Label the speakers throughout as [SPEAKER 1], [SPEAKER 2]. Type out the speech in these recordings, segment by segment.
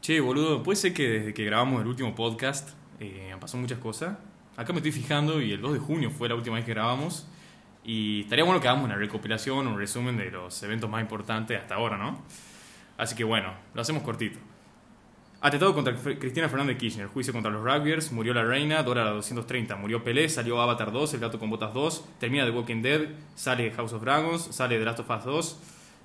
[SPEAKER 1] Che, boludo, puede ser que desde que grabamos el último podcast eh, han pasado muchas cosas. Acá me estoy fijando y el 2 de junio fue la última vez que grabamos. Y estaría bueno que hagamos una recopilación, un resumen de los eventos más importantes hasta ahora, ¿no? Así que bueno, lo hacemos cortito. Atentado contra F- Cristina Fernández Kirchner, juicio contra los Ruggers, murió la reina, Dora la 230, murió Pelé, salió Avatar 2, El gato con botas 2, termina The Walking Dead, sale House of Dragons, sale The Last of Us 2,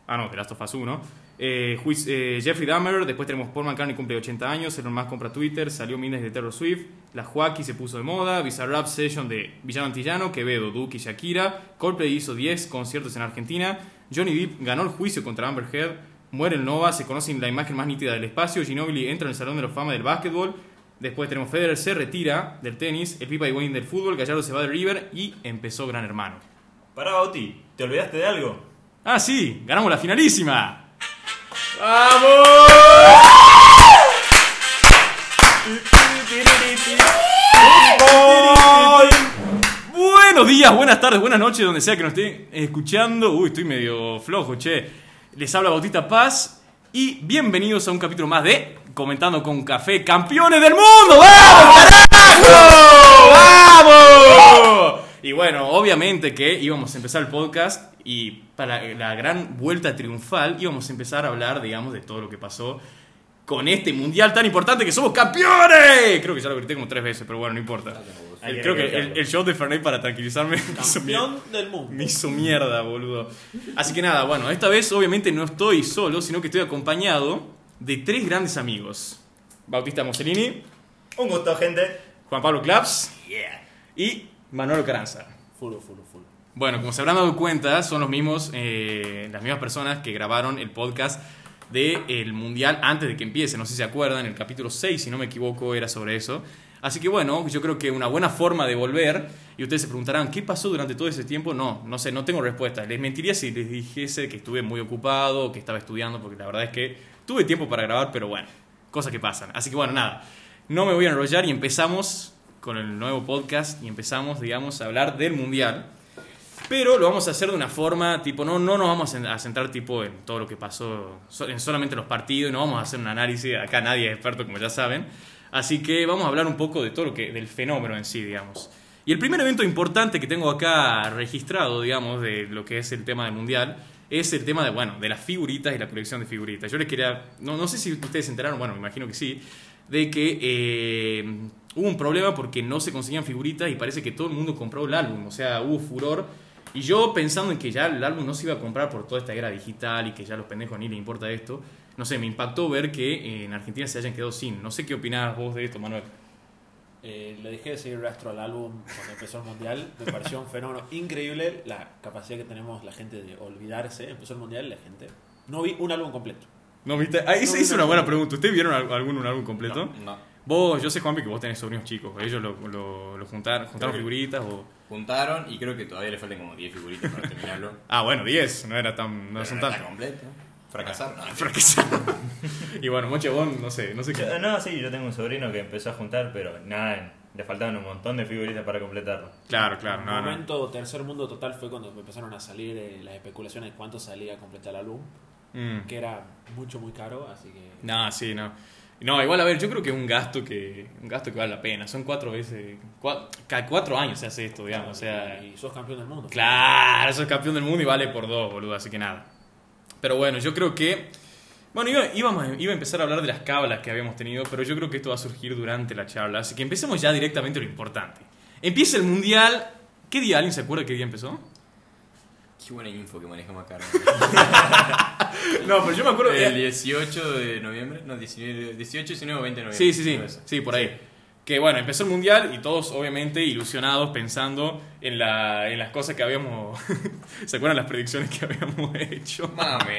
[SPEAKER 1] ah no, The Last of Us 1, eh, juic- eh, Jeffrey Dahmer, después tenemos Paul McCartney cumple 80 años, Elon Musk compra Twitter, salió Minas de Terror Swift, La Joaquí se puso de moda, Bizarrap Session de Villano Antillano, Quevedo, Duque y Shakira, Coldplay hizo 10 conciertos en Argentina, Johnny Depp ganó el juicio contra Amber Heard, Muere el Nova, se conocen la imagen más nítida del espacio. Ginobili entra en el Salón de la Fama del básquetbol. Después tenemos Federer se retira del tenis, el Pipa y Wayne del fútbol, Gallardo se va de River y empezó Gran Hermano.
[SPEAKER 2] Pará, Bauti, ¿te olvidaste de algo?
[SPEAKER 1] Ah, sí, ganamos la finalísima.
[SPEAKER 2] ¡Vamos!
[SPEAKER 1] Buenos días, buenas tardes, buenas noches, donde sea que nos esté escuchando. Uy, estoy medio flojo, che. Les habla Bautista Paz y bienvenidos a un capítulo más de Comentando con Café, campeones del mundo. ¡Vamos, carajo! ¡Vamos! Y bueno, obviamente que íbamos a empezar el podcast y para la gran vuelta triunfal íbamos a empezar a hablar, digamos, de todo lo que pasó con este mundial tan importante que somos campeones. Creo que ya lo grité como tres veces, pero bueno, no importa. Eh,
[SPEAKER 2] Hay que
[SPEAKER 1] Creo que
[SPEAKER 2] recortarlo.
[SPEAKER 1] el, el show de Fernet para tranquilizarme me hizo mier-
[SPEAKER 2] Campeón del mundo.
[SPEAKER 1] me hizo mierda, boludo. Así que nada, bueno, esta vez obviamente no estoy solo, sino que estoy acompañado de tres grandes amigos. Bautista Mosellini,
[SPEAKER 2] Un gusto, gente.
[SPEAKER 1] Juan Pablo Claps
[SPEAKER 2] Yeah.
[SPEAKER 1] y Manuel Caranza.
[SPEAKER 2] Fulo, fulo, fulo.
[SPEAKER 1] Bueno, como se habrán dado cuenta, son los mismos, eh, las mismas personas que grabaron el podcast del Mundial antes de que empiece. No sé si se acuerdan, el capítulo 6, si no me equivoco, era sobre eso. Así que bueno, yo creo que una buena forma de volver, y ustedes se preguntarán, ¿qué pasó durante todo ese tiempo? No, no sé, no tengo respuesta. Les mentiría si les dijese que estuve muy ocupado o que estaba estudiando, porque la verdad es que tuve tiempo para grabar, pero bueno, cosas que pasan. Así que bueno, nada, no me voy a enrollar y empezamos con el nuevo podcast y empezamos, digamos, a hablar del Mundial. Pero lo vamos a hacer de una forma, tipo, no, no nos vamos a centrar tipo en todo lo que pasó, so- en solamente los partidos, no vamos a hacer un análisis, acá nadie es experto como ya saben. Así que vamos a hablar un poco de todo lo que, del fenómeno en sí, digamos. Y el primer evento importante que tengo acá registrado, digamos, de lo que es el tema del Mundial, es el tema de, bueno, de las figuritas y la colección de figuritas. Yo les quería, no, no sé si ustedes se enteraron, bueno, me imagino que sí, de que eh, hubo un problema porque no se conseguían figuritas y parece que todo el mundo compró el álbum, o sea, hubo furor. Y yo pensando en que ya el álbum no se iba a comprar por toda esta era digital y que ya a los pendejos ni les importa esto, no sé, me impactó ver que eh, en Argentina se hayan quedado sin. No sé qué opinás vos de esto, Manuel.
[SPEAKER 3] Eh, le dejé de seguir rastro al álbum cuando empezó el mundial. Me pareció un fenómeno increíble la capacidad que tenemos la gente de olvidarse. Empezó el mundial y la gente. No vi un álbum completo.
[SPEAKER 1] No, viste, ah, esa
[SPEAKER 3] No,
[SPEAKER 1] es
[SPEAKER 3] no,
[SPEAKER 1] una
[SPEAKER 3] no.
[SPEAKER 1] buena pregunta. ¿Ustedes vieron al- algún un álbum completo?
[SPEAKER 4] No.
[SPEAKER 1] Vos, yo sé, Juanpi, que vos tenés sobrinos chicos. Ellos lo, lo- lo juntaron, juntaron
[SPEAKER 4] que-
[SPEAKER 1] figuritas o...
[SPEAKER 4] Juntaron y creo que todavía le faltan como 10 figuritas para terminarlo.
[SPEAKER 1] Ah, bueno, 10. No era tan... No
[SPEAKER 4] Pero
[SPEAKER 1] son
[SPEAKER 4] no está
[SPEAKER 1] tantos.
[SPEAKER 4] completo. Fracasaron. No,
[SPEAKER 1] y bueno, Moche, vos no sé, no sé qué...
[SPEAKER 2] No, sí, yo tengo un sobrino que empezó a juntar, pero nada, le faltaban un montón de figuritas para completarlo.
[SPEAKER 1] Claro, claro,
[SPEAKER 3] el
[SPEAKER 1] no, no.
[SPEAKER 3] momento tercer mundo total fue cuando empezaron a salir eh, las especulaciones de cuánto salía a completar el álbum.
[SPEAKER 1] Mm.
[SPEAKER 3] Que era mucho, muy caro. Así que.
[SPEAKER 1] No, sí, no. No, igual, a ver, yo creo que es un gasto que, un gasto que vale la pena. Son cuatro veces. cua- cada cuatro años se hace esto, digamos. O sea,
[SPEAKER 3] Y sos campeón del mundo.
[SPEAKER 1] claro, sos campeón del mundo y vale por dos, boludo. Así que nada. Pero bueno, yo creo que. Bueno, iba, íbamos a- iba a empezar a hablar de las cábalas que habíamos tenido, pero yo creo que esto va a surgir durante la charla. Así que empecemos ya directamente lo importante. Empieza el mundial. ¿Qué día? ¿Alguien se acuerda qué día empezó?
[SPEAKER 4] Qué buena info que manejamos acá.
[SPEAKER 1] No, pero yo me acuerdo. eh,
[SPEAKER 4] El 18 de noviembre, no, 19, 18, 19 o 20 de noviembre.
[SPEAKER 1] Sí, sí, sí,
[SPEAKER 4] Uno de esos.
[SPEAKER 1] sí, por ahí. Que bueno, empezó el mundial y todos obviamente ilusionados pensando en, la, en las cosas que habíamos... ¿Se acuerdan las predicciones que habíamos hecho?
[SPEAKER 4] Mame.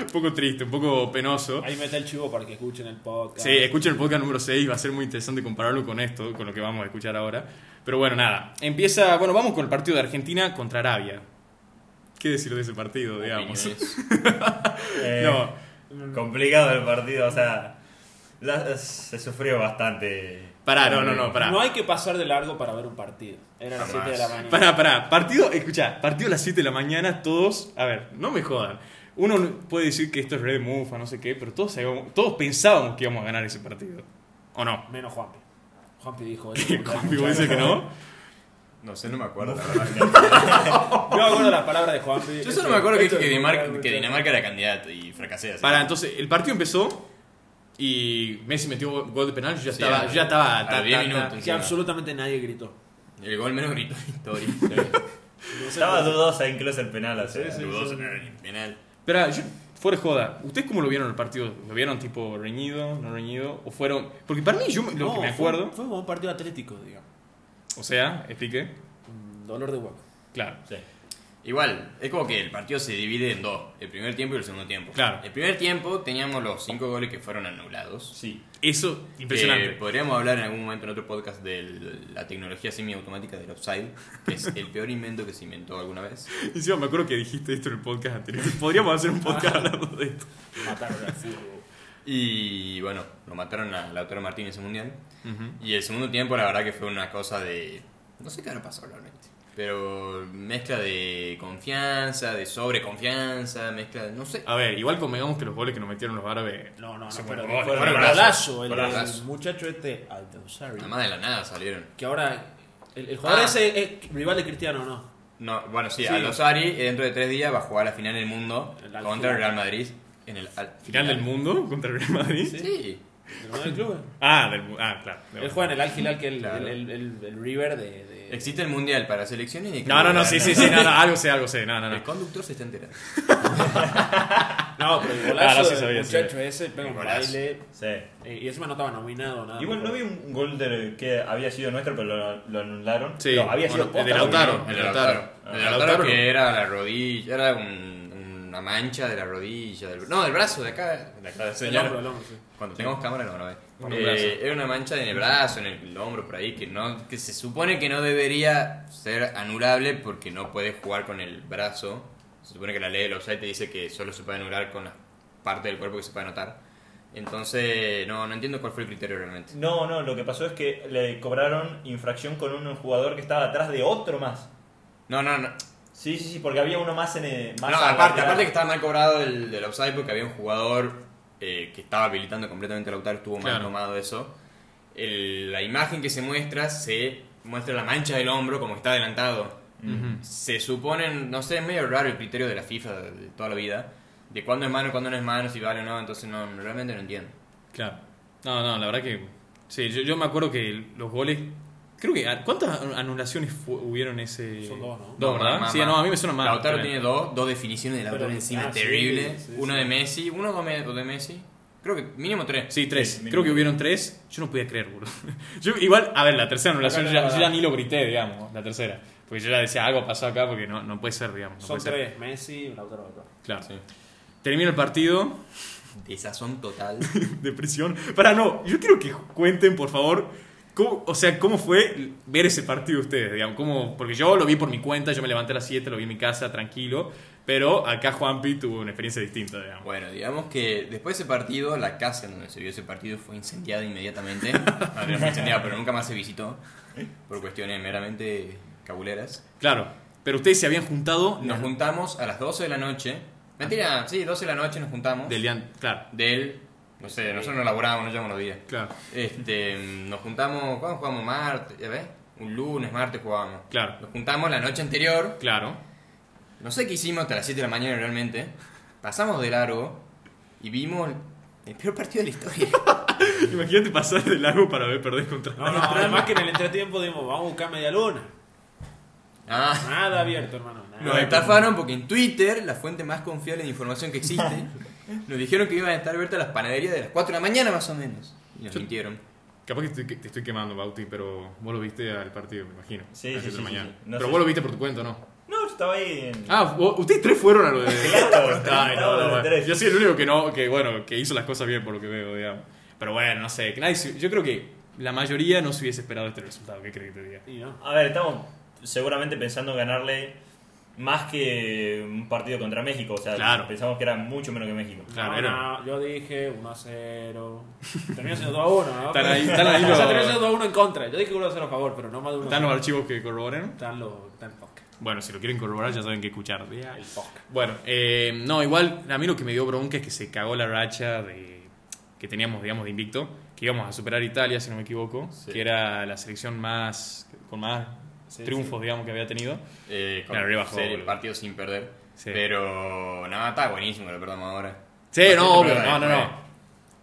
[SPEAKER 1] Un poco triste, un poco penoso.
[SPEAKER 3] Ahí mete el chivo para que escuchen el podcast.
[SPEAKER 1] Sí, escuchen el podcast número 6, va a ser muy interesante compararlo con esto, con lo que vamos a escuchar ahora. Pero bueno, nada, empieza, bueno, vamos con el partido de Argentina contra Arabia. ¿Qué decir de ese partido, digamos?
[SPEAKER 4] Opiniones.
[SPEAKER 2] Eh,
[SPEAKER 1] No,
[SPEAKER 2] Complicado el partido, o sea, la- se sufrió bastante. Eh,
[SPEAKER 1] pará, no, no, no, pará.
[SPEAKER 3] No hay que pasar de largo para ver un partido. Era las 7 de la mañana.
[SPEAKER 1] Pará, pará, partido, escuchá, partido a las 7 de la mañana, todos, a ver, no me jodan. Uno puede decir que esto es Red Mufa, no sé qué, pero todos, sabíamos- todos pensábamos que íbamos a ganar ese partido. ¿O no?
[SPEAKER 3] Menos Juanpi. Juanpi dijo
[SPEAKER 1] Juanpi vos dices que no.
[SPEAKER 4] No sé, no me acuerdo.
[SPEAKER 3] Yo me acuerdo las palabras de Juanpi.
[SPEAKER 4] Yo solo me acuerdo que
[SPEAKER 3] Esto
[SPEAKER 4] dije que
[SPEAKER 3] es
[SPEAKER 4] Dinamarca,
[SPEAKER 3] muy-
[SPEAKER 4] que Dinamarca era candidato y fracasé así.
[SPEAKER 1] Para, entonces, el partido empezó y Messi metió gol de penal. Yo ya
[SPEAKER 4] Sí,
[SPEAKER 1] estaba.
[SPEAKER 4] a-
[SPEAKER 1] yo ya estaba
[SPEAKER 4] a
[SPEAKER 1] ta, ta,
[SPEAKER 4] 10
[SPEAKER 1] ta.
[SPEAKER 4] minutos.
[SPEAKER 3] Que absolutamente nadie gritó.
[SPEAKER 4] El gol menos grito de historia.
[SPEAKER 2] Estaba dudosa incluso el penal, o sea.
[SPEAKER 4] Dudoso, eh, penal.
[SPEAKER 1] Pero, yo, fuera de joda, ¿ustedes cómo lo vieron el partido? ¿Lo vieron tipo reñido, no reñido? ¿O fueron.? Porque para mí, yo me- lo
[SPEAKER 3] No,
[SPEAKER 1] que me
[SPEAKER 3] fue-
[SPEAKER 1] acuerdo.
[SPEAKER 3] Fue, como un partido atlético, digamos.
[SPEAKER 1] O sea, expliqué.
[SPEAKER 3] Mm, Dolor de huevo.
[SPEAKER 1] Claro.
[SPEAKER 2] Sí.
[SPEAKER 4] Igual, es como que el partido se divide en dos, el primer tiempo y el segundo tiempo.
[SPEAKER 1] Claro.
[SPEAKER 4] El primer tiempo teníamos los cinco goles que fueron anulados.
[SPEAKER 2] Sí.
[SPEAKER 1] Eso,
[SPEAKER 4] Eh,
[SPEAKER 1] impresionante.
[SPEAKER 4] podríamos hablar en algún momento en otro podcast de la tecnología semiautomática del offside, que es el peor invento que se inventó alguna vez.
[SPEAKER 1] Encima me acuerdo que dijiste esto en el podcast anterior. Podríamos hacer un
[SPEAKER 3] Ah.
[SPEAKER 1] podcast hablando de esto.
[SPEAKER 3] Mataron al fútbol.
[SPEAKER 4] Y bueno, lo mataron a Lautaro Martínez en Mundial. Y el segundo tiempo, la verdad que fue una cosa de... No sé qué habrá pasado realmente. Pero mezcla de confianza, de sobreconfianza, mezcla de... No sé.
[SPEAKER 1] A ver, igual convengamos que los goles que nos metieron los árabes.
[SPEAKER 3] No, no, no.
[SPEAKER 1] Se
[SPEAKER 3] pero
[SPEAKER 1] fueron goles,
[SPEAKER 3] fue
[SPEAKER 1] fueron
[SPEAKER 3] un
[SPEAKER 1] golazos,
[SPEAKER 3] golazo. El,
[SPEAKER 4] fueron
[SPEAKER 3] el
[SPEAKER 4] golazos.
[SPEAKER 3] muchacho este, Aldonsari.
[SPEAKER 4] Nada más de la nada salieron.
[SPEAKER 3] Que ahora. El, el jugador
[SPEAKER 4] Ah.
[SPEAKER 3] ese es rival de Cristiano, ¿no?
[SPEAKER 4] No, bueno, sí,
[SPEAKER 3] Sí.
[SPEAKER 4] Aldosari dentro de tres días va a jugar la final del mundo
[SPEAKER 3] El Al
[SPEAKER 4] contra el
[SPEAKER 3] Hilal.
[SPEAKER 4] Real Madrid en el al-
[SPEAKER 1] Final del mundo contra el Real Madrid.
[SPEAKER 4] Sí.
[SPEAKER 3] Del Real Madrid Club.
[SPEAKER 1] Ah, del mu- Ah, claro.
[SPEAKER 3] Él juega en el Al Hilal, que es el, el,
[SPEAKER 4] Claro.
[SPEAKER 3] el, el- el River de. de-
[SPEAKER 4] Existe el mundial para selecciones y
[SPEAKER 1] No, no, no, sí, sí, sí, no, no, algo sé, algo sé, no, no,
[SPEAKER 4] El
[SPEAKER 1] no.
[SPEAKER 4] conductor se está enterando.
[SPEAKER 3] No, pero el
[SPEAKER 1] Ah, no, sí
[SPEAKER 3] golazo del
[SPEAKER 1] sabía, sí.
[SPEAKER 3] muchacho ese, pega un
[SPEAKER 4] Golazo.
[SPEAKER 3] baile.
[SPEAKER 2] Sí.
[SPEAKER 3] Eh, y encima no estaba nominado, nada.
[SPEAKER 2] Ah, Igual no vi un gol de- que había sido nuestro, pero lo, lo anularon.
[SPEAKER 1] Sí.
[SPEAKER 2] No, había sido
[SPEAKER 1] Bueno, el de
[SPEAKER 2] posta,
[SPEAKER 1] Lautaro.
[SPEAKER 2] porque-
[SPEAKER 1] El de Lautaro.
[SPEAKER 4] El de
[SPEAKER 1] Ah,
[SPEAKER 4] Lautaro
[SPEAKER 1] Lautaro
[SPEAKER 4] que
[SPEAKER 1] no.
[SPEAKER 4] era la rodilla, era un- una mancha de la rodilla. del- no, del brazo de acá. De acá,
[SPEAKER 3] El
[SPEAKER 4] señora.
[SPEAKER 3] hombro, el hombro, sí.
[SPEAKER 4] Cuando tengamos cámara no, no ve.
[SPEAKER 1] Con un
[SPEAKER 4] Eh,
[SPEAKER 1] brazo.
[SPEAKER 4] era una mancha en el brazo, en el, hombro, por ahí, que no que se supone que no debería ser anulable porque no puedes jugar con el brazo. Se supone que la ley del offside te dice que solo se puede anular con la parte del cuerpo que se puede anotar. Entonces, no, no entiendo cuál fue el criterio realmente.
[SPEAKER 2] No, no, lo que pasó es que le cobraron infracción con un jugador que estaba atrás de otro más.
[SPEAKER 4] No, no, no.
[SPEAKER 2] Sí, sí, sí, porque había uno más en el. Más
[SPEAKER 4] No,
[SPEAKER 2] al
[SPEAKER 4] aparte,
[SPEAKER 2] lateral.
[SPEAKER 4] aparte que estaba mal cobrado el, del offside porque había un jugador eh, que estaba habilitando completamente el Lautaro, estuvo mal
[SPEAKER 1] Claro.
[SPEAKER 4] tomado eso. El- la imagen que se muestra se muestra la mancha del hombro como que está adelantado.
[SPEAKER 1] Ujú.
[SPEAKER 4] Se suponen, no sé, es medio raro el criterio de la FIFA de, de toda la vida, de cuándo es mano, cuándo no es mano, si vale o no, entonces no, no, realmente no entiendo.
[SPEAKER 1] Claro. No, no, la verdad que. Sí, yo, yo me acuerdo que los goles. Creo que. ¿Cuántas anulaciones fu- hubieron ese.?
[SPEAKER 3] Son dos, ¿no?
[SPEAKER 1] Dos, ¿verdad?
[SPEAKER 4] más,
[SPEAKER 1] sí,
[SPEAKER 4] más.
[SPEAKER 1] no, a mí me suena más.
[SPEAKER 4] Lautaro
[SPEAKER 1] También.
[SPEAKER 4] tiene dos, dos definiciones de Lautaro
[SPEAKER 3] Pero-
[SPEAKER 4] encima,
[SPEAKER 3] ah, sí,
[SPEAKER 4] terrible.
[SPEAKER 3] sí,
[SPEAKER 4] uno
[SPEAKER 3] sí.
[SPEAKER 4] de Messi, uno de Me- de Messi. Creo que mínimo tres.
[SPEAKER 1] Sí, tres.
[SPEAKER 2] Sí, mínimo.
[SPEAKER 1] Creo que hubieron tres. Yo no podía creer, boludo. Yo, igual, a ver, la tercera anulación yo
[SPEAKER 3] Acá
[SPEAKER 1] ya,
[SPEAKER 3] no
[SPEAKER 1] yo
[SPEAKER 3] va.
[SPEAKER 1] ya ni lo grité, digamos, la tercera. Porque yo ya decía, algo pasó acá porque no, no puede ser, digamos. no
[SPEAKER 3] Son
[SPEAKER 1] puede ser.
[SPEAKER 3] tres: Messi, Lautaro, Lautaro.
[SPEAKER 1] Claro.
[SPEAKER 4] Sí.
[SPEAKER 1] Termina el partido.
[SPEAKER 4] Desazón total.
[SPEAKER 1] Depresión. Para, no, yo quiero que cuenten, por favor, cómo, o sea, cómo fue ver ese partido ustedes, digamos, cómo, porque yo lo vi por mi cuenta, yo me levanté a las 7, lo vi en mi casa, tranquilo, pero acá Juanpi tuvo una experiencia distinta, digamos.
[SPEAKER 4] Bueno, digamos que después de ese partido, la casa en donde se vio ese partido fue incendiada inmediatamente. No, no fue incendiada, pero nunca más se visitó. Por cuestiones meramente cabuleras.
[SPEAKER 1] Claro, pero ustedes se habían juntado
[SPEAKER 4] Nos
[SPEAKER 1] no,
[SPEAKER 4] juntamos a las 12 de la noche. Mentira, sí, 12 de la noche nos juntamos.
[SPEAKER 1] Ah. del día, an- claro,
[SPEAKER 4] Del- no sé, nosotros no laburábamos, no llevamos los días.
[SPEAKER 1] claro,
[SPEAKER 4] Este, nos juntamos, ¿cuándo jugamos? Martes, ¿ya ves? Un lunes, martes jugábamos.
[SPEAKER 1] Claro.
[SPEAKER 4] Nos juntamos la noche anterior.
[SPEAKER 1] claro.
[SPEAKER 4] No sé qué hicimos hasta las 7 de la mañana realmente. Pasamos de largo y vimos el peor partido de la historia.
[SPEAKER 1] Imagínate pasar de largo para ver perder contra
[SPEAKER 3] No, no, además que en el entretiempo dijimos, vamos a buscar media luna.
[SPEAKER 4] Ah,
[SPEAKER 3] Nada abierto, hermano. Nada.
[SPEAKER 1] eh.
[SPEAKER 4] nos estafaron porque en Twitter, la fuente más confiable de información que existe, nos dijeron que iban a estar abiertas las panaderías de las 4 de la mañana más o menos. Y nos
[SPEAKER 1] Yo-
[SPEAKER 4] mintieron.
[SPEAKER 1] Capaz que estoy- que te estoy quemando, Bauti, pero vos lo viste al partido, me imagino.
[SPEAKER 2] Sí,
[SPEAKER 1] a las siete de
[SPEAKER 2] sí, sí,
[SPEAKER 1] la
[SPEAKER 2] sí,
[SPEAKER 1] mañana.
[SPEAKER 2] sí. No
[SPEAKER 1] pero
[SPEAKER 2] sé
[SPEAKER 1] vos
[SPEAKER 2] si-
[SPEAKER 1] lo viste por tu cuenta, ¿no?
[SPEAKER 2] No, yo estaba ahí en.
[SPEAKER 1] Ah, vos- ustedes tres fueron a lo de...
[SPEAKER 2] Claro,
[SPEAKER 1] Ay, no, no,
[SPEAKER 2] estábamos
[SPEAKER 1] bueno.
[SPEAKER 2] los tres.
[SPEAKER 1] Yo soy el único que no, que bueno, que hizo las cosas bien por lo que veo, digamos. Pero bueno, no sé, que nadie se- yo creo que la mayoría no se hubiese esperado este resultado, ¿qué crees que te diga?
[SPEAKER 3] Y no.
[SPEAKER 2] A ver, estamos seguramente pensando en ganarle más que un partido contra México. O sea,
[SPEAKER 1] Claro.
[SPEAKER 2] pensamos que era mucho menos que México.
[SPEAKER 1] Claro,
[SPEAKER 3] no,
[SPEAKER 1] era-
[SPEAKER 3] no, yo dije 1 a 0. Terminó siendo 2 a 1, ¿no?
[SPEAKER 1] Están ahí- están ahí
[SPEAKER 3] O sea,
[SPEAKER 1] los-
[SPEAKER 3] terminó siendo 2 a 1 en contra. Yo dije 1 a 0 a favor, pero no más de 1
[SPEAKER 1] ¿Están los archivos que corroboren?
[SPEAKER 3] Están los. Están los.
[SPEAKER 1] Bueno, si lo quieren corroborar ya saben qué escuchar. Ya.
[SPEAKER 3] El podcast.
[SPEAKER 1] Bueno, eh, no, igual a mí lo que me dio bronca es que se cagó la racha de, que teníamos, digamos, de invicto, que íbamos a superar a Italia, si no me equivoco,
[SPEAKER 4] Sí.
[SPEAKER 1] que era la selección más con más
[SPEAKER 3] Sí,
[SPEAKER 1] triunfos, digamos, que había tenido.
[SPEAKER 4] Eh, con
[SPEAKER 1] Claro, rebajó,
[SPEAKER 4] serie,
[SPEAKER 1] boludo.
[SPEAKER 4] partido sin perder.
[SPEAKER 1] Sí.
[SPEAKER 4] Pero nada, está buenísimo, lo perdamos ahora.
[SPEAKER 1] Sí,
[SPEAKER 4] Partido
[SPEAKER 1] no, obvio,
[SPEAKER 4] sin
[SPEAKER 1] no,
[SPEAKER 4] perder,
[SPEAKER 1] no,
[SPEAKER 4] eh.
[SPEAKER 1] no.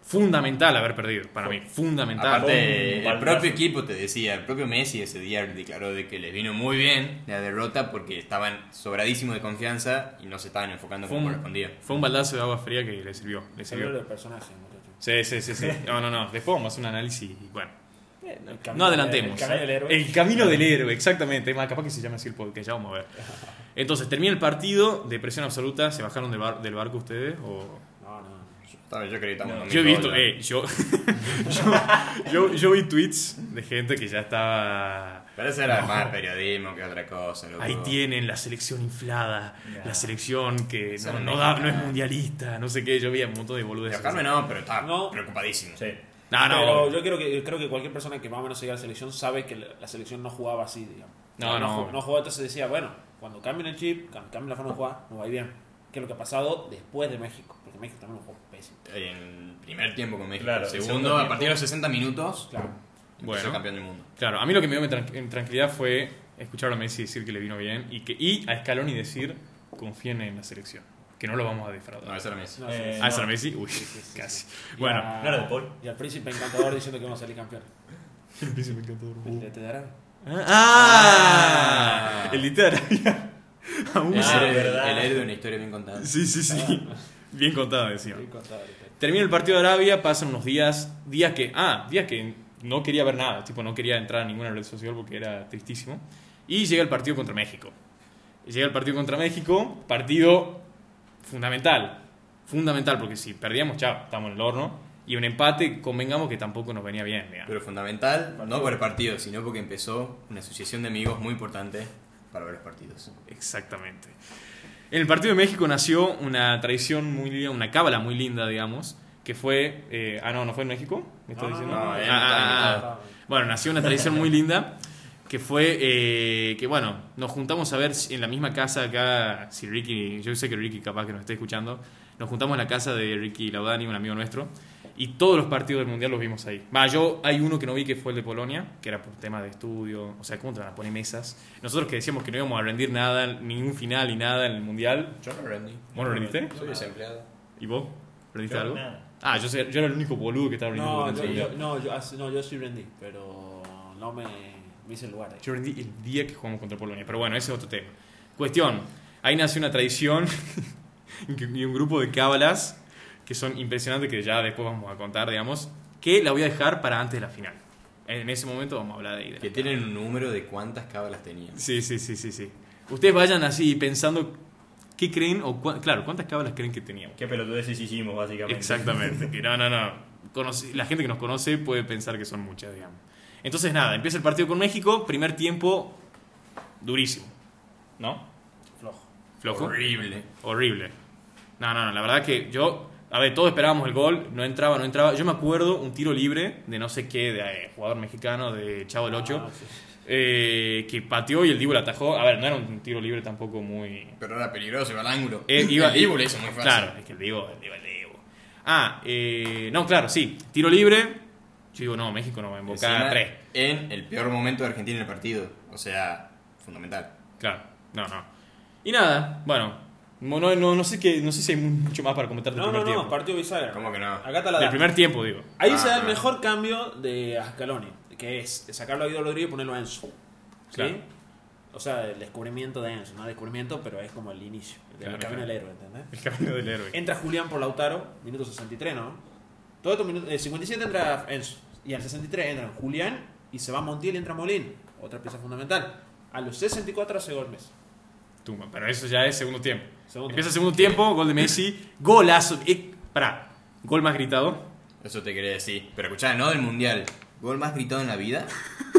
[SPEAKER 1] Fundamental haber perdido, para mí, fundamental.
[SPEAKER 4] Aparte,
[SPEAKER 2] Fue un
[SPEAKER 4] el
[SPEAKER 2] baldazo.
[SPEAKER 4] propio equipo te decía, el propio Messi ese día declaró de que les vino muy bien la derrota porque estaban sobradísimos de confianza y no se estaban enfocando
[SPEAKER 1] Fue
[SPEAKER 4] como
[SPEAKER 1] un,
[SPEAKER 4] correspondía.
[SPEAKER 1] fue un baldazo de agua fría que le sirvió. Le
[SPEAKER 3] Se habló
[SPEAKER 1] sirvió.
[SPEAKER 3] de personajes, muchachos.
[SPEAKER 1] Sí, sí, sí, sí. No, no, no. Después vamos a hacer un análisis y bueno.
[SPEAKER 3] El
[SPEAKER 1] Eh, No
[SPEAKER 3] camino
[SPEAKER 1] adelantemos.
[SPEAKER 3] del- El camino del héroe.
[SPEAKER 1] El camino del héroe, exactamente. Es Más capaz que se llame así el podcast, ya vamos a ver. Entonces, termina el partido, depresión absoluta. ¿Se bajaron del, bar- del barco ustedes? O...
[SPEAKER 3] No, no.
[SPEAKER 4] Estaba- Yo creo que estamos en
[SPEAKER 1] Yo he
[SPEAKER 4] 2000
[SPEAKER 1] visto,
[SPEAKER 4] dólares.
[SPEAKER 1] eh, yo, yo, yo, yo vi tweets de gente que ya estaba.
[SPEAKER 4] Pero eso era más periodismo que otra cosa. loco.
[SPEAKER 1] Ahí tienen la selección inflada,
[SPEAKER 2] Ya.
[SPEAKER 1] la selección que
[SPEAKER 4] Eso
[SPEAKER 1] no,
[SPEAKER 4] no
[SPEAKER 1] no da, no es mundialista, no sé qué. Yo vi un montón de boludeces.
[SPEAKER 4] Enojarme no, pero estaba
[SPEAKER 3] No.
[SPEAKER 4] preocupadísimo.
[SPEAKER 2] Sí.
[SPEAKER 1] No, Ah, no,
[SPEAKER 3] Pero yo creo que, creo que cualquier persona que más o menos siga la selección sabe que la la selección no jugaba así, digamos.
[SPEAKER 1] No, no.
[SPEAKER 3] ju- No jugaba, entonces decía, bueno, cuando cambien el chip, cam- cambien la forma de jugar, nos va a ir bien. Que es lo que ha pasado después de México, porque México también jugó pésimo.
[SPEAKER 4] En primer tiempo con México.
[SPEAKER 2] Claro,
[SPEAKER 4] segundo,
[SPEAKER 2] segundo
[SPEAKER 4] a partir de los 60 minutos,
[SPEAKER 3] Claro.
[SPEAKER 4] empezó
[SPEAKER 1] Bueno.
[SPEAKER 4] campeón del mundo.
[SPEAKER 1] Claro, a mí lo que me dio tran- en tranquilidad fue escuchar a Messi decir que le vino bien y, que, y a Scaloni decir confíen en la selección, que no lo vamos a
[SPEAKER 4] No,
[SPEAKER 1] defraudar.
[SPEAKER 4] ese era Messi.
[SPEAKER 3] No,
[SPEAKER 2] Eh,
[SPEAKER 3] sí, sí,
[SPEAKER 1] ah,
[SPEAKER 2] no.
[SPEAKER 1] ¿ese era Messi? Uy,
[SPEAKER 3] sí, Ah. sí,
[SPEAKER 1] casi.
[SPEAKER 3] sí.
[SPEAKER 1] Bueno,
[SPEAKER 3] Y a-
[SPEAKER 2] ¿No era de Paul?
[SPEAKER 3] Y al príncipe encantador diciendo que vamos a salir campeón.
[SPEAKER 1] el príncipe encantador.
[SPEAKER 3] El de Tedarán.
[SPEAKER 1] ¡Ah!
[SPEAKER 4] Ah.
[SPEAKER 1] El de Arabia. Aún
[SPEAKER 4] Ese
[SPEAKER 2] Ah,
[SPEAKER 4] era el-
[SPEAKER 2] verdad.
[SPEAKER 4] el héroe de una historia bien contada.
[SPEAKER 1] Sí, sí, sí. Bien contado, decía.
[SPEAKER 3] Sí, contaba ahorita.
[SPEAKER 1] Termina el partido de Arabia, pasan unos días, días que, ah, días que no quería ver nada, tipo no quería entrar a ninguna red social porque era tristísimo. Y llega el partido contra México. Llega el partido contra México, partido fundamental, fundamental, porque si perdíamos, chao, estamos en el horno. Y un empate, convengamos que tampoco nos venía bien. digamos.
[SPEAKER 4] Pero fundamental, no por el partido, sino porque empezó una asociación de amigos muy importante para ver los partidos.
[SPEAKER 1] Exactamente. En el partido de México nació una tradición muy linda, una cábala muy linda, digamos, que fue... eh, ah, no, no fue en México, me estás
[SPEAKER 3] No, no,
[SPEAKER 1] diciendo.
[SPEAKER 4] no, en
[SPEAKER 1] Ah, ah,
[SPEAKER 4] Italia.
[SPEAKER 1] ah. Bueno, nació una tradición muy linda que fue eh, que, bueno, nos juntamos a ver si- en la misma casa acá, si Ricky, yo sé que Ricky capaz que nos esté escuchando, nos juntamos en la casa de Ricky Laudani, un amigo nuestro, y todos los partidos del Mundial los vimos ahí. Va, yo hay uno que no vi que fue el de Polonia, que era por tema de estudio, o sea, ¿cómo te van a poner mesas? Nosotros que decíamos que no íbamos a rendir nada, ningún final y nada en el Mundial.
[SPEAKER 4] Yo no rendí.
[SPEAKER 1] ¿Vos no rendiste?
[SPEAKER 4] Soy desempleado.
[SPEAKER 1] ¿Y vos? ¿Rendiste
[SPEAKER 2] Yo
[SPEAKER 1] algo?
[SPEAKER 2] nada.
[SPEAKER 1] Ah, yo, sé- yo era el único boludo que estaba rindiendo. por
[SPEAKER 3] No, yo,
[SPEAKER 1] dentro.
[SPEAKER 3] yo- no, yo, as- no, yo sí rendí, pero no me, me hice el lugar ahí.
[SPEAKER 1] Yo rendí el día que jugamos contra Polonia, pero bueno, ese es otro tema. Cuestión, ahí nace una tradición y un grupo de cábalas que son impresionantes que ya después vamos a contar, digamos, que la voy a dejar para antes de la final. En ese momento vamos a hablar de ahí. de
[SPEAKER 4] Que
[SPEAKER 1] la-
[SPEAKER 4] tienen un número de cuántas cábalas tenían.
[SPEAKER 1] Sí, sí, sí, sí, sí. Ustedes vayan así pensando qué creen o cua- claro, cuántas cábalas creen que teníamos.
[SPEAKER 2] ¿Qué pelotudeces hicimos, básicamente?
[SPEAKER 1] Exactamente. Que no, no, no. Conoce- la gente que nos conoce puede pensar que son muchas, digamos. Entonces, nada, empieza el partido con México, primer tiempo durísimo. ¿No?
[SPEAKER 3] Flojo.
[SPEAKER 1] Flojo.
[SPEAKER 4] Horrible.
[SPEAKER 1] Horrible. No, no, no, la verdad que yo. A ver, todos esperábamos el gol, no entraba, no entraba. Yo me acuerdo un tiro libre de no sé qué, de eh, jugador mexicano, de Chavo del 8,
[SPEAKER 3] Ah, sí.
[SPEAKER 1] eh, que pateó y el Dibu la atajó. A ver, no era un tiro libre tampoco muy.
[SPEAKER 4] Pero era peligroso, iba al ángulo.
[SPEAKER 1] Eh,
[SPEAKER 4] El
[SPEAKER 1] iba-
[SPEAKER 4] Dibu le hizo muy fácil.
[SPEAKER 1] Claro, es que el Dibu, el Dibu, el Dibu. Ah, eh, no, claro, sí. Tiro libre. Yo digo, no, México no va a invocar
[SPEAKER 4] Encima,
[SPEAKER 1] a tres.
[SPEAKER 4] En el peor momento de Argentina en el partido. O sea, fundamental.
[SPEAKER 1] Claro, no, no. Y nada, bueno. No, no, no sé qué, no sé si hay mucho más para comentar del
[SPEAKER 3] No, no,
[SPEAKER 1] primer tiempo.
[SPEAKER 3] no, partido bisagra.
[SPEAKER 4] ¿Cómo que no?
[SPEAKER 3] Acá está la
[SPEAKER 1] del
[SPEAKER 3] data.
[SPEAKER 1] primer tiempo, digo.
[SPEAKER 3] Ahí
[SPEAKER 4] Ah,
[SPEAKER 3] se da el
[SPEAKER 4] no.
[SPEAKER 3] mejor cambio de Ascaloni, que es sacarlo a Guido Rodríguez y ponerlo a Enzo. ¿sí?
[SPEAKER 1] Claro.
[SPEAKER 3] O sea, el descubrimiento de Enzo, no descubrimiento, pero es como el inicio, el
[SPEAKER 1] Claro,
[SPEAKER 3] camino
[SPEAKER 1] claro.
[SPEAKER 3] del héroe, ¿entendés?
[SPEAKER 1] El camino del héroe.
[SPEAKER 3] Entra Julián por Lautaro, minuto 63, ¿no? Todo esto, minuto, eh, 57 entra Enzo, y al 63 entran Julián y se va Montiel y entra Molín, otra pieza fundamental. A los 64 hace gol Messi.
[SPEAKER 1] Tumba, pero eso ya es segundo tiempo.
[SPEAKER 3] Segundo.
[SPEAKER 1] Empieza el segundo tiempo, gol de Messi, golazo. Eh, pará, gol más gritado.
[SPEAKER 4] Eso te quería decir. Pero escuchá, no del mundial. ¿Gol más gritado en la vida?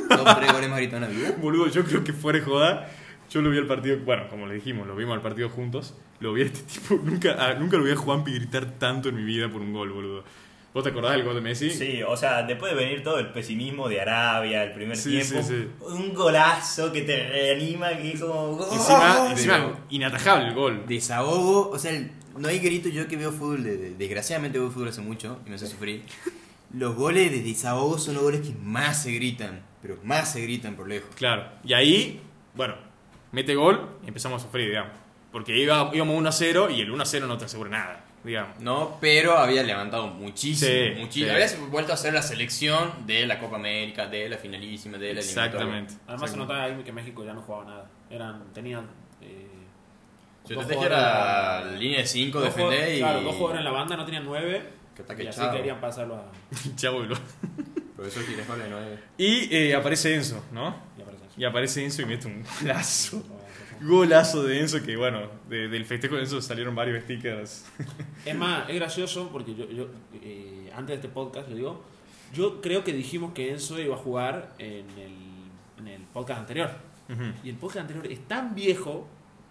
[SPEAKER 4] ¿Dos, tres goles más gritados en la vida?
[SPEAKER 1] Boludo, yo creo que fuera de joda. Yo lo vi al partido, bueno, como le dijimos, lo vimos al partido ah, juntos. Lo vi a este tipo, nunca, a- nunca lo vi a Juanpi gritar tanto en mi vida por un gol, boludo. ¿Vos te acordás del gol de Messi?
[SPEAKER 2] Sí, o sea, después de venir todo el pesimismo de Arabia, el primer
[SPEAKER 1] Sí,
[SPEAKER 2] tiempo,
[SPEAKER 1] sí, sí.
[SPEAKER 2] un golazo que te reanima, que es como... ¡oh!
[SPEAKER 1] Encima,
[SPEAKER 4] Pero-
[SPEAKER 1] encima, inatajable el gol.
[SPEAKER 4] Desahogo, o sea, el- no hay grito. Yo que veo fútbol, de- de- desgraciadamente veo fútbol hace mucho y me hace sufrir. Los goles de desahogo son los goles que más se gritan, pero más se gritan por lejos.
[SPEAKER 1] Claro. Y ahí, bueno, mete gol y empezamos a sufrir, digamos. Porque iba, íbamos 1 a 0 y el 1 a 0 no te asegura nada, digamos.
[SPEAKER 4] No, pero había levantado muchísimo,
[SPEAKER 1] Sí,
[SPEAKER 4] muchísimo.
[SPEAKER 1] sí.
[SPEAKER 4] Había vuelto a ser la selección de la Copa América, de la finalísima, de la eliminatoria.
[SPEAKER 1] Exactamente.
[SPEAKER 3] Además se
[SPEAKER 1] Exactamente.
[SPEAKER 3] notaba ahí que México ya no jugaba nada. Eran, tenían... eh,
[SPEAKER 4] Su
[SPEAKER 3] dos
[SPEAKER 4] estrategia era
[SPEAKER 3] jugadores-
[SPEAKER 4] línea de 5,
[SPEAKER 3] dos jugadores-
[SPEAKER 4] defender y...
[SPEAKER 3] Claro, dos jugadores en la banda no tenían nueve.
[SPEAKER 4] Que ataque
[SPEAKER 3] y así
[SPEAKER 4] chavo.
[SPEAKER 3] querían pasarlo a...
[SPEAKER 1] Chavo, boludo.
[SPEAKER 4] Por eso tienes goles de 9.
[SPEAKER 1] Y eh, aparece Enzo, ¿no?
[SPEAKER 3] y aparece eso.
[SPEAKER 1] Y aparece Enzo y mete un golazo. Golazo de Enzo que, bueno, de- del festejo de Enzo salieron varios stickers.
[SPEAKER 3] Es más, es gracioso porque yo, yo, eh, antes de este podcast, yo digo, yo creo que dijimos que Enzo iba a jugar en el, en el podcast anterior.
[SPEAKER 1] Ujú.
[SPEAKER 3] Y el podcast anterior es tan viejo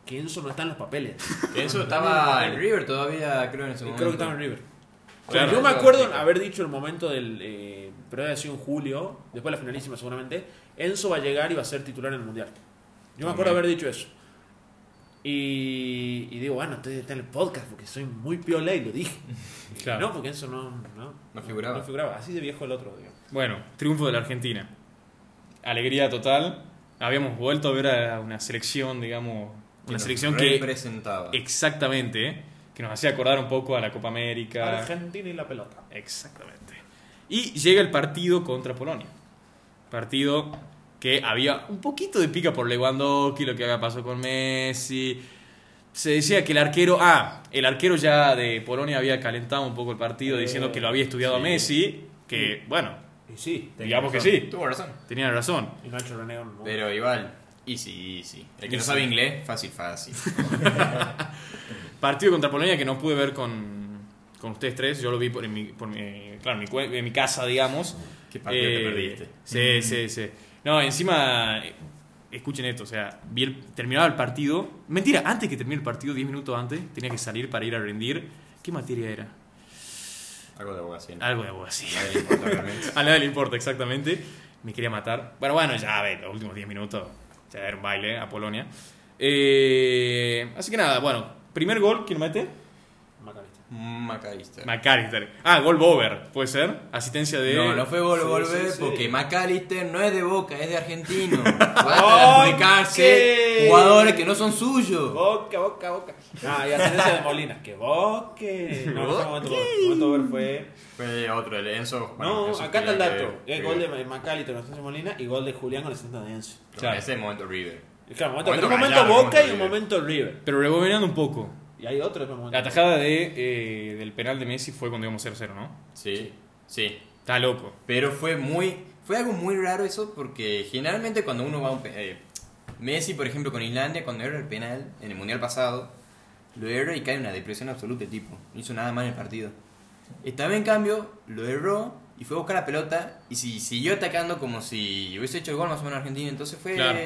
[SPEAKER 3] que Enzo no está en los papeles.
[SPEAKER 4] Eso estaba en River todavía, creo, en ese
[SPEAKER 3] Creo
[SPEAKER 4] momento.
[SPEAKER 3] que estaba en River.
[SPEAKER 1] Claro.
[SPEAKER 3] yo me acuerdo haber dicho el momento del. eh, pero había sido en julio, después de la finalísima seguramente. Enzo va a llegar y va a ser titular en el mundial. Yo me acuerdo haber dicho eso. Y, y digo, bueno, estoy está en el podcast porque soy muy piola y lo dije.
[SPEAKER 1] Claro.
[SPEAKER 3] No, porque Enzo no, no,
[SPEAKER 4] No figuraba.
[SPEAKER 3] no figuraba. Así de viejo el otro, digamos.
[SPEAKER 1] Bueno, triunfo de la Argentina. Alegría total. Habíamos vuelto a ver a una selección, digamos, una selección que
[SPEAKER 4] Representaba.
[SPEAKER 1] exactamente, ¿eh? que nos hacía acordar un poco a la Copa América.
[SPEAKER 3] Argentina y la pelota.
[SPEAKER 1] Exactamente. Y llega el partido contra Polonia. Partido que había un poquito de pica por Lewandowski, lo que había pasado con Messi. Se decía que el arquero, ah, el arquero ya de Polonia había calentado un poco el partido
[SPEAKER 3] Eh,
[SPEAKER 1] diciendo que lo había estudiado a
[SPEAKER 2] sí.
[SPEAKER 1] Messi, que bueno,
[SPEAKER 3] Y sí,
[SPEAKER 2] Tenía
[SPEAKER 1] digamos que
[SPEAKER 2] razón.
[SPEAKER 1] sí,
[SPEAKER 4] Tuvo razón.
[SPEAKER 1] tenía razón.
[SPEAKER 3] y no ha hecho Renego no.
[SPEAKER 4] Pero igual, easy, easy. El que no
[SPEAKER 1] Easy.
[SPEAKER 4] sabe inglés, fácil, fácil.
[SPEAKER 1] Partido contra Polonia que no pude ver con, con ustedes tres, yo lo vi por, en mi, por mi- claro, en mi, cue- en mi casa, digamos.
[SPEAKER 4] Qué partido
[SPEAKER 1] Eh,
[SPEAKER 4] te perdiste. Mm.
[SPEAKER 1] Sí, sí, sí. No, encima, eh, escuchen esto, o sea, vi el- terminaba el partido. Mentira, antes que termine el partido, 10 minutos antes, tenía que salir para ir a rendir. ¿Qué materia era?
[SPEAKER 4] Algo de abogacía.
[SPEAKER 3] ah.
[SPEAKER 4] ¿no?
[SPEAKER 1] Algo de abogacía.
[SPEAKER 4] Nadie le importa realmente.
[SPEAKER 1] A nadie le importa, exactamente. Me quería matar. Bueno, bueno, ya, a ver, los últimos 10 minutos, ya era un baile a Polonia. Eh, así que nada, bueno, primer gol, ¿quién lo mete?
[SPEAKER 3] Macalista.
[SPEAKER 4] McAllister.
[SPEAKER 1] McAllister. Ah, gol Bover, puede ser. Asistencia de.
[SPEAKER 4] No, no fue gol,
[SPEAKER 3] Sí,
[SPEAKER 4] volver
[SPEAKER 3] sí, sí.
[SPEAKER 4] porque McAllister no es de Boca, es de argentino. Basta
[SPEAKER 1] ¡Oh,
[SPEAKER 4] de adjudicarse
[SPEAKER 1] sí!
[SPEAKER 4] jugadores que no son suyos.
[SPEAKER 3] Boca, boca, boca. Ah, y Ascendencia de Molina. Que boque. No, no, momento, Bover. momento Bover fue.
[SPEAKER 4] Fue otro, el Enzo.
[SPEAKER 3] No, acá está el dato. Es gol de Macalito con Ascendencia Molina y gol de Julián con el centro de Enzo.
[SPEAKER 1] Claro.
[SPEAKER 4] Ese es el momento River.
[SPEAKER 3] Y Claro, momento,
[SPEAKER 4] Momento
[SPEAKER 3] pero un momento
[SPEAKER 4] Gallardo,
[SPEAKER 3] Boca y
[SPEAKER 4] momento
[SPEAKER 3] un momento River.
[SPEAKER 1] Pero rebobinando un poco.
[SPEAKER 3] Y hay otro después momento.
[SPEAKER 1] La tajada de, eh, del penal de Messi fue cuando íbamos 0-0, ¿no?
[SPEAKER 4] Sí, sí.
[SPEAKER 1] Está loco.
[SPEAKER 4] Pero fue muy. Fue algo muy raro eso porque generalmente cuando uno va a un. pe- eh, Messi, por ejemplo, con Islandia, cuando erra el penal en el mundial pasado, lo erra y cae en una depresión absoluta el tipo. No hizo nada mal en el partido. Esta vez, en cambio, lo erró y fue a buscar la pelota y si, siguió atacando como si hubiese hecho el gol más o menos Argentina. Entonces fue.
[SPEAKER 1] Claro.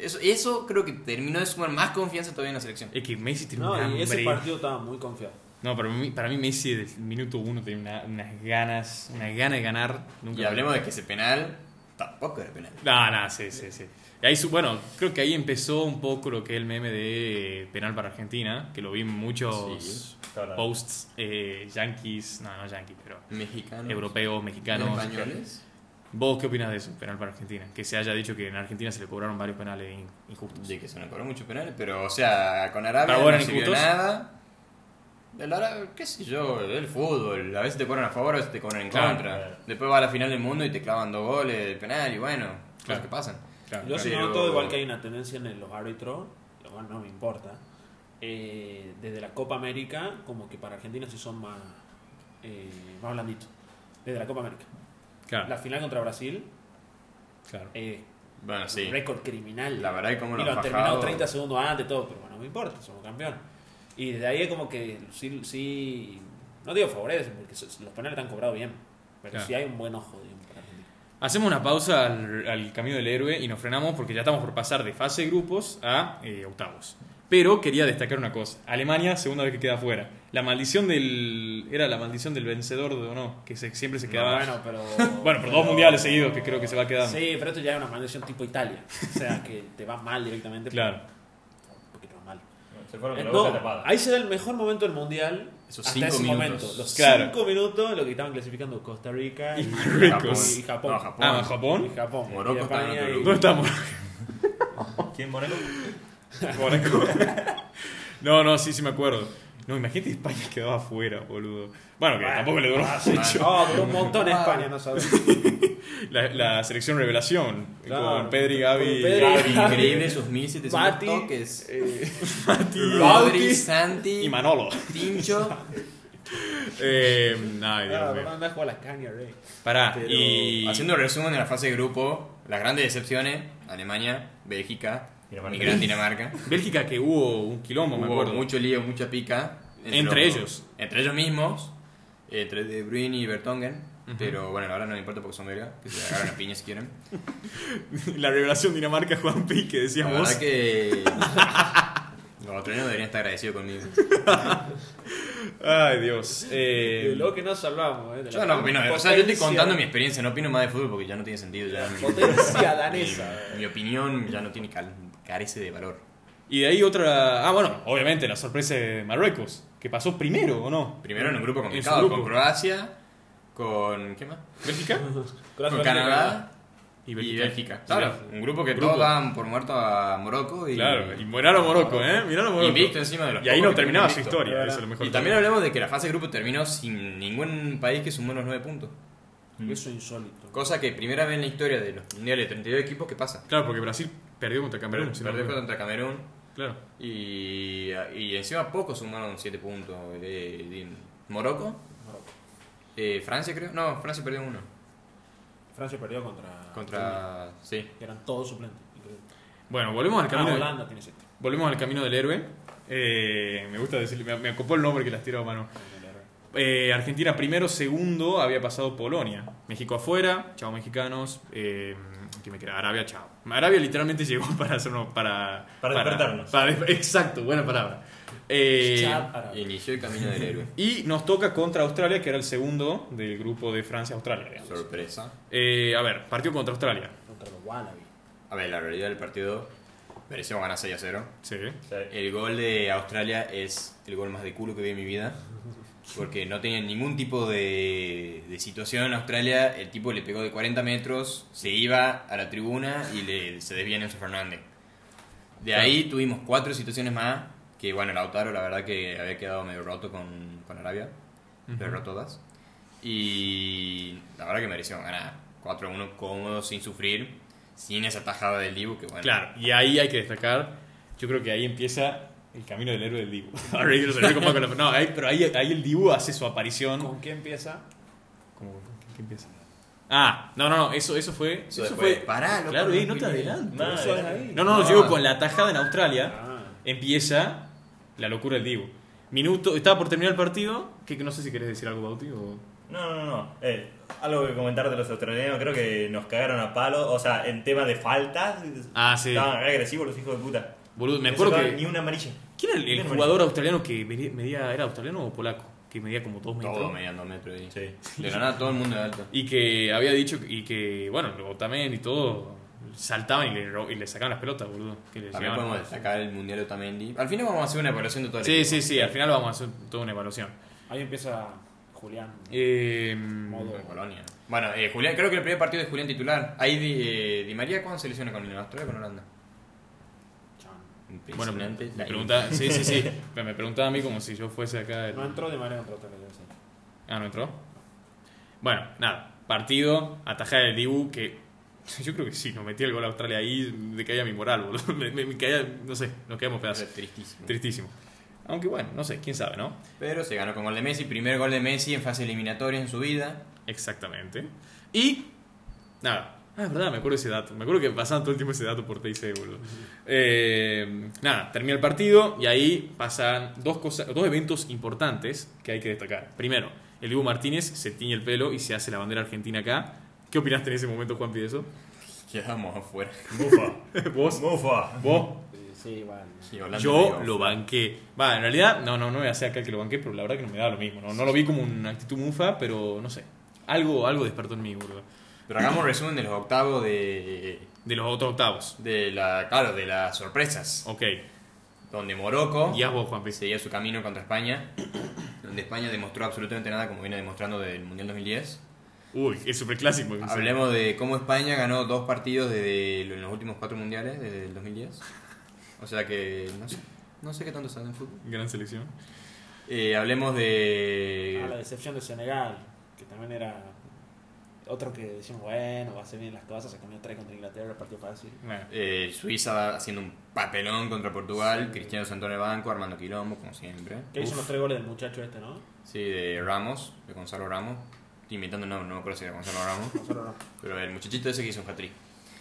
[SPEAKER 4] Eso, eso creo que terminó de sumar más confianza todavía en la selección.
[SPEAKER 1] Es que Messi tiene un
[SPEAKER 3] No, y
[SPEAKER 1] hambre.
[SPEAKER 3] ese partido estaba muy confiado.
[SPEAKER 1] No, para mí, para mí Messi desde el minuto uno tiene una- unas ganas, una gana de ganar. Nunca
[SPEAKER 4] Y hablemos de que ese penal tampoco era penal.
[SPEAKER 1] No, no, sí, sí, sí. Y ahí, su- bueno, creo que ahí empezó un poco lo que es el meme de eh, penal para Argentina, que lo vi en muchos
[SPEAKER 4] Sí,
[SPEAKER 2] claro.
[SPEAKER 1] posts eh, yankees, no, no yankees, pero
[SPEAKER 4] Mexicano.
[SPEAKER 1] europeos, mexicanos.
[SPEAKER 4] Españoles.
[SPEAKER 1] ¿Vos qué opinas de eso, penal para Argentina? Que se haya dicho que en Argentina se le cobraron varios penales in- injustos.
[SPEAKER 4] De que se nos cobró muchos penales, pero o sea, con Arabia
[SPEAKER 1] Pero bueno,
[SPEAKER 4] no se vio
[SPEAKER 1] injustos.
[SPEAKER 4] nada. El árabe, qué sé yo, el fútbol, a veces te cobran a favor, a veces te cobran en
[SPEAKER 1] Claro.
[SPEAKER 4] contra.
[SPEAKER 2] Claro.
[SPEAKER 4] Después va a la final del mundo y te clavan dos goles de penal y bueno, cosas
[SPEAKER 1] Claro.
[SPEAKER 4] que pasan.
[SPEAKER 1] Claro.
[SPEAKER 3] Yo sí
[SPEAKER 4] Pero-
[SPEAKER 3] noto igual que hay una tendencia en los árbitros, lo cual no me importa. eh, desde la Copa América, como que para Argentina sí son más, eh, más blanditos. Desde la Copa América.
[SPEAKER 1] Claro,
[SPEAKER 3] La final contra Brasil,
[SPEAKER 1] claro.
[SPEAKER 3] eh,
[SPEAKER 4] Bueno, sí.
[SPEAKER 3] récord criminal.
[SPEAKER 4] La verdad es como
[SPEAKER 3] y
[SPEAKER 4] lo
[SPEAKER 3] lo
[SPEAKER 4] han
[SPEAKER 3] han terminado
[SPEAKER 4] fajado.
[SPEAKER 3] 30 segundos antes, todo, pero bueno, no me importa, somos campeón. Y desde ahí es como que sí, sí no digo favorecen, porque so- los penales están cobrados bien. Pero
[SPEAKER 1] Claro.
[SPEAKER 3] sí hay un buen ojo, digamos, para Argentina.
[SPEAKER 1] Hacemos una pausa al, al camino del héroe y nos frenamos porque ya estamos por pasar de fase de grupos a eh, octavos. Pero quería destacar una cosa. Alemania, segunda vez que queda fuera. La maldición del... Era la maldición del vencedor o no, que se- siempre se quedaba...
[SPEAKER 3] bueno, pero.
[SPEAKER 1] Bueno, por dos mundiales seguidos que creo que se va quedando.
[SPEAKER 3] Sí, pero esto ya es una maldición tipo Italia. O sea, que te va mal directamente.
[SPEAKER 1] Claro.
[SPEAKER 3] Porque te va mal.
[SPEAKER 2] Se fueron
[SPEAKER 3] Eh,
[SPEAKER 2] con la boca
[SPEAKER 3] No,
[SPEAKER 2] tapada.
[SPEAKER 3] ahí será el mejor momento del mundial.
[SPEAKER 4] Esos
[SPEAKER 3] hasta
[SPEAKER 4] cinco
[SPEAKER 3] ese
[SPEAKER 4] minutos.
[SPEAKER 3] momento. Los
[SPEAKER 1] Claro.
[SPEAKER 3] cinco minutos, lo que estaban clasificando Costa Rica y,
[SPEAKER 1] Ricos.
[SPEAKER 3] y Japón.
[SPEAKER 4] No, Japón.
[SPEAKER 1] Ah,
[SPEAKER 3] Y
[SPEAKER 1] Japón.
[SPEAKER 3] Japón.
[SPEAKER 4] Morocco
[SPEAKER 3] Y
[SPEAKER 4] estaba en
[SPEAKER 3] España
[SPEAKER 4] otro
[SPEAKER 3] y-
[SPEAKER 1] ¿Dónde estamos?
[SPEAKER 2] ¿Quién Monaco?
[SPEAKER 1] Mónaco. No, no, sí, sí me acuerdo. No, imagínate España quedaba afuera, boludo. Bueno, que tampoco le duró mucho.
[SPEAKER 3] Oh, duró un montón en España, no sabes.
[SPEAKER 1] La, la selección revelación
[SPEAKER 3] Claro.
[SPEAKER 1] con Pedri, Gaby.
[SPEAKER 3] Con Pedri.
[SPEAKER 4] Gaby, Increíble sus 1700
[SPEAKER 3] Bati.
[SPEAKER 4] toques.
[SPEAKER 3] Bauti.
[SPEAKER 4] Rodri, Santi,
[SPEAKER 1] y Manolo.
[SPEAKER 4] Tincho.
[SPEAKER 1] Eh, ay, Dios
[SPEAKER 3] Claro,
[SPEAKER 1] mío.
[SPEAKER 3] anda a jugar a las cañas, rey.
[SPEAKER 1] Pará,
[SPEAKER 3] Pero-
[SPEAKER 1] y.
[SPEAKER 4] Haciendo resumen de la fase de grupo, las grandes decepciones, Alemania, Bélgica,
[SPEAKER 2] Dinamarca.
[SPEAKER 4] mi gran Dinamarca.
[SPEAKER 1] Bélgica que hubo un quilombo, me
[SPEAKER 4] Hubo
[SPEAKER 1] acuerdo.
[SPEAKER 4] mucho lío, mucha pica.
[SPEAKER 1] Entre
[SPEAKER 4] los-
[SPEAKER 1] ellos.
[SPEAKER 4] Entre ellos mismos. Entre De Bruyne y Bertongen. Pero bueno, ahora no me importa porque son verga. Que se agarran a piña si quieren.
[SPEAKER 1] La revelación Dinamarca Juan Pi que
[SPEAKER 4] La
[SPEAKER 1] decíamos.
[SPEAKER 4] verdad que... Los australianos deberían estar agradecidos conmigo.
[SPEAKER 1] Ay, Dios. Eh,
[SPEAKER 3] De lo que nos salvamos, eh. de la
[SPEAKER 4] Yo no opino. O sea,
[SPEAKER 3] potencia-
[SPEAKER 4] yo estoy contando mi experiencia. No opino más de fútbol porque ya no tiene sentido. Ya mi-
[SPEAKER 3] Potencia
[SPEAKER 4] mi,
[SPEAKER 3] danesa.
[SPEAKER 4] mi opinión ya no tiene cal- carece de valor.
[SPEAKER 1] Y de ahí otra. Ah, bueno, obviamente la sorpresa de Marruecos, que pasó primero, ¿o no?
[SPEAKER 4] Primero en un grupo
[SPEAKER 1] En su
[SPEAKER 4] complicado.
[SPEAKER 1] grupo.
[SPEAKER 4] Con Croacia. Con... ¿Qué más?
[SPEAKER 1] Bélgica
[SPEAKER 4] Con
[SPEAKER 3] Croacia,
[SPEAKER 4] Canadá.
[SPEAKER 1] y
[SPEAKER 4] Y Bélgica. Claro,
[SPEAKER 1] Claro.
[SPEAKER 4] un grupo que
[SPEAKER 1] Grupo.
[SPEAKER 4] todos daban por muerto a Morocco y.
[SPEAKER 1] Claro, y miraron Morocco, ¿eh? Miraron Morocco.
[SPEAKER 4] Invicto encima de los
[SPEAKER 1] Y ahí no
[SPEAKER 4] pocos que
[SPEAKER 1] terminaba su
[SPEAKER 4] tienen invicto.
[SPEAKER 1] historia,
[SPEAKER 3] Claro.
[SPEAKER 1] eso es lo mejor.
[SPEAKER 4] Y también hablamos de que la fase de grupo terminó sin ningún país que sumó los 9 puntos. Mm.
[SPEAKER 3] Eso es insólito.
[SPEAKER 4] Cosa que primera vez en la historia de los mundiales de 32 equipos que pasa.
[SPEAKER 1] Claro, porque Brasil perdió contra Camerún. si no me
[SPEAKER 4] Perdió
[SPEAKER 1] equivoco.
[SPEAKER 4] contra Camerún
[SPEAKER 1] Claro.
[SPEAKER 4] y, y encima pocos sumaron 7 puntos. Eh, di- Morocco,
[SPEAKER 3] Morocco.
[SPEAKER 4] eh, Francia creo. No, Francia perdió uno.
[SPEAKER 3] Francia perdió contra.
[SPEAKER 4] Contra. Sí.
[SPEAKER 3] Que eran todos suplentes. increíble.
[SPEAKER 1] Bueno, volvemos al
[SPEAKER 3] Ah,
[SPEAKER 1] camino. de-
[SPEAKER 3] Holanda tiene siete.
[SPEAKER 1] volvemos al camino del héroe. Eh, me gusta decirle, me, me acopó el nombre que las tiró a mano. Eh, Argentina primero, segundo, había pasado Polonia. México afuera, chao mexicanos. Eh, ¿qué me queda? Arabia, chao. Arabia literalmente llegó para hacernos. Para,
[SPEAKER 2] Para despertarnos.
[SPEAKER 1] para des- exacto, buena palabra. Eh,
[SPEAKER 3] Chad, Arabia.
[SPEAKER 4] Inició el camino del héroe.
[SPEAKER 1] y nos toca contra Australia, que era el segundo del grupo de Francia-Australia. digamos.
[SPEAKER 4] Sorpresa.
[SPEAKER 1] Eh, a ver, partido contra Australia.
[SPEAKER 3] Contra los Wallaby.
[SPEAKER 4] A ver, la realidad del partido. Merecemos ganar 6 a 0.
[SPEAKER 1] Sí.
[SPEAKER 2] Sí.
[SPEAKER 4] El gol de Australia es el gol más de culo que vi en mi vida. Porque no tenía ningún tipo de, de situación en Australia. El tipo le pegó de 40 metros, se iba a la tribuna y le, se desvía Nelson Fernández. De ahí tuvimos cuatro situaciones más. Que bueno, Lautaro la verdad que había quedado medio roto con, con Arabia. Perdió todas. Y la verdad que mereció ganar 4 a 1 cómodo, sin sufrir. Sin esa tajada del Dibu, que bueno.
[SPEAKER 1] Claro, y ahí hay que destacar. Yo creo que ahí empieza el camino del héroe del Dibu. Ahora yo no sé, yo como con la- no, ahí- pero ahí, ahí el Dibu hace su aparición.
[SPEAKER 3] ¿Con qué empieza?
[SPEAKER 1] Como, ¿qué empieza? Ah, no, no, no, eso, eso fue. Eso,
[SPEAKER 4] Eso
[SPEAKER 1] fue.
[SPEAKER 4] después. Pará, loco,
[SPEAKER 1] claro,
[SPEAKER 4] no
[SPEAKER 1] ey, no te
[SPEAKER 4] fui bien.
[SPEAKER 1] adelanto.
[SPEAKER 2] Nada,
[SPEAKER 3] Eso es
[SPEAKER 2] era-
[SPEAKER 3] ahí.
[SPEAKER 1] No, no, no,
[SPEAKER 4] No.
[SPEAKER 1] llego con la tajada en Australia.
[SPEAKER 3] Ah.
[SPEAKER 1] Empieza la locura del Dibu. Minuto, estaba por terminar el partido. Que que no sé si querés decir algo, Bauti. O...
[SPEAKER 2] No, no, no. Eh, algo que comentar de los australianos, creo que nos cagaron a palo. O sea, en tema de faltas,
[SPEAKER 1] Ah, sí.
[SPEAKER 2] estaban re agresivos los hijos de puta.
[SPEAKER 1] Boludo, me
[SPEAKER 2] No
[SPEAKER 1] acuerdo
[SPEAKER 2] sacaban
[SPEAKER 1] que-
[SPEAKER 2] Ni una amarilla.
[SPEAKER 1] ¿Quién era el, el
[SPEAKER 2] Bien,
[SPEAKER 1] jugador australiano que medía, medía- ¿Era australiano o polaco? Que medía como dos metros.
[SPEAKER 4] Todo mediando metro ahí.
[SPEAKER 2] Sí.
[SPEAKER 4] De la nada todo el mundo es alto.
[SPEAKER 1] Y que había dicho. Y que, bueno, lo Otamendi y todo. Saltaban y le, ro- y le sacaban las pelotas, boludo. Que le
[SPEAKER 4] También
[SPEAKER 1] llegaban.
[SPEAKER 4] podemos destacar el Mundial de Otamendi. Al final vamos a hacer una evaluación de todo el
[SPEAKER 1] Sí,
[SPEAKER 4] equipo.
[SPEAKER 1] sí, sí. Al final vamos a hacer toda una evaluación.
[SPEAKER 3] Ahí empieza Julián.
[SPEAKER 1] Eh,
[SPEAKER 3] Modo.
[SPEAKER 4] Con Colonia. Bueno, eh, Julián, creo que el primer partido de Julián titular. Ahí Di, eh, Di María, ¿cuándo se lesiona con Australia o con Holanda?
[SPEAKER 3] Chan.
[SPEAKER 1] Bueno,
[SPEAKER 4] Impresionante.
[SPEAKER 1] me
[SPEAKER 4] La-
[SPEAKER 1] preguntaba, sí, sí, sí, pero me preguntaba a mí como si yo fuese acá. el-
[SPEAKER 3] No entró de manera contra Australia, debe ser.
[SPEAKER 1] Ah, no entró. Bueno, nada, partido, atajar el Dibu, que yo creo que sí, nos metía el gol a Australia ahí, me caía mi moral, boludo. Me, me- me caía, no sé, nos quedamos
[SPEAKER 4] Fue
[SPEAKER 1] pedazos.
[SPEAKER 4] Tristísimo.
[SPEAKER 1] Tristísimo. Aunque bueno, no sé, quién sabe, ¿no?
[SPEAKER 4] Pero se ganó con gol de Messi. Primer gol de Messi en fase eliminatoria en su vida.
[SPEAKER 1] Exactamente. Y, nada. Ah, es verdad, me acuerdo de ese dato. Me acuerdo que pasaban todo el tiempo ese dato por TIC, boludo. Eh, nada, termina el partido y ahí pasan dos, cosas, dos eventos importantes que hay que destacar. Primero, el Dibu Martínez se tiñe el pelo y se hace la bandera argentina acá. ¿Qué opinaste en ese momento, Juanpi, de eso?
[SPEAKER 4] Quedamos afuera.
[SPEAKER 2] Mufa.
[SPEAKER 1] ¿Vos?
[SPEAKER 2] Mufa.
[SPEAKER 1] ¿Vos?
[SPEAKER 3] Eh, Sí, bueno.
[SPEAKER 4] Sí, Holanda
[SPEAKER 1] Yo
[SPEAKER 4] medio-
[SPEAKER 1] lo banqué. Va, en realidad, no, no, no me hacía acá el que lo banqué, pero la verdad que no me daba lo mismo. No, no lo vi como una actitud mufa, pero no sé. Algo, algo despertó en mí, boludo.
[SPEAKER 4] Pero hagamos un resumen de los octavos de.
[SPEAKER 1] De los otros octavos.
[SPEAKER 4] de la. claro, de las sorpresas.
[SPEAKER 1] Ok.
[SPEAKER 4] Donde Morocco
[SPEAKER 1] Y haz vos, Juan
[SPEAKER 4] seguía su camino contra España, donde España demostró absolutamente nada como viene demostrando del Mundial 2010.
[SPEAKER 1] Uy, es súper clásico.
[SPEAKER 4] Hablemos de cómo España ganó dos partidos desde lo- en los últimos cuatro mundiales desde el 2010. O sea que no sé, no sé qué tanto saben en fútbol.
[SPEAKER 1] Gran selección.
[SPEAKER 4] Eh, hablemos
[SPEAKER 3] Ah, la
[SPEAKER 4] de
[SPEAKER 3] decepción de Senegal, que también era otro que decíamos, bueno, va a hacer bien las cosas, se comió tres contra Inglaterra, partido fácil.
[SPEAKER 1] Bueno,
[SPEAKER 4] eh, Suiza haciendo un papelón contra Portugal,
[SPEAKER 3] Sí.
[SPEAKER 4] Cristiano Santoro en el banco, Armando Quilombo, como siempre.
[SPEAKER 3] Que hizo los tres goles del muchacho este, ¿no?
[SPEAKER 4] Sí, de Ramos, de Gonzalo Ramos. Estoy inventando el nombre, no me acuerdo si era Gonzalo Ramos.
[SPEAKER 3] Nosotros no.
[SPEAKER 4] Pero el muchachito ese que hizo un hat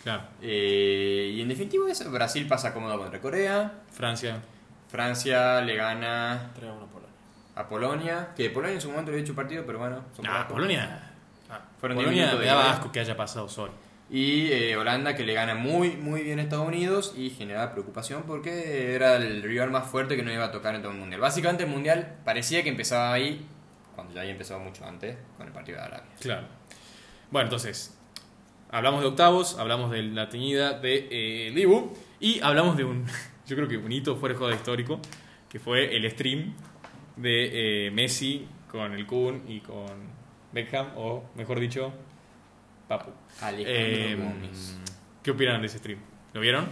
[SPEAKER 1] claro.
[SPEAKER 4] Eh, y en definitiva eso, Brasil pasa cómodo contra Corea.
[SPEAKER 1] Francia.
[SPEAKER 4] Francia le gana
[SPEAKER 3] 3 a 1 Polonia.
[SPEAKER 4] a Polonia. Que Polonia en su momento le había hecho partido, pero bueno. son
[SPEAKER 1] Ah,
[SPEAKER 4] polacos.
[SPEAKER 1] Polonia.
[SPEAKER 4] Ah, Fueron diez
[SPEAKER 1] Polonia
[SPEAKER 4] minutos
[SPEAKER 1] me
[SPEAKER 4] de
[SPEAKER 1] daba
[SPEAKER 4] gloria.
[SPEAKER 1] asco que haya pasado solo.
[SPEAKER 4] Y eh, Holanda que le gana muy, muy bien a Estados Unidos y generaba preocupación porque era el rival más fuerte que no iba a tocar en todo el mundial. Básicamente el mundial parecía que empezaba ahí, cuando ya había empezado mucho antes, con el partido de Arabia.
[SPEAKER 1] Claro. Bueno, entonces, hablamos de octavos, hablamos de la teñida de eh, Dibu y hablamos de un, yo creo que un hito fuera de joda histórico, que fue el stream de eh, Messi con el Kun y con Beckham, o mejor dicho, Papu. Eh,
[SPEAKER 4] Alejandro Gómez.
[SPEAKER 1] ¿Qué opinan de ese stream? ¿Lo vieron?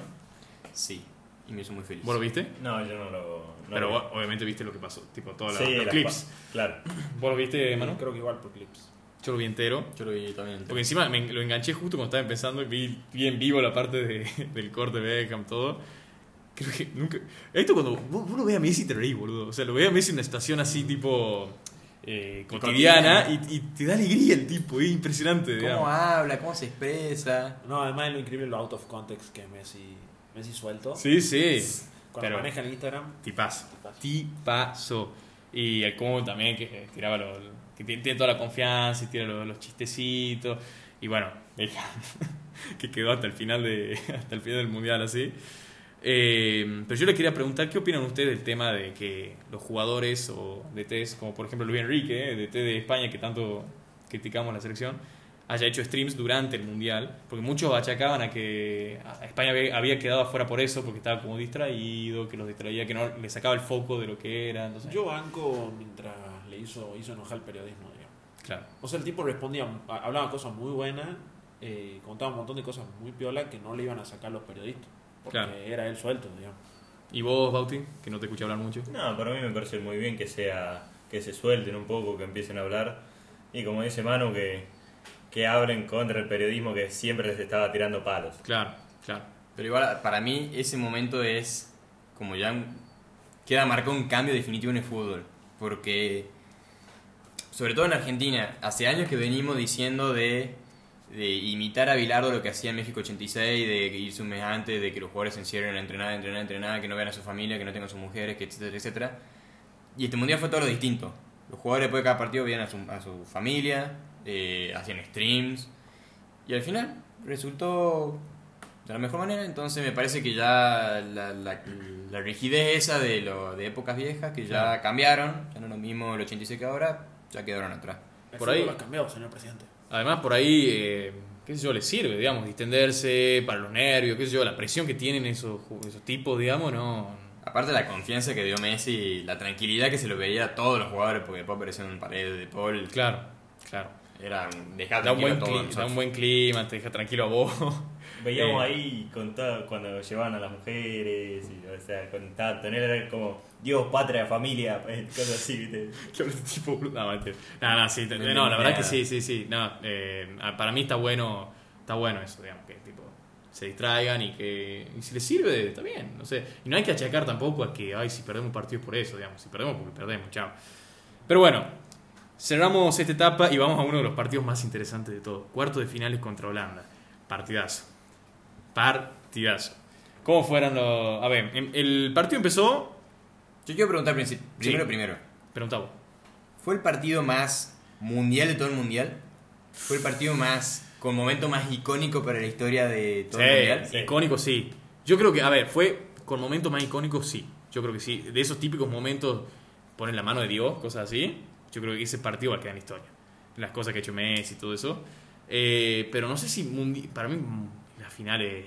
[SPEAKER 4] Sí, y me hizo muy feliz.
[SPEAKER 1] ¿Vos lo viste?
[SPEAKER 2] No, yo no lo. no
[SPEAKER 1] Pero
[SPEAKER 2] lo-
[SPEAKER 1] vos, obviamente viste lo que pasó, tipo todos
[SPEAKER 2] Sí,
[SPEAKER 1] los
[SPEAKER 2] las
[SPEAKER 1] clips.
[SPEAKER 2] pa- Claro.
[SPEAKER 1] ¿Vos lo viste, Manu?
[SPEAKER 3] Creo que igual por clips.
[SPEAKER 1] Yo lo vi entero.
[SPEAKER 4] Yo lo vi también.
[SPEAKER 1] Porque encima me en- lo enganché justo cuando estaba empezando y vi bien vivo la parte de- del corte de Beckham, todo. Creo que nunca. Esto cuando. Vos, vos lo ves a Messi y te reís, boludo. O sea, lo ves a Messi en una estación así, tipo. eh, cotidiana, Y, y te da alegría el tipo, es impresionante.
[SPEAKER 4] ¿Cómo
[SPEAKER 1] digamos.
[SPEAKER 4] habla? ¿Cómo se expresa?
[SPEAKER 3] No, además de lo increíble lo out of context que es Messi, Messi suelto.
[SPEAKER 1] Sí, sí.
[SPEAKER 3] Cuando
[SPEAKER 1] Pero-
[SPEAKER 3] maneja el Instagram.
[SPEAKER 1] Tipazo. Tipazo. Y el cómo también que tiraba los. que tiene, tiene toda la confianza y tira los, los chistecitos. Y bueno, Beckham, que quedó hasta el final de. hasta el final del mundial así. Eh, pero yo le quería preguntar qué opinan ustedes del tema de que los jugadores o DTs, como por ejemplo Luis Enrique, eh, DT de España que tanto criticamos la selección, haya hecho streams durante el mundial, porque muchos achacaban a que a- España había- había quedado afuera por eso, porque estaba como distraído, que los distraía, que no le sacaba el foco de lo que era. Entonces,
[SPEAKER 3] Yo banco mientras le hizo, hizo enojar el periodismo, digamos.
[SPEAKER 1] claro,
[SPEAKER 3] O sea, el tipo respondía, a- hablaba cosas muy buenas, eh, contaba un montón de cosas muy piola que no le iban a sacar los periodistas. Porque
[SPEAKER 1] Claro.
[SPEAKER 3] era él suelto, digamos.
[SPEAKER 1] ¿Y vos, Bauti? Que no te escuché hablar mucho.
[SPEAKER 2] No, para mí me parece muy bien que sea que se suelten un poco, que empiecen a hablar y como dice Manu que que hablen contra el periodismo que siempre les estaba tirando palos.
[SPEAKER 1] Claro, claro.
[SPEAKER 4] Pero igual, para mí, ese momento es como ya un- queda marcado un cambio definitivo en el fútbol. Porque, sobre todo en Argentina, hace años que venimos diciendo de, de imitar a Bilardo lo que hacía en México 86, de irse un mes antes, de que los jugadores se encierren a entrenar, entrenar, entrenar, que no vean a su familia, que no tengan a sus mujeres, que etcétera, etcétera. Y este mundial fue todo lo distinto. Los jugadores después de cada partido veían a su, a su familia, eh, hacían streams. Y al final resultó de la mejor manera. Entonces me parece que ya la, la- la rigidez esa de, lo, de épocas viejas, que ya cambiaron, ya no es lo mismo el 86 que ahora, ya quedaron atrás.
[SPEAKER 3] El
[SPEAKER 1] Por ahí-
[SPEAKER 3] fútbol ha cambiado, señor presidente.
[SPEAKER 1] Además, por ahí, eh, qué sé yo, les sirve, digamos, distenderse para los nervios, qué sé yo, la presión que tienen esos, ju- esos tipos, digamos, no.
[SPEAKER 4] Aparte la confianza que dio Messi, y la tranquilidad que se lo veía a todos los jugadores, porque después apareció en un pared de Paul.
[SPEAKER 1] Claro, claro.
[SPEAKER 4] Era un dejar
[SPEAKER 1] Da un, buen
[SPEAKER 4] Ah, tranquilo a todos
[SPEAKER 1] cli- da un
[SPEAKER 4] nosotros.
[SPEAKER 1] buen clima, te deja tranquilo a vos.
[SPEAKER 2] Veíamos
[SPEAKER 1] Eh.
[SPEAKER 2] ahí con todo- cuando llevaban a las mujeres y o sea, con tanto, era como Dios, patria, familia, eh, cosas así, ¿viste?
[SPEAKER 1] Que habla este tipo, boludo. No, mentira. No, no, sí, te-
[SPEAKER 4] No,
[SPEAKER 1] no, la
[SPEAKER 4] ni
[SPEAKER 1] verdad
[SPEAKER 4] idea.
[SPEAKER 1] que sí, sí, sí. No, eh, ah, para mí está bueno, está bueno eso, digamos, que tipo se distraigan y que y si les sirve, está bien, no sé. Y no hay que achacar tampoco a que, ay, si perdemos partidos por eso, digamos, si perdemos porque perdemos, chao. Pero bueno, cerramos esta etapa y vamos a uno de los partidos más interesantes de todos. Cuarto de finales contra Holanda. Partidazo. Partidazo. ¿Cómo fueron los...? A ver, em- el partido empezó...
[SPEAKER 4] Yo quiero preguntar princi- primero,
[SPEAKER 1] Sí.
[SPEAKER 4] primero.
[SPEAKER 1] Pregunta vos.
[SPEAKER 4] ¿Fue el partido más mundial de todo el mundial? ¿Fue el partido más con momento más icónico para la historia de todo el mundial?
[SPEAKER 1] Sí, icónico sí. Yo creo que, a ver, fue Con momentos más icónicos, sí. Yo creo que sí. De esos típicos momentos, ponen la mano de Dios, cosas así. Yo creo que ese partido va a quedar en la historia. Las cosas que ha hecho Messi y todo eso. Eh, pero no sé si. mundi- para mí, mm, las finales.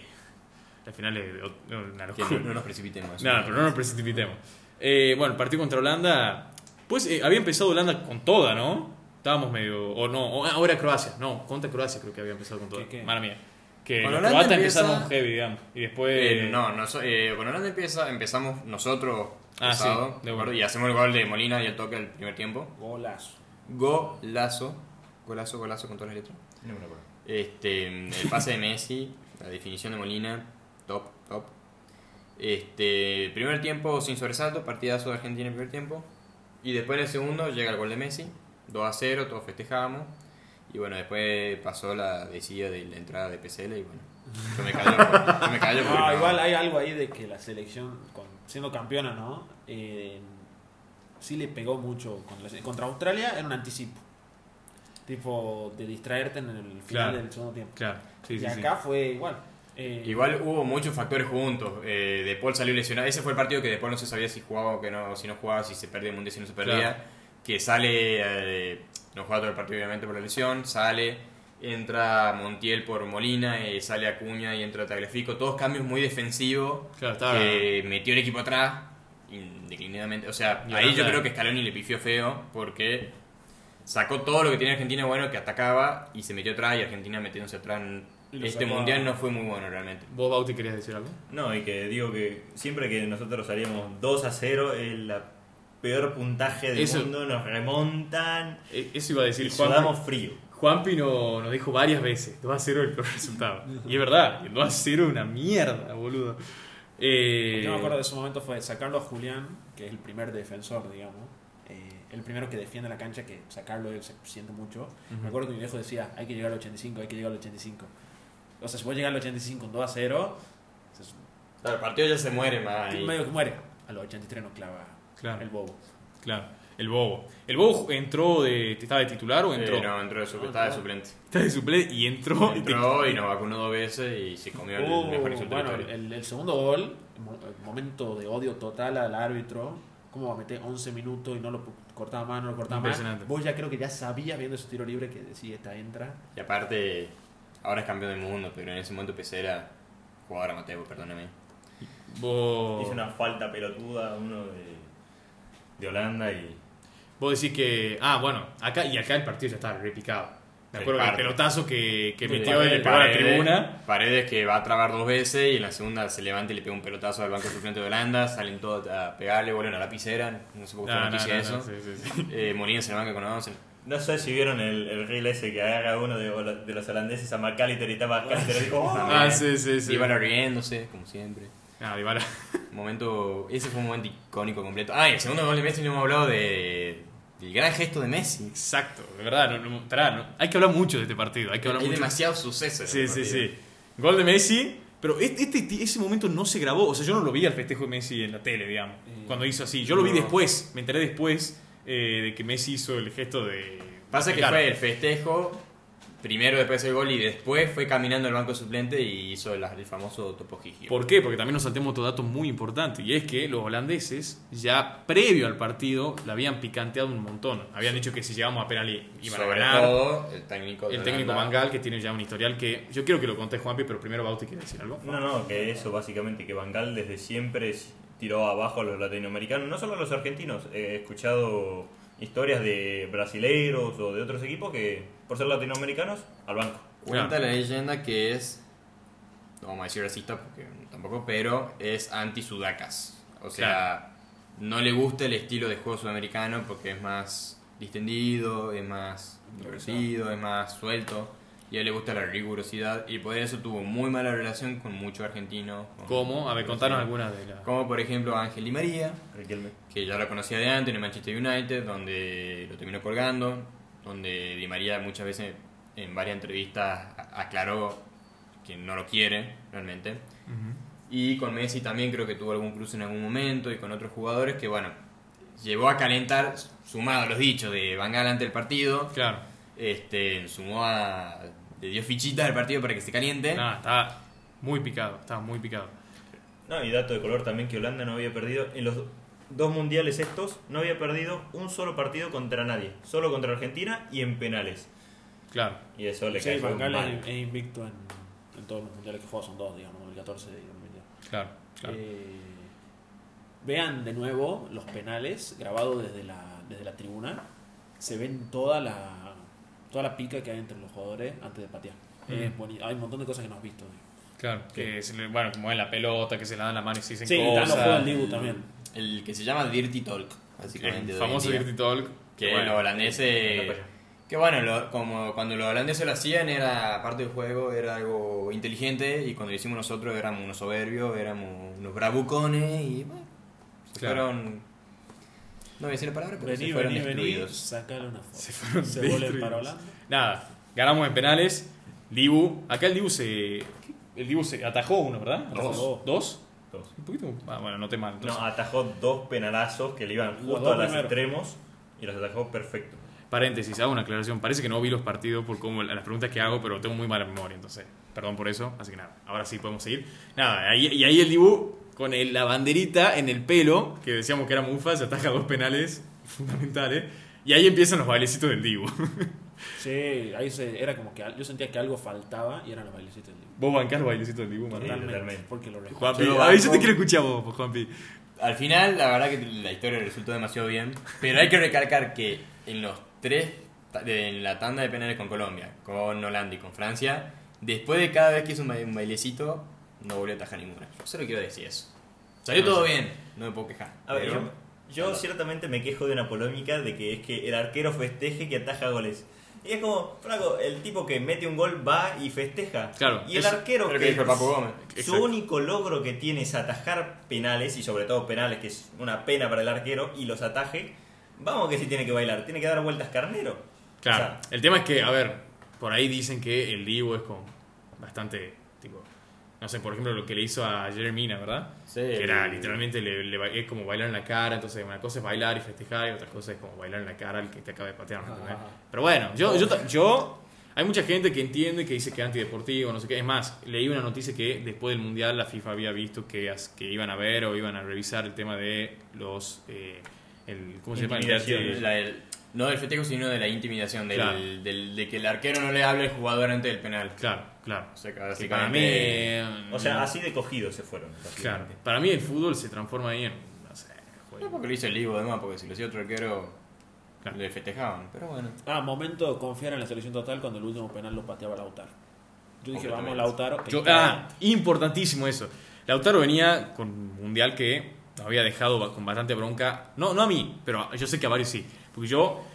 [SPEAKER 1] Las finales. de ot- una
[SPEAKER 4] Que
[SPEAKER 1] locura.
[SPEAKER 4] no, no nos precipitemos.
[SPEAKER 1] Nada, pero no nos precipitemos. Eh, bueno, el partido contra Holanda. Pues eh, había empezado Holanda con toda, ¿no? Estábamos medio. O no, o- ah, o era Croacia. No, contra Croacia creo que había empezado con toda.
[SPEAKER 3] ¿Qué, qué?
[SPEAKER 1] Mala mía. Que
[SPEAKER 4] Con
[SPEAKER 1] los
[SPEAKER 4] Holanda
[SPEAKER 1] croatas
[SPEAKER 4] empieza-
[SPEAKER 1] empezaron heavy, digamos. Y después.
[SPEAKER 4] Eh, no, no so- eh, con Holanda empieza, empezamos nosotros
[SPEAKER 1] Ah,
[SPEAKER 4] pasado,
[SPEAKER 1] sí, de acuerdo.
[SPEAKER 4] y hacemos el gol de Molina y el toque al primer tiempo.
[SPEAKER 3] Golazo.
[SPEAKER 4] Golazo, golazo, golazo con todas las letras.
[SPEAKER 2] No me lo acuerdo.
[SPEAKER 4] Este, el pase de Messi, la definición de Molina, top, top. Este, primer tiempo sin sobresalto, partidazo de Argentina en primer tiempo. Y después en el segundo llega el gol de Messi, 2 a 0, todos festejábamos. Y bueno, después pasó la decida de la entrada de PCL y bueno, yo me callo. porque- yo me callo porque
[SPEAKER 3] No,
[SPEAKER 1] Ah,
[SPEAKER 4] no-
[SPEAKER 3] Ah, igual hay algo ahí de que la selección, con- siendo campeona, ¿no? Eh, sí le pegó mucho. con la se- contra Australia era un anticipo. Tipo, de distraerte en el final
[SPEAKER 1] Claro.
[SPEAKER 3] del segundo tiempo.
[SPEAKER 1] Claro, sí,
[SPEAKER 3] y
[SPEAKER 1] sí, sí.
[SPEAKER 3] acá fue igual. Eh,
[SPEAKER 4] Igual hubo muchos factores juntos. Eh, de Paul salió lesionado. Ese fue el partido que de Paul no se sabía si jugaba o que no, si no jugaba, si se perdía el mundial, si no se perdía.
[SPEAKER 1] Claro.
[SPEAKER 4] Que sale, eh, no juega todo el partido obviamente por la lesión, sale, entra Montiel por Molina, eh, sale Acuña y entra Tagliafico. Todos cambios muy defensivos.
[SPEAKER 1] Claro, estaba-
[SPEAKER 4] que Eh, metió el equipo atrás, indeclinadamente. O sea,
[SPEAKER 1] Y
[SPEAKER 4] ahí yo
[SPEAKER 1] Holanda-
[SPEAKER 4] creo que Scaloni le pifió feo porque sacó todo lo que tenía Argentina bueno que atacaba y se metió atrás y Argentina metiéndose atrás.
[SPEAKER 3] Y lo
[SPEAKER 4] Este
[SPEAKER 3] sacó a-
[SPEAKER 4] mundial no fue muy bueno realmente.
[SPEAKER 1] ¿Vos, Bauti, querías decir algo?
[SPEAKER 2] No, y que digo que siempre que nosotros salíamos 2 a 0, el la peor puntaje del
[SPEAKER 1] Eso-
[SPEAKER 2] mundo, nos remontan
[SPEAKER 1] Eh, Eso iba a decir
[SPEAKER 2] y
[SPEAKER 1] Juan.
[SPEAKER 2] sudamos frío.
[SPEAKER 1] Juanpi no- nos dijo varias veces: 2 a 0 el peor resultado. y es verdad, el 2 a 0 es una mierda, boludo. Eh,
[SPEAKER 3] Yo me acuerdo de ese momento fue sacarlo a Julián, que es el primer defensor, digamos. eh, el primero que defiende la cancha, que sacarlo él se siente mucho. Me acuerdo que mi viejo decía, hay que llegar al 85, hay que llegar al 85. O sea, si vos llegas al 85 en 2 a 0, se-
[SPEAKER 4] Claro, el partido ya se muere, más.
[SPEAKER 3] medio que muere. A los 83 no clava
[SPEAKER 1] Claro.
[SPEAKER 3] el bobo.
[SPEAKER 1] Claro, el Bobo. ¿El Bobo entró de. ¿Estaba de titular o entró?
[SPEAKER 4] no, entró de suplente, estaba de suplente.
[SPEAKER 1] Está de suplente y entró.
[SPEAKER 4] Entró y Uh, nos vacunó dos veces y se comió el
[SPEAKER 3] Oh,
[SPEAKER 4] mejor insulto de la
[SPEAKER 3] bueno,
[SPEAKER 4] historia.
[SPEAKER 3] el, el segundo gol, mo- el momento de odio total al árbitro. ¿Cómo va a meter 11 minutos y no lo pu- cortaba más, no lo cortaba más?
[SPEAKER 1] Impresionante.
[SPEAKER 3] Vos ya creo que ya sabías viendo ese tiro libre que decía, esta entra.
[SPEAKER 4] Y aparte, ahora es campeón del mundo, pero en ese momento PC era jugador amateur, perdóname.
[SPEAKER 1] Vos,
[SPEAKER 2] Hizo una falta pelotuda a uno de, de Holanda y.
[SPEAKER 1] vos decís que. Ah, bueno, acá y acá el partido ya estaba repicado. Me
[SPEAKER 4] El
[SPEAKER 1] acuerdo que el
[SPEAKER 4] parte.
[SPEAKER 1] pelotazo que, que
[SPEAKER 4] Sí,
[SPEAKER 1] metió y le pegó a la
[SPEAKER 4] Paredes-
[SPEAKER 1] tribuna.
[SPEAKER 4] Paredes que va a trabar dos veces y en la segunda se levanta y le pega un pelotazo al banco suplente de Holanda, salen todos a pegarle, vuelven a la piscera, no sé por qué
[SPEAKER 1] No,
[SPEAKER 4] fue
[SPEAKER 1] no,
[SPEAKER 4] noticia
[SPEAKER 1] no,
[SPEAKER 4] eso.
[SPEAKER 1] no, sí, sí, sí.
[SPEAKER 4] Eh, Molina se levanta con 11.
[SPEAKER 2] No sé si vieron el, el reel ese que agarra uno de, hol- de los holandeses a McAllister y estaba McAllister y dijo, "Oh".
[SPEAKER 1] Ah, sí, sí, sí.
[SPEAKER 4] Iban riéndose, como siempre.
[SPEAKER 1] Ah, Dybala.
[SPEAKER 4] Momento, ese fue un momento icónico completo. Ah, y el segundo gol de Messi no hemos hablado de, del gran gesto de Messi.
[SPEAKER 1] Exacto, de verdad. no- no- pará, no- hay que hablar mucho de este partido. Hay que hablar
[SPEAKER 4] Hay
[SPEAKER 1] mucho.
[SPEAKER 4] demasiados sucesos.
[SPEAKER 1] Sí, sí, sí. Gol de Messi. Pero este, este- ese momento no se grabó. O sea, yo no lo vi al festejo de Messi en la tele, digamos.
[SPEAKER 3] Eh,
[SPEAKER 1] cuando hizo así. Yo lo vi
[SPEAKER 4] no.
[SPEAKER 1] después. Me enteré después eh, de que Messi hizo el gesto de.
[SPEAKER 4] Pasa que
[SPEAKER 1] Claro.
[SPEAKER 4] fue el festejo, primero después el gol y después fue caminando al banco suplente y hizo la- el famoso topojigio.
[SPEAKER 1] ¿Por qué? Porque también nos saltemos otro dato muy importante. Y es que los holandeses, ya previo al partido, la habían picanteado un montón. Habían dicho que si llegamos a penal iban a
[SPEAKER 4] Sobre
[SPEAKER 1] ganar.
[SPEAKER 4] todo el técnico de
[SPEAKER 1] el técnico
[SPEAKER 4] Holanda.
[SPEAKER 1] Mangal, que tiene ya un historial que. Yo quiero que lo conté Juanpi, pero primero Bauti quiere decir algo.
[SPEAKER 2] No, no, que eso básicamente, que Bangal desde siempre tiró abajo a los latinoamericanos, no solo a los argentinos. He escuchado historias de brasileiros o de otros equipos que, por ser latinoamericanos, al banco.
[SPEAKER 4] Cuenta
[SPEAKER 1] Claro.
[SPEAKER 4] la leyenda que es, no vamos a decir racista porque tampoco, pero es anti-sudacas. O sea, no le gusta el estilo de juego sudamericano porque es más distendido, es más divertido, es más suelto. Y a él le gusta la rigurosidad y por eso tuvo muy mala relación con muchos argentinos. con-
[SPEAKER 1] ¿Cómo? A ver, contanos algunas de las.
[SPEAKER 4] Como por ejemplo Ángel Di María,
[SPEAKER 2] Riquelme.
[SPEAKER 4] que ya lo conocía de antes en el Manchester United, donde lo terminó colgando, donde Di María muchas veces en varias entrevistas a- aclaró que no lo quiere realmente. Y con Messi también creo que tuvo algún cruce en algún momento y con otros jugadores que, bueno, llevó a calentar, sumado a los dichos de Van Gaal ante el partido,
[SPEAKER 1] Claro.
[SPEAKER 4] este, sumó a...
[SPEAKER 1] Ah.
[SPEAKER 4] ¿Eh? Le dio fichitas al partido para que se caliente.
[SPEAKER 1] Nada, estaba muy picado, estaba muy picado.
[SPEAKER 2] No, y dato de color también que Holanda no había perdido en los dos mundiales estos, no había perdido un solo partido contra nadie, solo contra Argentina y en penales.
[SPEAKER 1] Claro.
[SPEAKER 2] Y eso le
[SPEAKER 3] Sí,
[SPEAKER 2] cayó
[SPEAKER 3] Van Gaal
[SPEAKER 2] mal.
[SPEAKER 3] es es invicto en, en todos los mundiales que juega, son dos, digamos, el 14 y el 2010.
[SPEAKER 1] Claro, claro.
[SPEAKER 3] Eh, vean de nuevo los penales grabados desde la, desde la tribuna. Se ven toda la, toda la pica que hay entre los jugadores antes de patear. Es boni- hay un montón de cosas que no has visto.
[SPEAKER 1] claro. Que se le- bueno, como es la pelota, que se la dan la mano y se dicen
[SPEAKER 3] Sí, están los juegos
[SPEAKER 1] cosas.
[SPEAKER 3] del Dibu también.
[SPEAKER 4] El que se llama Dirty Talk, básicamente.
[SPEAKER 1] El
[SPEAKER 4] de hoy en
[SPEAKER 1] famoso
[SPEAKER 4] día.
[SPEAKER 1] Dirty Talk.
[SPEAKER 4] Que
[SPEAKER 1] bueno,
[SPEAKER 4] los holandeses.
[SPEAKER 2] Bueno.
[SPEAKER 4] Que bueno, lo- como cuando los holandeses lo hacían, era parte del juego, era algo inteligente. Y cuando lo hicimos nosotros, éramos unos soberbios, éramos unos bravucones. Y bueno, se
[SPEAKER 1] Claro.
[SPEAKER 4] fueron. No voy a decir la palabra, pero
[SPEAKER 3] Vení,
[SPEAKER 4] se fueron
[SPEAKER 3] vení, vení,
[SPEAKER 4] destruidos.
[SPEAKER 3] sacale una foto.
[SPEAKER 1] Se fueron
[SPEAKER 3] Se vuelven
[SPEAKER 1] destruidos.
[SPEAKER 3] para Holanda.
[SPEAKER 1] Nada, ganamos en penales. Dibu, acá el Dibu se. El Dibu se atajó uno, ¿verdad?
[SPEAKER 3] Dos.
[SPEAKER 1] ¿Dos?
[SPEAKER 2] Dos.
[SPEAKER 1] Un poquito. Ah, bueno, no te mal. entonces.
[SPEAKER 2] No, atajó dos penalazos que le iban
[SPEAKER 3] Los
[SPEAKER 2] justo
[SPEAKER 3] dos
[SPEAKER 2] a los
[SPEAKER 3] primeros.
[SPEAKER 2] extremos y los atajó perfecto.
[SPEAKER 1] Paréntesis, hago una aclaración. Parece que no vi los partidos por cómo, las preguntas que hago, pero tengo muy mala memoria, entonces perdón por eso. Así que nada, ahora sí podemos seguir. Nada, ahí- y ahí el Dibu con el- la banderita en el pelo, que decíamos que era mufa, se ataja dos penales fundamentales. Y ahí empiezan los bailecitos del Dibu.
[SPEAKER 3] Sí, ahí se, era como que al- yo sentía que algo faltaba y eran los bailecitos del Dibu.
[SPEAKER 1] ¿Vos bancás los bailecitos del Dibu, Martín?
[SPEAKER 3] Totalmente,
[SPEAKER 2] totalmente.
[SPEAKER 3] Porque lo recuerdo.
[SPEAKER 1] Juanpi,
[SPEAKER 4] Yo lo
[SPEAKER 1] a ver, yo te
[SPEAKER 4] banco.
[SPEAKER 1] quiero escuchar vos, pues, Juanpi.
[SPEAKER 4] Al final, la verdad que la historia resultó demasiado bien. Pero hay que recalcar que en los tres, ta- de- en la tanda de penales con Colombia, con Holanda y con Francia, después de cada vez que hizo un, ba- un bailecito, no volvió a atajar ninguna. Yo solo quiero decir eso. Salió todo bien, no me puedo quejar.
[SPEAKER 2] A ver,
[SPEAKER 4] pero-
[SPEAKER 2] yo, yo
[SPEAKER 4] Perdón.
[SPEAKER 2] ciertamente me quejo de una polémica de que es que el arquero festeje que ataja goles. Y es como, Franco, el tipo que mete un gol va y festeja.
[SPEAKER 1] Claro,
[SPEAKER 2] Y el
[SPEAKER 1] eso
[SPEAKER 2] arquero
[SPEAKER 4] creo
[SPEAKER 2] que,
[SPEAKER 4] que dijo el Papu Gómez.
[SPEAKER 2] su
[SPEAKER 1] Exacto.
[SPEAKER 2] único logro que tiene es atajar penales, y sobre todo penales, que es una pena para el arquero, y los ataje, vamos que sí tiene que bailar, tiene que dar vueltas carnero.
[SPEAKER 1] Claro.
[SPEAKER 2] O sea,
[SPEAKER 1] el tema es que, a ver, por ahí dicen que el Dibu es como bastante, tipo, no sé, por ejemplo, lo que le hizo a Jeremina, ¿verdad?
[SPEAKER 4] Sí.
[SPEAKER 1] Que era literalmente, le, le ba- es como bailar en la cara, entonces una cosa es bailar y festejar y otra cosa es como bailar en la cara al que te acaba de patear. ¿me entendés?
[SPEAKER 3] Ajá.
[SPEAKER 1] Pero bueno, yo, yo, ta- yo, hay mucha gente que entiende que dice que es antideportivo, no sé qué. Es más, leí una noticia que después del Mundial la FIFA había visto que, as- que iban a ver o iban a revisar el tema de los... eh, el, ¿Cómo se llama? El
[SPEAKER 2] Intimidación,
[SPEAKER 1] arte-
[SPEAKER 4] La del- no del festejo, sino de la intimidación, del,
[SPEAKER 1] Claro.
[SPEAKER 4] del- de que el arquero no le hable al jugador antes del penal.
[SPEAKER 1] Claro, claro.
[SPEAKER 4] O sea, que
[SPEAKER 1] Que para mí. mm,
[SPEAKER 4] básicamente-
[SPEAKER 2] o
[SPEAKER 4] Mm.
[SPEAKER 2] sea, así de cogidos se fueron.
[SPEAKER 1] Claro,
[SPEAKER 2] básicamente.
[SPEAKER 1] para mí el fútbol se transforma ahí en. No sé,
[SPEAKER 4] No
[SPEAKER 1] juego.
[SPEAKER 4] porque lo hizo el Ivo, además, porque si lo hacía otro arquero,
[SPEAKER 1] Claro.
[SPEAKER 4] le festejaban. Pero bueno.
[SPEAKER 3] Ah, momento de confiar en la selección total cuando el último penal lo pateaba Lautaro. Yo dije, vamos
[SPEAKER 4] Completamente.
[SPEAKER 3] Lautaro. que
[SPEAKER 1] Yo-
[SPEAKER 3] está-
[SPEAKER 1] ah, importantísimo eso. Lautaro venía con un mundial que nos había dejado ba- con bastante bronca. No, no a mí, pero yo sé que a varios sí. Porque yo.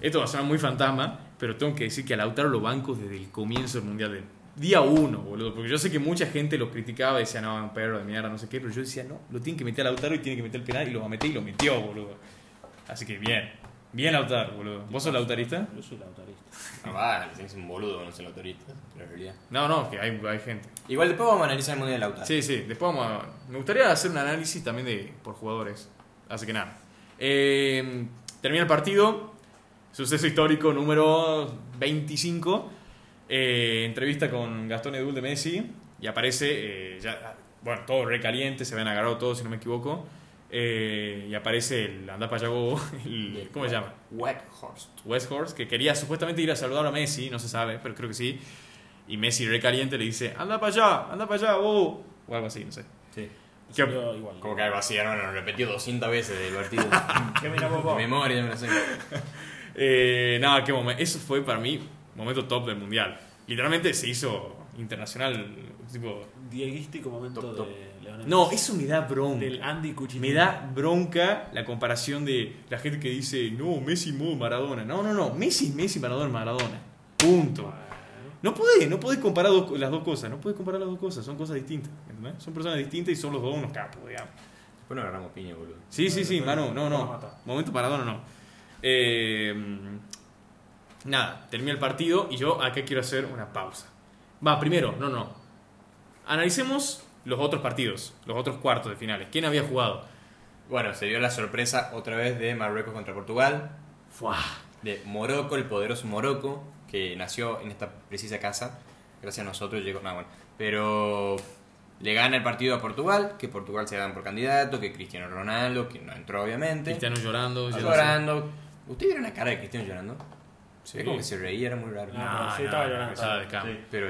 [SPEAKER 1] Esto va a sonar muy fantasma, pero tengo que decir que a Lautaro lo banco desde el comienzo del mundial del. Día uno, boludo, porque yo sé que mucha gente lo criticaba y decía, no, un perro de mierda, no sé qué, pero yo decía, no, lo tiene que meter a Lautaro y tiene que meter el penal y lo va a meter y lo metió, boludo. Así que bien, bien Lautaro, boludo. ¿Vos sos lautarista?
[SPEAKER 3] Yo soy lautarista.
[SPEAKER 4] Ah, va, es un boludo conocer la autorista, la realidad.
[SPEAKER 1] No, no, que hay, hay gente.
[SPEAKER 4] Igual después vamos a analizar el mundial de Lautaro.
[SPEAKER 1] Sí, sí, después vamos a- Me gustaría hacer un análisis también de por jugadores. Así que nada. Eh, termina el partido. Suceso histórico número 25. Eh, entrevista con Gastón Edul de Messi. Y aparece, eh, ya, bueno, todo recaliente, se ven agarrado todos, si no me equivoco. Eh, y aparece el andá para allá bobo, el- ¿Cómo se llama?
[SPEAKER 4] Weghorst.
[SPEAKER 1] Westhorst, que quería supuestamente ir a saludar a Messi, no se sabe, pero creo que sí. Y Messi recaliente le dice, anda para allá, anda para allá, bobo. O algo así, no sé.
[SPEAKER 2] Sí.
[SPEAKER 1] ¿Qué-
[SPEAKER 3] Yo igual.
[SPEAKER 4] Como que algo así, hermano, lo repetió 200 veces del partido.
[SPEAKER 2] ¿Qué mira vos,
[SPEAKER 4] de
[SPEAKER 2] vos?
[SPEAKER 4] memoria, ya me lo sé.
[SPEAKER 1] Eh, nada, qué momento. Eso fue para mí momento top del mundial. Literalmente se hizo internacional. Tipo,
[SPEAKER 3] Dieguístico momento
[SPEAKER 4] Top, top.
[SPEAKER 3] de Leonel
[SPEAKER 1] no,
[SPEAKER 3] Messi.
[SPEAKER 1] eso me da bronca.
[SPEAKER 3] Del Andy Cuchitini.
[SPEAKER 1] Me da bronca la comparación de la gente que dice, no, Messi, Mo, Maradona. No, no, no. Messi, Messi, Maradona, Maradona. Punto. No podés, no podés comparar dos co- las dos cosas. No podés comparar las dos cosas. Son cosas distintas. ¿entendés? Son personas distintas y son los dos unos capos, digamos.
[SPEAKER 4] Después nos agarramos piña, boludo.
[SPEAKER 1] Sí, sí, sí, Manu, no,
[SPEAKER 3] lo
[SPEAKER 1] no.
[SPEAKER 3] mata.
[SPEAKER 1] Momento Maradona, no. Eh, nada, termina el partido y yo acá quiero hacer una pausa. Va, primero, no, no. Analicemos los otros partidos, los otros cuartos de finales. ¿Quién había jugado?
[SPEAKER 4] Bueno, se dio la sorpresa otra vez de Marruecos contra Portugal.
[SPEAKER 1] Fuá.
[SPEAKER 4] de Morocco, el poderoso Morocco, que nació en esta precisa casa. Gracias a nosotros llegó. No, bueno. Pero le gana el partido a Portugal, que Portugal se dan por candidato, que Cristiano Ronaldo, que no entró obviamente,
[SPEAKER 1] Cristiano llorando.
[SPEAKER 4] está
[SPEAKER 1] yéndose.
[SPEAKER 4] llorando. ¿Usted vieron la cara de Cristiano llorando?
[SPEAKER 1] Sí.
[SPEAKER 4] Es como que se reía, era muy raro.
[SPEAKER 3] Ah.
[SPEAKER 1] No,
[SPEAKER 3] Sí,
[SPEAKER 1] no,
[SPEAKER 3] estaba
[SPEAKER 1] no,
[SPEAKER 3] llorando.
[SPEAKER 1] estaba de cama.
[SPEAKER 2] Sí.
[SPEAKER 4] Pero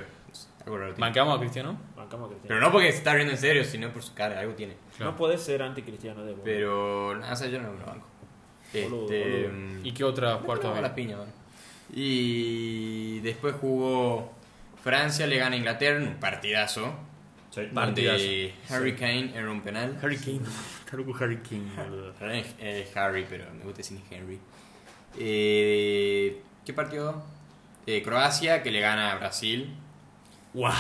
[SPEAKER 4] algo raro tiene.
[SPEAKER 1] ¿Bancamos a Cristiano?
[SPEAKER 3] Bancamos a Cristiano.
[SPEAKER 4] Pero no porque se está riendo en serio, sino por su cara, algo tiene.
[SPEAKER 1] Claro.
[SPEAKER 3] No podés ser anticristiano, Debo.
[SPEAKER 4] Pero nada, o sea, yo no me lo banco. Este,
[SPEAKER 3] Boludo, boludo.
[SPEAKER 1] ¿Y qué otra cuarta
[SPEAKER 4] No,
[SPEAKER 1] vez?
[SPEAKER 4] la piña, bueno. Y después jugó Francia, le gana a Inglaterra, en un partidazo.
[SPEAKER 2] Sí.
[SPEAKER 1] Vale.
[SPEAKER 4] Donde
[SPEAKER 1] Partidazo.
[SPEAKER 4] Harry Kane era un penal.
[SPEAKER 1] Harry Kane. Está loco Harry Kane, boludo.
[SPEAKER 4] Perdón, es- es Harry, pero me gusta decir Henry. Eh, ¿Qué partido? Eh, Croacia, que le gana a Brasil.
[SPEAKER 1] ¡Guau!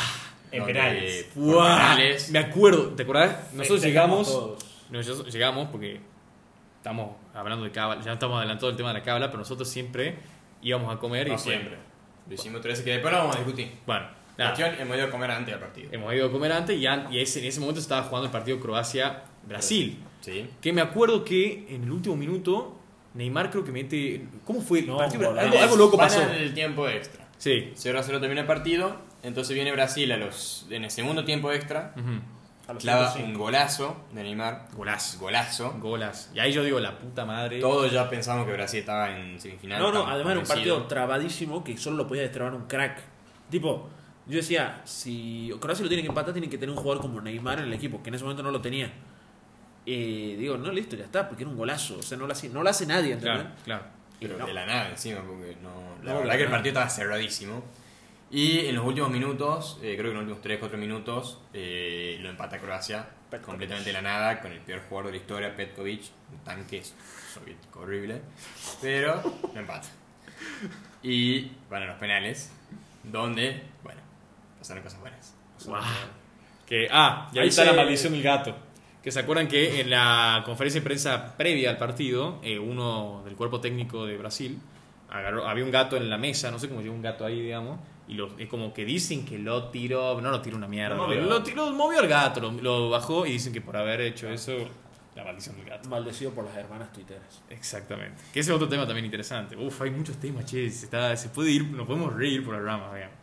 [SPEAKER 2] En
[SPEAKER 4] donde-
[SPEAKER 2] penales.
[SPEAKER 4] por
[SPEAKER 1] ¡Guau!
[SPEAKER 4] penales.
[SPEAKER 1] Me acuerdo, ¿te acordás? Nosotros
[SPEAKER 3] Festejamos
[SPEAKER 1] llegamos.
[SPEAKER 3] todos.
[SPEAKER 1] Nosotros llegamos porque estamos hablando de cábala, ya estamos adelantados del tema de la cábala, pero nosotros siempre íbamos a comer
[SPEAKER 4] No
[SPEAKER 1] y
[SPEAKER 4] Ah, siempre. Lo hicimos tres, que después lo vamos a discutir.
[SPEAKER 1] Bueno, nada,
[SPEAKER 4] Cuestión, hemos ido a comer antes del partido.
[SPEAKER 1] hemos ido a comer antes y, an- y ese- en ese momento estaba jugando el partido Croacia-Brasil.
[SPEAKER 4] Sí.
[SPEAKER 1] Que me acuerdo que en el último minuto Neymar creo que mete... ¿Cómo fue? el
[SPEAKER 3] No,
[SPEAKER 1] partido?
[SPEAKER 3] golazo.
[SPEAKER 1] algo, algo loco
[SPEAKER 4] Van
[SPEAKER 1] pasó.
[SPEAKER 4] el tiempo extra.
[SPEAKER 1] Sí.
[SPEAKER 4] 0 a 0 termina el partido. Entonces viene Brasil a los, en el segundo tiempo extra.
[SPEAKER 1] Ujú.
[SPEAKER 3] A los
[SPEAKER 4] Clava
[SPEAKER 3] 105.
[SPEAKER 4] un golazo de Neymar.
[SPEAKER 1] Golazo.
[SPEAKER 4] Golazo.
[SPEAKER 1] Golas. Y ahí yo digo, la puta madre.
[SPEAKER 4] Todos ya pensamos que Brasil estaba en semifinal.
[SPEAKER 3] No, no,
[SPEAKER 4] estábamos
[SPEAKER 3] además era un
[SPEAKER 4] convencidos.
[SPEAKER 3] partido trabadísimo que solo lo podía destrabar un crack. Tipo, yo decía, si Croacia lo tiene que empatar, tienen que tener un jugador como Neymar en el equipo, que en ese momento no lo tenía. Eh, digo, no, listo, ya está, porque era un golazo. O sea, no lo hace, no lo hace nadie, ¿entendés?
[SPEAKER 1] Claro, claro.
[SPEAKER 4] Pero
[SPEAKER 3] No.
[SPEAKER 4] de la nada encima, porque no. La
[SPEAKER 3] No,
[SPEAKER 4] verdad
[SPEAKER 3] de
[SPEAKER 4] que el
[SPEAKER 3] la
[SPEAKER 4] partido estaba cerradísimo. Y en los últimos minutos, eh, creo que en los últimos 3-4 minutos, eh, lo empata Croacia.
[SPEAKER 3] Petkovic.
[SPEAKER 4] Completamente de la nada, con el peor jugador de la historia, Petkovic. Un tanque soviético horrible. Pero lo empata. Y van a los penales, donde, bueno, pasaron cosas buenas.
[SPEAKER 1] Guau. Que, ah, y ahí
[SPEAKER 3] Ahí
[SPEAKER 1] está
[SPEAKER 3] se-
[SPEAKER 1] la maldición del gato. Que se acuerdan que en la conferencia de prensa previa al partido, eh, uno del cuerpo técnico de Brasil, agarró, había un gato en la mesa, no sé cómo llegó un gato ahí, digamos, y lo, es como que dicen que lo tiró, no lo tiró una mierda,
[SPEAKER 2] Lo
[SPEAKER 1] lo,
[SPEAKER 2] movió.
[SPEAKER 1] lo tiró- movió el gato, lo, lo bajó y dicen que por haber hecho eso, la maldición del gato.
[SPEAKER 3] Maldecido por las hermanas tuiteras.
[SPEAKER 1] Exactamente. Que ese es otro tema también interesante. Uf, hay muchos temas, che. Se, está- se puede ir, nos podemos reír por las ramas, digamos.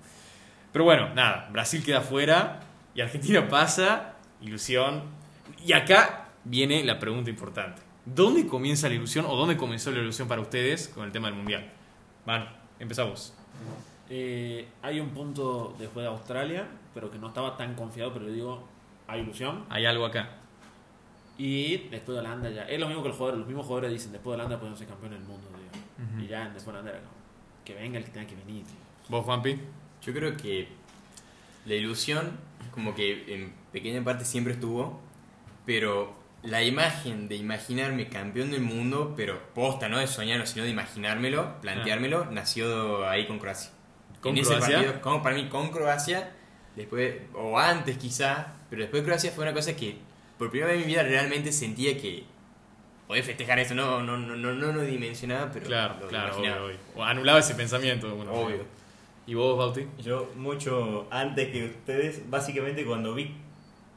[SPEAKER 1] Pero bueno, nada. Brasil queda fuera y Argentina pasa. Ilusión. Y acá viene la pregunta importante. ¿Dónde comienza la ilusión o dónde comenzó la ilusión para ustedes con el tema del Mundial? Van, empezamos.
[SPEAKER 3] Eh, hay un punto después de Australia, pero que no estaba tan confiado, pero yo digo, hay ilusión.
[SPEAKER 1] Hay algo acá.
[SPEAKER 3] Y después de Holanda ya. Es lo mismo que los jugadores, los mismos jugadores dicen, después de Holanda podemos ser campeón del mundo, tío. Y ya después de Holanda era como, que venga el que tenga que venir, tío.
[SPEAKER 1] ¿Vos, Juanpi?
[SPEAKER 4] Yo creo que la ilusión, como que en pequeña parte siempre estuvo, pero la imagen de imaginarme campeón del mundo, pero posta, no de soñarlo, sino de imaginármelo, planteármelo, nació ahí con Croacia.
[SPEAKER 1] Ah. ¿Con
[SPEAKER 4] En ese
[SPEAKER 1] Croacia?
[SPEAKER 4] partido, con- para mí, con Croacia, después, o antes quizá, pero después Croacia fue una cosa que por primera vez en mi vida realmente sentía que podía festejar eso, no no no no, no lo dimensionaba, pero
[SPEAKER 1] Claro,
[SPEAKER 4] lo
[SPEAKER 1] claro,
[SPEAKER 4] imaginaba.
[SPEAKER 1] obvio, obvio. O Anulaba ese pensamiento. de alguna manera.
[SPEAKER 4] Obvio.
[SPEAKER 1] ¿Y vos, Bauti?
[SPEAKER 2] Yo mucho antes que ustedes, básicamente cuando vi,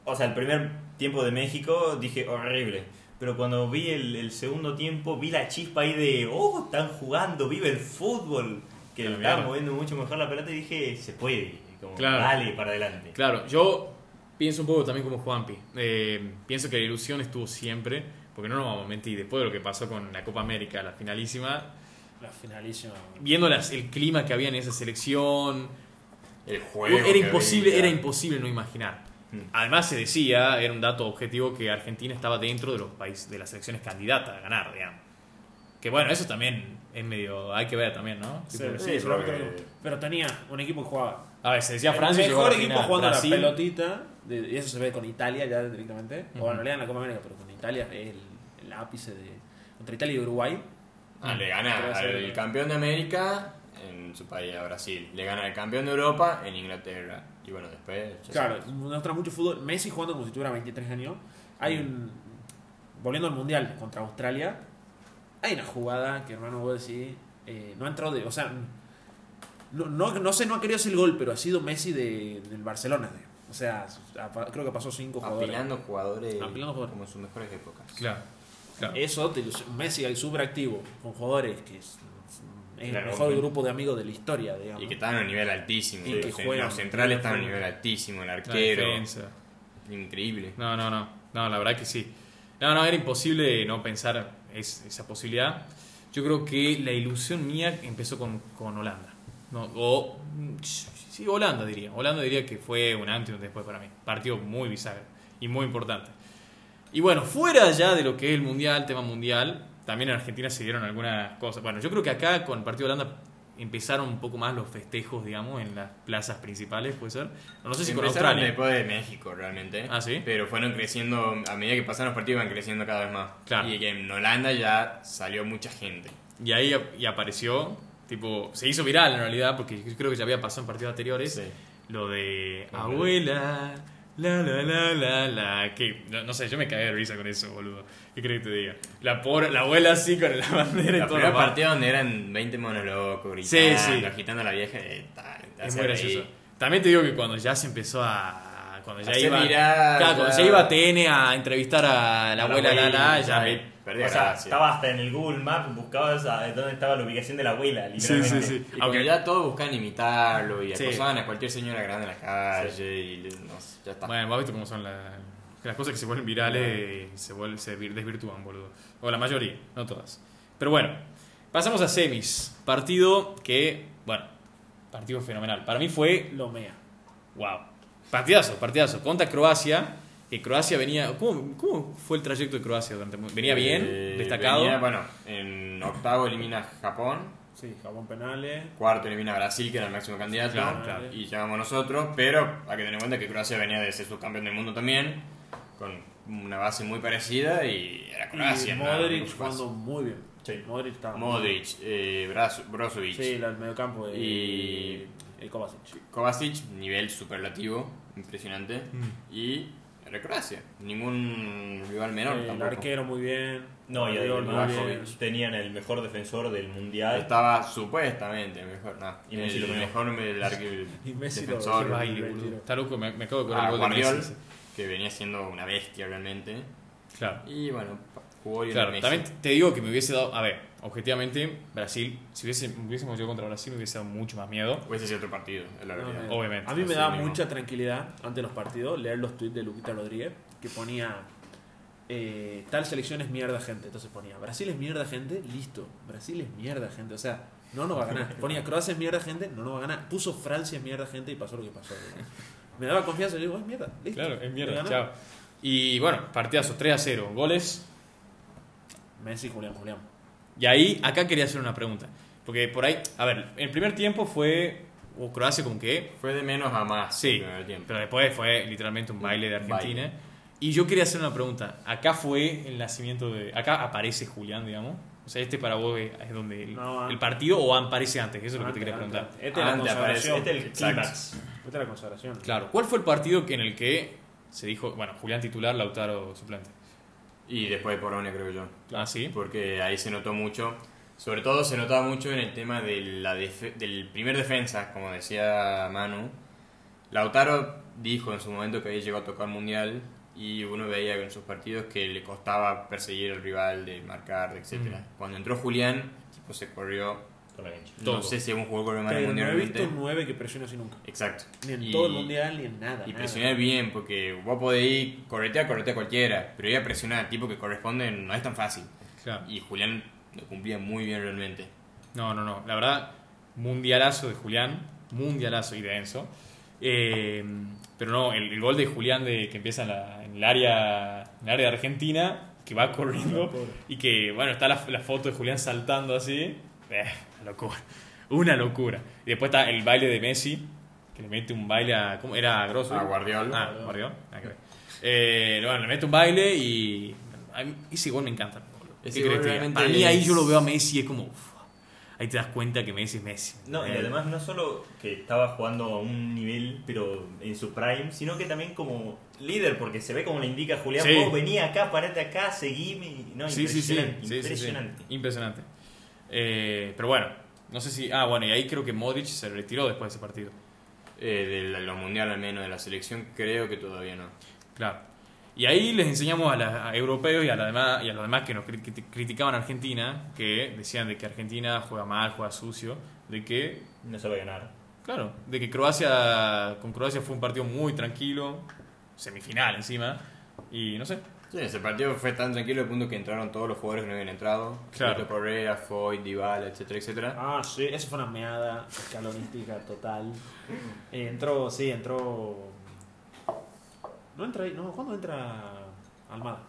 [SPEAKER 2] o sea, el primer tiempo de México dije horrible, pero cuando vi el, el segundo tiempo vi la chispa ahí de, oh, están jugando, vive el fútbol, que
[SPEAKER 1] Claro,
[SPEAKER 2] están
[SPEAKER 1] mira.
[SPEAKER 2] moviendo mucho mejor la pelota y dije, se puede, y como,
[SPEAKER 1] Claro.
[SPEAKER 2] dale para adelante.
[SPEAKER 1] Claro, yo pienso un poco también como Juanpi. Eh, pienso que la ilusión estuvo siempre, porque no nos vamos a mentir, después de lo que pasó con la Copa América, la finalísima,
[SPEAKER 3] La finalísima. boludo.
[SPEAKER 1] viendo las- el clima que había en esa selección,
[SPEAKER 4] El juego
[SPEAKER 1] era
[SPEAKER 4] que
[SPEAKER 1] imposible,
[SPEAKER 4] había.
[SPEAKER 1] era imposible no imaginar.
[SPEAKER 2] Mm.
[SPEAKER 1] Además se decía, era un dato objetivo, que Argentina estaba dentro de los países, de las selecciones candidatas a ganar, digamos. Que bueno, eso también es medio, hay que ver también, ¿no?
[SPEAKER 3] Sí,
[SPEAKER 1] Tipo,
[SPEAKER 3] sí,
[SPEAKER 2] sí,
[SPEAKER 3] se lo
[SPEAKER 2] porque-
[SPEAKER 3] recuerdo. Pero tenía un equipo que jugaba.
[SPEAKER 1] A ver, se decía Francia
[SPEAKER 3] el
[SPEAKER 1] llegó a
[SPEAKER 3] mejor
[SPEAKER 1] la
[SPEAKER 3] equipo
[SPEAKER 1] final,
[SPEAKER 3] jugando a
[SPEAKER 1] Brasil,
[SPEAKER 3] la pelotita, de- y eso se ve con Italia ya directamente,
[SPEAKER 1] Ujú.
[SPEAKER 3] o en realidad en la Copa América, pero con Italia es el, el ápice de. Contra Italia y Uruguay.
[SPEAKER 4] Ah, le gana
[SPEAKER 3] Pero
[SPEAKER 4] al
[SPEAKER 3] sí.
[SPEAKER 4] campeón de América en su país, a Brasil. Le gana al campeón de Europa en Inglaterra. Y bueno, después. ya
[SPEAKER 3] Claro,
[SPEAKER 4] sabes.
[SPEAKER 3] muestra mucho fútbol. Messi jugando como si tuviera 23 años. Hay un. Volviendo al mundial contra Australia, hay una jugada que, hermano, vos decís. eh, no ha entrado de. O sea, no, no, no sé, no ha querido hacer el gol, pero ha sido Messi de, del Barcelona. digamos. O sea, apa- creo que pasó 5 jugadores.
[SPEAKER 4] Apilando jugadores,
[SPEAKER 3] Apilando jugadores.
[SPEAKER 4] como en sus mejores épocas.
[SPEAKER 1] Claro, claro.
[SPEAKER 3] Eso, te ilus- Messi al superactivo, con jugadores que es, es
[SPEAKER 4] Claro,
[SPEAKER 3] el mejor
[SPEAKER 4] hombre.
[SPEAKER 3] grupo de amigos de la historia, digamos.
[SPEAKER 4] Y que estaban a un nivel altísimo.
[SPEAKER 3] Y
[SPEAKER 4] los,
[SPEAKER 3] que
[SPEAKER 4] cen-
[SPEAKER 3] juegan.
[SPEAKER 4] los centrales estaban a un nivel altísimo. El
[SPEAKER 1] La
[SPEAKER 4] arquero.
[SPEAKER 1] defensa.
[SPEAKER 4] increíble.
[SPEAKER 1] No, no, no. No, la verdad que sí. No, no, era imposible no pensar es- esa posibilidad. Yo creo que la ilusión mía empezó con, con Holanda. No, o, mm, sí, Holanda diría. Holanda diría que fue un antes y un después para mí. Partido muy bisagra y muy importante. Y bueno, fuera ya de lo que es el mundial, tema mundial, también en Argentina se dieron algunas cosas. Bueno, yo creo que acá con el partido de Holanda empezaron un poco más los festejos, digamos, en las plazas principales, puede ser. No sé si con
[SPEAKER 4] Empezaron
[SPEAKER 1] Australia.
[SPEAKER 4] después de México realmente.
[SPEAKER 1] Ah, ¿sí?
[SPEAKER 4] Pero fueron creciendo, a medida que pasaron los partidos iban creciendo cada vez más.
[SPEAKER 1] Claro.
[SPEAKER 4] Y que en Holanda ya salió mucha gente.
[SPEAKER 1] Y ahí ap- y apareció, tipo, se hizo viral en realidad, porque yo creo que ya había pasado en partidos anteriores,
[SPEAKER 4] Sí.
[SPEAKER 1] lo de
[SPEAKER 4] Ajá.
[SPEAKER 1] abuela, la la la la la, que no, no sé, yo me caí de risa con eso, boludo. ¿Qué crees que te diga? La pobre, la abuela así con la bandera
[SPEAKER 4] La
[SPEAKER 1] y todo. lo
[SPEAKER 4] primera
[SPEAKER 1] demás.
[SPEAKER 4] partida donde eran 20 monos locos,
[SPEAKER 1] Sí,
[SPEAKER 4] gritando,
[SPEAKER 1] sí.
[SPEAKER 4] agitando a la vieja, eh, ta- te
[SPEAKER 1] Es
[SPEAKER 4] hace
[SPEAKER 1] muy
[SPEAKER 4] reír.
[SPEAKER 1] gracioso. También te digo que cuando ya se empezó a. Cuando ya
[SPEAKER 4] Hacer
[SPEAKER 1] iba.
[SPEAKER 4] viral,
[SPEAKER 1] claro, cuando
[SPEAKER 4] ya.
[SPEAKER 1] ya iba a TN a entrevistar a la
[SPEAKER 4] A la
[SPEAKER 1] abuela la la,
[SPEAKER 4] abuela,
[SPEAKER 1] ya.
[SPEAKER 4] ahí
[SPEAKER 2] o
[SPEAKER 4] perdí la
[SPEAKER 2] sea,
[SPEAKER 4] gracia.
[SPEAKER 2] estaba hasta en el Google Maps, buscabas a dónde estaba la ubicación de la abuela,
[SPEAKER 1] Sí,
[SPEAKER 2] literalmente.
[SPEAKER 1] sí, sí.
[SPEAKER 4] Y
[SPEAKER 1] Aunque
[SPEAKER 4] cuando ya todos buscaban imitarlo y
[SPEAKER 1] Sí.
[SPEAKER 4] acosaban a cualquier señora grande en la calle y le- no sé, ya está.
[SPEAKER 1] Bueno, vos viste cómo son la- las cosas que se vuelven virales, eh, se, vuelven, se vir- desvirtúan, boludo. O la mayoría, no todas. Pero bueno, pasamos a semis. Partido que, bueno, partido fenomenal. Para mí fue,
[SPEAKER 3] Lo mea.
[SPEAKER 1] wow, partidazo, partidazo. Contra Croacia, que Croacia venía... ¿Cómo, cómo fue el trayecto de Croacia? durante mu- ¿Venía bien?
[SPEAKER 4] Eh,
[SPEAKER 1] ¿Destacado?
[SPEAKER 4] venía, bueno, en octavo elimina a Japón,
[SPEAKER 3] Sí, Japón penales.
[SPEAKER 4] cuarto elimina a Brasil, que era el máximo candidato,
[SPEAKER 1] Claro,
[SPEAKER 3] claro.
[SPEAKER 4] y llegamos nosotros, pero hay que tener en cuenta que Croacia venía de ser subcampeón del mundo también, con una base muy parecida y era Croacia.
[SPEAKER 3] y
[SPEAKER 4] ¿no?
[SPEAKER 3] Modric
[SPEAKER 4] Mucho
[SPEAKER 3] jugando muy bien.
[SPEAKER 2] Sí.
[SPEAKER 3] Modric estaba
[SPEAKER 4] más.
[SPEAKER 3] muy bien.
[SPEAKER 4] Modric, eh, Braz- Brozovic,
[SPEAKER 3] Sí, el mediocampo. eh,
[SPEAKER 4] Y-
[SPEAKER 3] El Kovacic.
[SPEAKER 4] Kovacic, nivel superlativo, impresionante,
[SPEAKER 3] Mm.
[SPEAKER 4] y era Croacia, ningún rival menor
[SPEAKER 3] el
[SPEAKER 4] tampoco.
[SPEAKER 3] arquero muy bien.
[SPEAKER 2] No, y
[SPEAKER 3] Guardiola muy
[SPEAKER 2] además
[SPEAKER 3] bien.
[SPEAKER 2] tenían el mejor defensor del mundial.
[SPEAKER 4] Estaba supuestamente el mejor, no,
[SPEAKER 2] Y Messi
[SPEAKER 4] el
[SPEAKER 2] lo ganó.
[SPEAKER 4] mejor el arque-
[SPEAKER 3] Y Messi lo-
[SPEAKER 1] Qué
[SPEAKER 4] defensor,
[SPEAKER 3] lo-
[SPEAKER 1] baile, boludo. Está loco, me, me acabo de acordar
[SPEAKER 4] a
[SPEAKER 1] el gol de
[SPEAKER 4] Guardiol,
[SPEAKER 1] Messi.
[SPEAKER 4] que venía siendo una bestia realmente.
[SPEAKER 1] Claro.
[SPEAKER 4] Y bueno, pa- jugó Lionel
[SPEAKER 1] Claro,
[SPEAKER 4] Messi.
[SPEAKER 1] también te digo que me hubiese dado, a ver, objetivamente, Brasil, si hubiese, hubiésemos yo contra Brasil, me hubiese dado mucho más miedo.
[SPEAKER 4] Hubiese sido otro partido, es la
[SPEAKER 3] No,
[SPEAKER 4] realidad.
[SPEAKER 3] no.
[SPEAKER 1] Obviamente,
[SPEAKER 3] A mí me
[SPEAKER 4] así
[SPEAKER 3] daba
[SPEAKER 4] mismo.
[SPEAKER 3] mucha tranquilidad antes de los partidos leer los tweets de Luquita Rodríguez que ponía eh, tal selección es mierda gente. Entonces ponía Brasil es mierda gente, listo. Brasil es mierda gente. O sea, no nos va a ganar. Ponía Croacia es mierda gente, no nos va a ganar. Puso Francia es mierda gente y pasó lo que pasó. ¿no? Me daba confianza, yo digo, es mierda, listo.
[SPEAKER 1] Claro, es
[SPEAKER 3] Le
[SPEAKER 1] mierda,
[SPEAKER 3] ganó.
[SPEAKER 1] chao. Y bueno, partidazo 3 a 0, goles.
[SPEAKER 3] Messi, Julián, Julián.
[SPEAKER 1] Y ahí, acá quería hacer una pregunta. Porque por ahí, a ver, el primer tiempo fue o Croacia como que,
[SPEAKER 4] Fue de menos a más
[SPEAKER 1] sí,
[SPEAKER 4] el primer tiempo.
[SPEAKER 1] pero después fue literalmente un baile de
[SPEAKER 4] Un
[SPEAKER 1] Argentina.
[SPEAKER 4] baile.
[SPEAKER 1] Y yo quería hacer una pregunta. Acá fue el nacimiento de. Acá aparece Julián, digamos. O sea, este para vos es donde. El,
[SPEAKER 3] No,
[SPEAKER 1] el partido o aparece antes? Eso es lo que te
[SPEAKER 3] Antes,
[SPEAKER 1] quería
[SPEAKER 3] antes,
[SPEAKER 1] preguntar.
[SPEAKER 3] antes. Esta es la
[SPEAKER 4] Antes aparece,
[SPEAKER 3] consagración.
[SPEAKER 2] Este es el
[SPEAKER 4] Exacto.
[SPEAKER 2] clímax.
[SPEAKER 3] Esta es la consagración.
[SPEAKER 1] Claro, ¿cuál fue el partido en el que se dijo, bueno, Julián titular, Lautaro suplente?
[SPEAKER 4] Y después de Polonia, creo yo.
[SPEAKER 1] Ah, sí.
[SPEAKER 4] Porque ahí se notó mucho. Sobre todo se notaba mucho en el tema de la def- del primer defensa, como decía Manu. Lautaro dijo en su momento que ahí llegó a tocar mundial y uno veía en sus partidos que le costaba perseguir al rival, de marcar, etcétera. Cuando entró Julián, el tipo se corrió.
[SPEAKER 2] Con la cancha.
[SPEAKER 1] Todo.
[SPEAKER 4] No sé si algún jugador corrió más
[SPEAKER 3] Pero no he visto
[SPEAKER 4] mundialmente.
[SPEAKER 3] un 9 que presione así nunca.
[SPEAKER 4] Exacto.
[SPEAKER 3] Ni en
[SPEAKER 4] Y-
[SPEAKER 3] todo el mundial, ni en nada.
[SPEAKER 4] y
[SPEAKER 3] nada.
[SPEAKER 4] presionar bien, porque vos podés ir corretear, corretear cualquiera, pero ir a presionar al tipo que corresponde no es tan fácil.
[SPEAKER 1] Claro.
[SPEAKER 4] Y Julián lo cumplía muy bien realmente.
[SPEAKER 1] No, no, no. La verdad, mundialazo de Julián, mundialazo y de Enzo. Eh, pero no, el, el gol de Julián de, que empieza en, la- en el área, en el área de Argentina, que va corriendo y que, bueno, está la, la foto de Julián saltando así. Eh, una locura. Una locura. Y después está el baile de Messi, que le mete un baile a. ¿Cómo? Era grosso.
[SPEAKER 4] A Guardiola.
[SPEAKER 1] Ah, Guardiola. Nada que ver. Eh, bueno, le mete un baile y. a mí ese gol me encanta. boludo. ¿Qué
[SPEAKER 4] Ese
[SPEAKER 1] querés
[SPEAKER 4] gol
[SPEAKER 1] que diga?
[SPEAKER 4] realmente
[SPEAKER 1] Para mí ahí
[SPEAKER 4] es-
[SPEAKER 1] yo lo veo a Messi y es como. uf, ahí te das cuenta que Messi es Messi.
[SPEAKER 2] No, y
[SPEAKER 1] Eh,
[SPEAKER 2] además no solo que estaba jugando a un nivel, pero en su prime, sino que también como líder, porque se ve como le indica Julián,
[SPEAKER 1] Sí.
[SPEAKER 2] vos vení acá, parate acá, seguime. y- No,
[SPEAKER 1] sí, sí, sí,
[SPEAKER 2] impresionante,
[SPEAKER 1] sí, sí, sí.
[SPEAKER 2] impresionante.
[SPEAKER 1] Impresionante. Eh, pero bueno, no sé si. Ah, bueno, y ahí creo que Modric se retiró después de ese partido.
[SPEAKER 4] Eh, de la- lo mundial al menos, de la selección, creo que todavía no.
[SPEAKER 1] Claro. Y ahí les enseñamos a, la- a europeos y a, la demás, y a los demás que nos cri- cri- criticaban a Argentina, que decían de que Argentina juega mal, juega sucio, de que,
[SPEAKER 2] No se va a ganar.
[SPEAKER 1] claro, de que Croacia, con Croacia fue un partido muy tranquilo, semifinal encima. Y no sé.
[SPEAKER 4] Sí, ese partido fue tan tranquilo al punto que entraron todos los jugadores que no habían entrado.
[SPEAKER 1] Claro.
[SPEAKER 4] Víctor Correa, Foy, Dybala, etcétera, etcétera.
[SPEAKER 3] Ah, sí, eso fue una meada escalonística total. Eh, entró, sí, entró. No entra ahí, no, ¿cuándo entra Almada?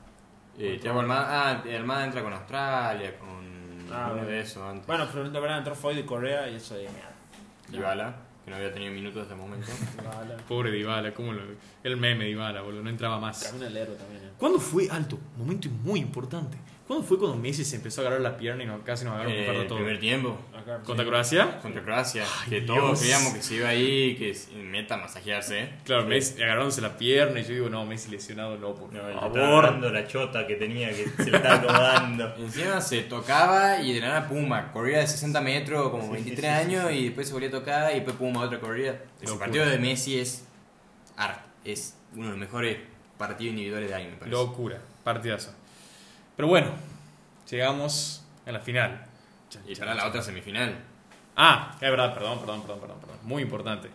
[SPEAKER 4] Eh, Thiago Almada, ah, Almada entra con Australia, con
[SPEAKER 3] Ah,
[SPEAKER 4] uno de
[SPEAKER 3] bueno.
[SPEAKER 4] eso antes.
[SPEAKER 3] Bueno, pero de verdad entró Foy de Corea y eso de meada.
[SPEAKER 4] Dybala, que no había tenido minutos hasta el momento.
[SPEAKER 3] Vale.
[SPEAKER 1] Pobre Dybala, cómo lo- el meme Dybala, boludo, no entraba más.
[SPEAKER 3] Camino el héroe también. eh.
[SPEAKER 1] ¿Cuándo fue alto? Momento muy importante. ¿Cuándo fue cuando Messi se empezó a agarrar la pierna y no- casi nos agarró un
[SPEAKER 4] Eh,
[SPEAKER 1] perro
[SPEAKER 4] el
[SPEAKER 1] todo?
[SPEAKER 4] primer tiempo.
[SPEAKER 3] Acá,
[SPEAKER 1] ¿Contra
[SPEAKER 3] sí.
[SPEAKER 1] Croacia?
[SPEAKER 4] Contra Croacia, que
[SPEAKER 1] Dios.
[SPEAKER 4] todos creíamos que se iba ahí, que se- meta a masajearse.
[SPEAKER 1] Claro, Messi agarrándose la pierna y yo digo, no, Messi lesionado, no, por
[SPEAKER 2] No, él se estaba
[SPEAKER 1] favor.
[SPEAKER 2] agarrando la chota que tenía, que se le estaba acomodando.
[SPEAKER 4] Encima se tocaba y de la nada Puma, corría de 60 metros como 23 años y después se volvía a tocar y después Puma otra corrida. El
[SPEAKER 1] Locura.
[SPEAKER 4] partido de Messi es arte, es uno de los mejores partidos individuales de año, me parece.
[SPEAKER 1] Locura, partidazo. Pero bueno, llegamos a la final. Chan,
[SPEAKER 4] Y
[SPEAKER 1] chan,
[SPEAKER 4] para la
[SPEAKER 1] chan.
[SPEAKER 4] otra semifinal.
[SPEAKER 1] Ah, es verdad, perdón, perdón, perdón, perdón, perdón. Muy importante.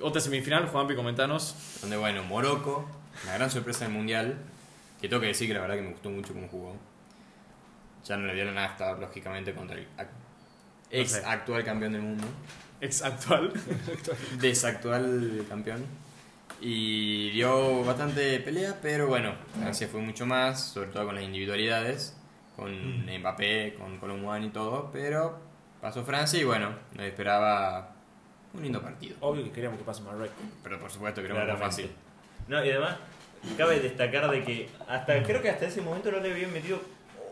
[SPEAKER 1] Otra semifinal, Juanpi, comentanos.
[SPEAKER 4] Donde, bueno, Morocco, la gran sorpresa del mundial, que tengo que decir que la verdad que me gustó mucho cómo jugó. Ya no le dieron hasta, lógicamente, contra el ac- ex
[SPEAKER 1] sé.
[SPEAKER 4] actual campeón del mundo,
[SPEAKER 1] Ex actual.
[SPEAKER 4] desactual campeón. Y dio bastante pelea, pero bueno, Francia fue mucho más, sobre todo con las individualidades, con
[SPEAKER 2] Mm.
[SPEAKER 4] Mbappé, con Colomboani y todo, pero pasó Francia y bueno, nos esperaba un lindo partido.
[SPEAKER 3] Obvio que queríamos que pase Marruecos.
[SPEAKER 4] Pero por supuesto que era muy
[SPEAKER 2] Claramente.
[SPEAKER 4] fácil.
[SPEAKER 2] No, y además, cabe destacar de que hasta creo que hasta ese momento no le habían metido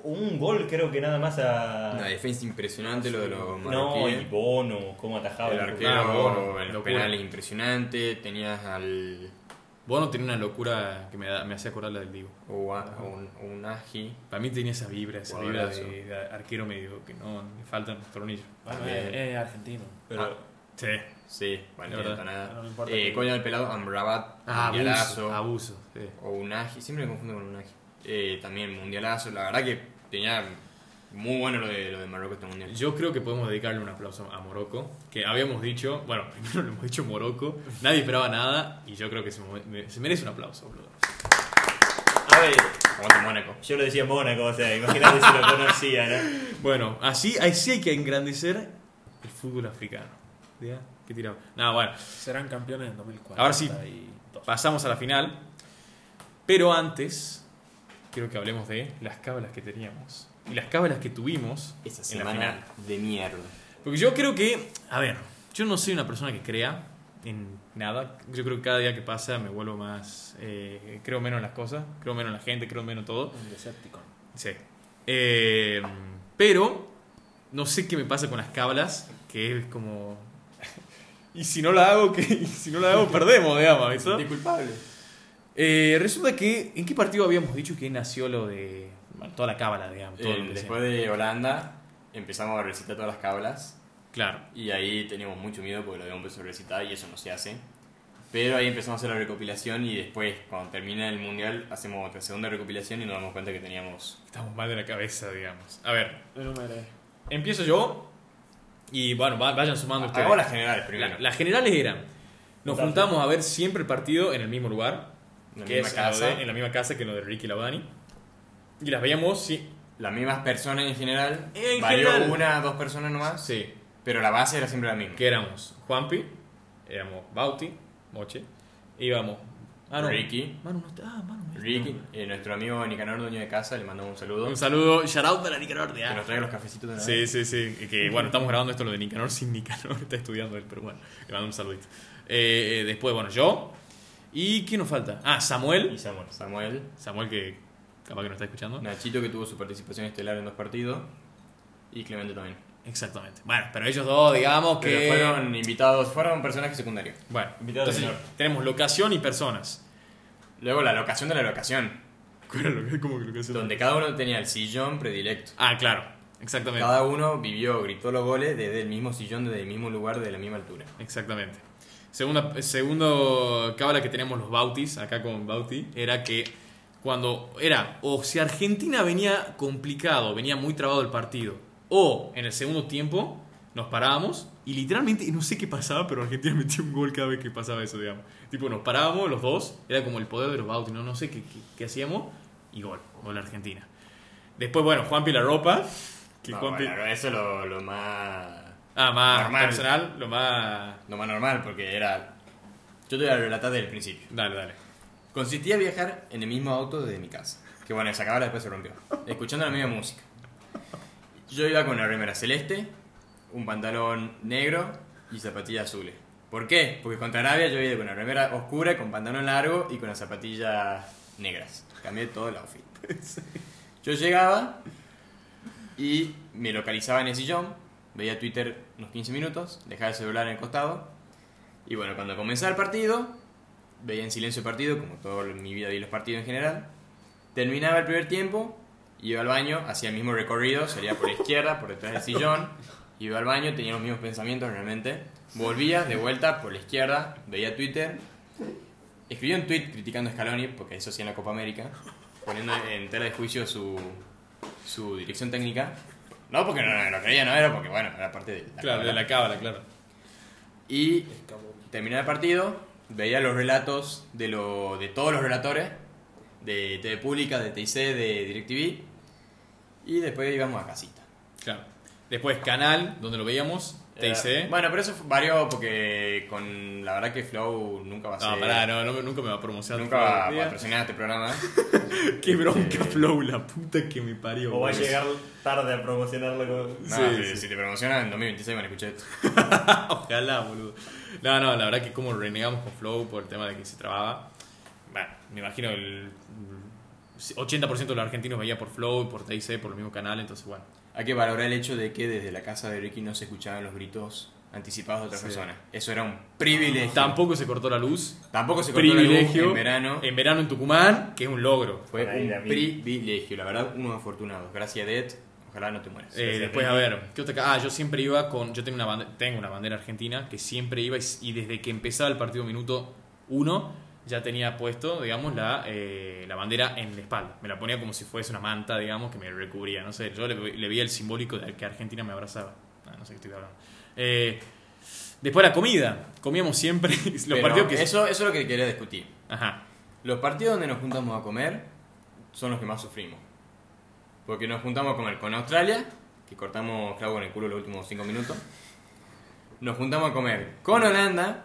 [SPEAKER 2] un gol, creo que nada más a.
[SPEAKER 4] Una defensa impresionante lo de los
[SPEAKER 2] No,
[SPEAKER 4] marroquíes.
[SPEAKER 2] y Bono, cómo atajaba
[SPEAKER 4] El
[SPEAKER 1] Ah,
[SPEAKER 4] arquero,
[SPEAKER 1] Bono,
[SPEAKER 4] el
[SPEAKER 1] locura.
[SPEAKER 4] penal es impresionante. Tenías al
[SPEAKER 1] Bono tenía una locura que me, da- me hacía acordar la del Divo.
[SPEAKER 4] Owa- Oun- Ounahi.
[SPEAKER 1] Para mí tenía esa vibra, esa vibra
[SPEAKER 4] Jugadorazo.
[SPEAKER 1] de, de arquero medio que no, le faltan los tornillos.
[SPEAKER 3] Bueno, eh,
[SPEAKER 4] Bien.
[SPEAKER 3] es es argentino.
[SPEAKER 2] Pero
[SPEAKER 4] Ah,
[SPEAKER 1] Sí.
[SPEAKER 4] Sí, bueno,
[SPEAKER 1] Es verdad.
[SPEAKER 4] no nada.
[SPEAKER 3] No me importa
[SPEAKER 4] eh,
[SPEAKER 3] que-
[SPEAKER 4] Coño del pelado, Amrabat,
[SPEAKER 1] Ah, abuso.
[SPEAKER 4] Mundialazo.
[SPEAKER 1] Abuso, sí.
[SPEAKER 4] Ounahi, siempre me confundo con Ounahi. Eh, también Mundialazo. La verdad que tenía muy bueno lo de, lo de Marruecos este mundial.
[SPEAKER 1] Yo creo que podemos dedicarle un aplauso a Morocco, que habíamos dicho, bueno, primero lo hemos dicho Morocco, nadie esperaba nada y yo creo que se, mo- me- se merece un aplauso, boludo.
[SPEAKER 2] a ver,
[SPEAKER 4] Aguante Mónaco.
[SPEAKER 2] yo lo decía Mónaco, o sea, imagínate si lo conocía, ¿no?
[SPEAKER 1] Bueno, así, así hay que engrandecer el fútbol africano. ¿Ya? ¿Qué tiramos? Nada, bueno,
[SPEAKER 3] Serán campeones en 2004.
[SPEAKER 1] Ahora sí. pasamos a la final, pero antes quiero que hablemos de las cábalas que teníamos y las cábalas que tuvimos
[SPEAKER 4] Esa
[SPEAKER 1] en la final.
[SPEAKER 4] semana de mierda.
[SPEAKER 1] Porque yo creo que, a ver, yo no soy una persona que crea en nada. Yo creo que cada día que pasa me vuelvo más, eh, creo menos en las cosas, creo menos en la gente, creo menos en todo.
[SPEAKER 3] Un Decepticon.
[SPEAKER 1] Sí. Eh, pero no sé qué me pasa con las cablas, que es como... Y si no la hago, que si no la hago, perdemos, digamos, ¿viste?
[SPEAKER 4] culpable.
[SPEAKER 1] Eh, resulta que, ¿en qué partido habíamos dicho que nació lo de... bueno, toda la cábala, digamos. todo lo que
[SPEAKER 4] después de Holanda empezamos a recitar todas las cablas.
[SPEAKER 1] sea. Claro.
[SPEAKER 4] Y ahí teníamos mucho miedo porque lo habíamos empezado a recitar y eso no se hace. Pero ahí empezamos a hacer la recopilación y después, cuando termina el mundial, hacemos otra segunda recopilación y nos damos cuenta que teníamos.
[SPEAKER 1] Estamos mal de la cabeza, digamos. A ver,
[SPEAKER 3] El número es-
[SPEAKER 1] Empiezo yo y bueno, va- vayan sumando ustedes.
[SPEAKER 4] Hagamos las generales primero.
[SPEAKER 1] Ah, La- las generales eran, nos juntamos a ver siempre el partido en el mismo lugar,
[SPEAKER 4] En la
[SPEAKER 1] que
[SPEAKER 4] misma
[SPEAKER 1] es
[SPEAKER 4] casa.
[SPEAKER 1] lo de- en la misma casa que lo de Ricky Lavani. Y las veíamos, sí,
[SPEAKER 4] Las mismas personas en general.
[SPEAKER 1] En
[SPEAKER 4] varió
[SPEAKER 1] general.
[SPEAKER 4] una, dos personas nomás.
[SPEAKER 1] sí,
[SPEAKER 4] Pero la base era siempre la misma.
[SPEAKER 1] que éramos Juanpi, éramos Bauti, Moche, íbamos...
[SPEAKER 4] Ricky.
[SPEAKER 1] Manu Ah, no está, ah, Manu no está.
[SPEAKER 4] Ricky, eh, nuestro amigo Nicanor, dueño de casa, le mandamos un saludo.
[SPEAKER 1] Un saludo, shout out para Nicanor de
[SPEAKER 4] Que
[SPEAKER 1] ah.
[SPEAKER 4] nos traiga los cafecitos de la
[SPEAKER 1] Sí, sí, sí. Y Que bueno, estamos grabando esto lo de Nicanor sin Nicanor. Está estudiando él, pero bueno, le mando un saludito. Eh, eh, después, bueno, yo. ¿Y quién nos falta? Ah,
[SPEAKER 2] Y
[SPEAKER 1] Samuel.
[SPEAKER 2] Samuel.
[SPEAKER 4] Samuel.
[SPEAKER 1] Samuel, que capaz que nos está escuchando.
[SPEAKER 4] Nachito, que tuvo su participación estelar en dos partidos. Y Clemente también.
[SPEAKER 1] Exactamente. Bueno, pero ellos dos, digamos que.
[SPEAKER 4] Pero fueron invitados, fueron personajes secundarios.
[SPEAKER 1] Bueno,
[SPEAKER 2] Invitados de
[SPEAKER 1] entonces
[SPEAKER 2] honor.
[SPEAKER 1] tenemos locación y personas.
[SPEAKER 4] Luego la locación de la locación,
[SPEAKER 1] ¿Cuál era lo- ¿Cómo que locación?
[SPEAKER 4] donde cada uno tenía el sillón predilecto.
[SPEAKER 1] Ah, claro. Exactamente.
[SPEAKER 4] Cada uno vivió, gritó los goles desde el mismo sillón, desde el mismo lugar, de la misma altura.
[SPEAKER 1] Exactamente. Segunda, segundo cábala que teníamos los Bautis, acá con Bauti, era que cuando era, o si Argentina venía complicado, venía muy trabado el partido, o en el segundo tiempo, nos parábamos y literalmente, no sé qué pasaba, pero Argentina metía un gol cada vez que pasaba eso, digamos. Tipo, nos parábamos los dos, era como el poder de los bautis, no, no sé qué, qué- qué hacíamos, y gol, gol Argentina. Después, bueno, Juanpi la ropa, que
[SPEAKER 4] No,
[SPEAKER 1] Juanpi-
[SPEAKER 4] bueno, eso es lo, lo más.
[SPEAKER 1] Ah, más
[SPEAKER 4] normal.
[SPEAKER 1] personal, lo más...
[SPEAKER 4] Lo más normal, porque era. Yo te voy a relatar desde el principio.
[SPEAKER 1] Dale, dale.
[SPEAKER 4] Consistía en viajar en el mismo auto desde mi casa. Que bueno, esa cámara después se rompió. Escuchando la misma música. Yo iba con una remera celeste, un pantalón negro y zapatillas azules. ¿Por qué? Porque contra Arabia yo iba con una remera oscura, con pantalón largo y con las zapatillas negras. Cambié todo el outfit. Yo llegaba y me localizaba en el sillón, veía Twitter unos 15 minutos, dejaba el celular en el costado. Y bueno, cuando comenzaba el partido, veía en silencio el partido, como toda mi vida vi los partidos en general. Terminaba el primer tiempo, iba al baño, hacía el mismo recorrido, salía por la izquierda, por detrás del sillón, iba al baño, tenía los mismos pensamientos realmente. Volvía de vuelta por la izquierda, veía Twitter, escribí un tweet criticando a Scaloni, porque eso hacía en la Copa América, poniendo en tela de juicio su, su dirección técnica. No, porque no, no lo creía, no era porque, bueno, era parte de la
[SPEAKER 1] Claro, de la cábala, claro.
[SPEAKER 4] y
[SPEAKER 3] Cabo.
[SPEAKER 4] terminaba el partido, veía los relatos de, lo, de todos los relatores, de TV Pública, de TIC, de DirecTV, y después íbamos a casita.
[SPEAKER 1] Claro. Después, canal, donde lo veíamos, TIC.
[SPEAKER 4] Era- Eh, Bueno, pero eso fue varios porque con la verdad que Flow nunca va a ser...
[SPEAKER 1] no, pará, no, no- nunca me va a promocionar.
[SPEAKER 4] Nunca va a patrocinar este programa.
[SPEAKER 1] Qué bronca,
[SPEAKER 4] Este,
[SPEAKER 1] Flow, la puta que me parió.
[SPEAKER 2] O va a
[SPEAKER 1] boludo.
[SPEAKER 2] llegar tarde a promocionarlo con...
[SPEAKER 4] No,
[SPEAKER 1] Sí,
[SPEAKER 4] si,
[SPEAKER 1] sí.
[SPEAKER 4] si te promocionan en 2026 van a escuchar esto.
[SPEAKER 1] Ojalá, boludo. No, no, la verdad que como renegamos con Flow por el tema de que se trababa. Bueno, me imagino el 80% de los argentinos veía por Flow, por TIC, por el mismo canal, entonces bueno.
[SPEAKER 4] Hay que valorar el hecho de que desde la casa de Ricky no se escuchaban los gritos anticipados de otras
[SPEAKER 1] Sí.
[SPEAKER 4] personas. Eso era un privilegio.
[SPEAKER 1] Tampoco se cortó la luz.
[SPEAKER 4] Tampoco se cortó la luz
[SPEAKER 1] Privilegio.
[SPEAKER 4] en verano.
[SPEAKER 1] En verano en Tucumán, que es un logro.
[SPEAKER 4] Fue
[SPEAKER 2] Ahí la
[SPEAKER 4] un
[SPEAKER 2] vi.
[SPEAKER 4] privilegio, la verdad, unos afortunados. Gracias, Ed. Ojalá no te mueras.
[SPEAKER 1] Eh,
[SPEAKER 2] sí,
[SPEAKER 1] después,
[SPEAKER 2] sí.
[SPEAKER 1] a ver, ¿qué otra ca- Ah, yo siempre iba con. Yo tengo una, bandera, tengo una bandera argentina que siempre iba y, s- y desde que empezaba el partido minuto 1 ya tenía puesto, digamos, la, eh, la bandera en la espalda. Me la ponía como si fuese una manta, digamos, que me recubría. No sé, yo le, le veía el simbólico de que Argentina me abrazaba. Ah, no sé qué estoy hablando. Eh, después la comida. Comíamos siempre los
[SPEAKER 4] Pero
[SPEAKER 1] partidos que.
[SPEAKER 4] eso, eso es lo que quería discutir.
[SPEAKER 1] Ajá.
[SPEAKER 4] Los partidos donde nos juntamos a comer son los que más sufrimos. Porque nos juntamos a comer con Australia, que cortamos clavo en el culo los últimos 5 minutos. Nos juntamos a comer con Holanda,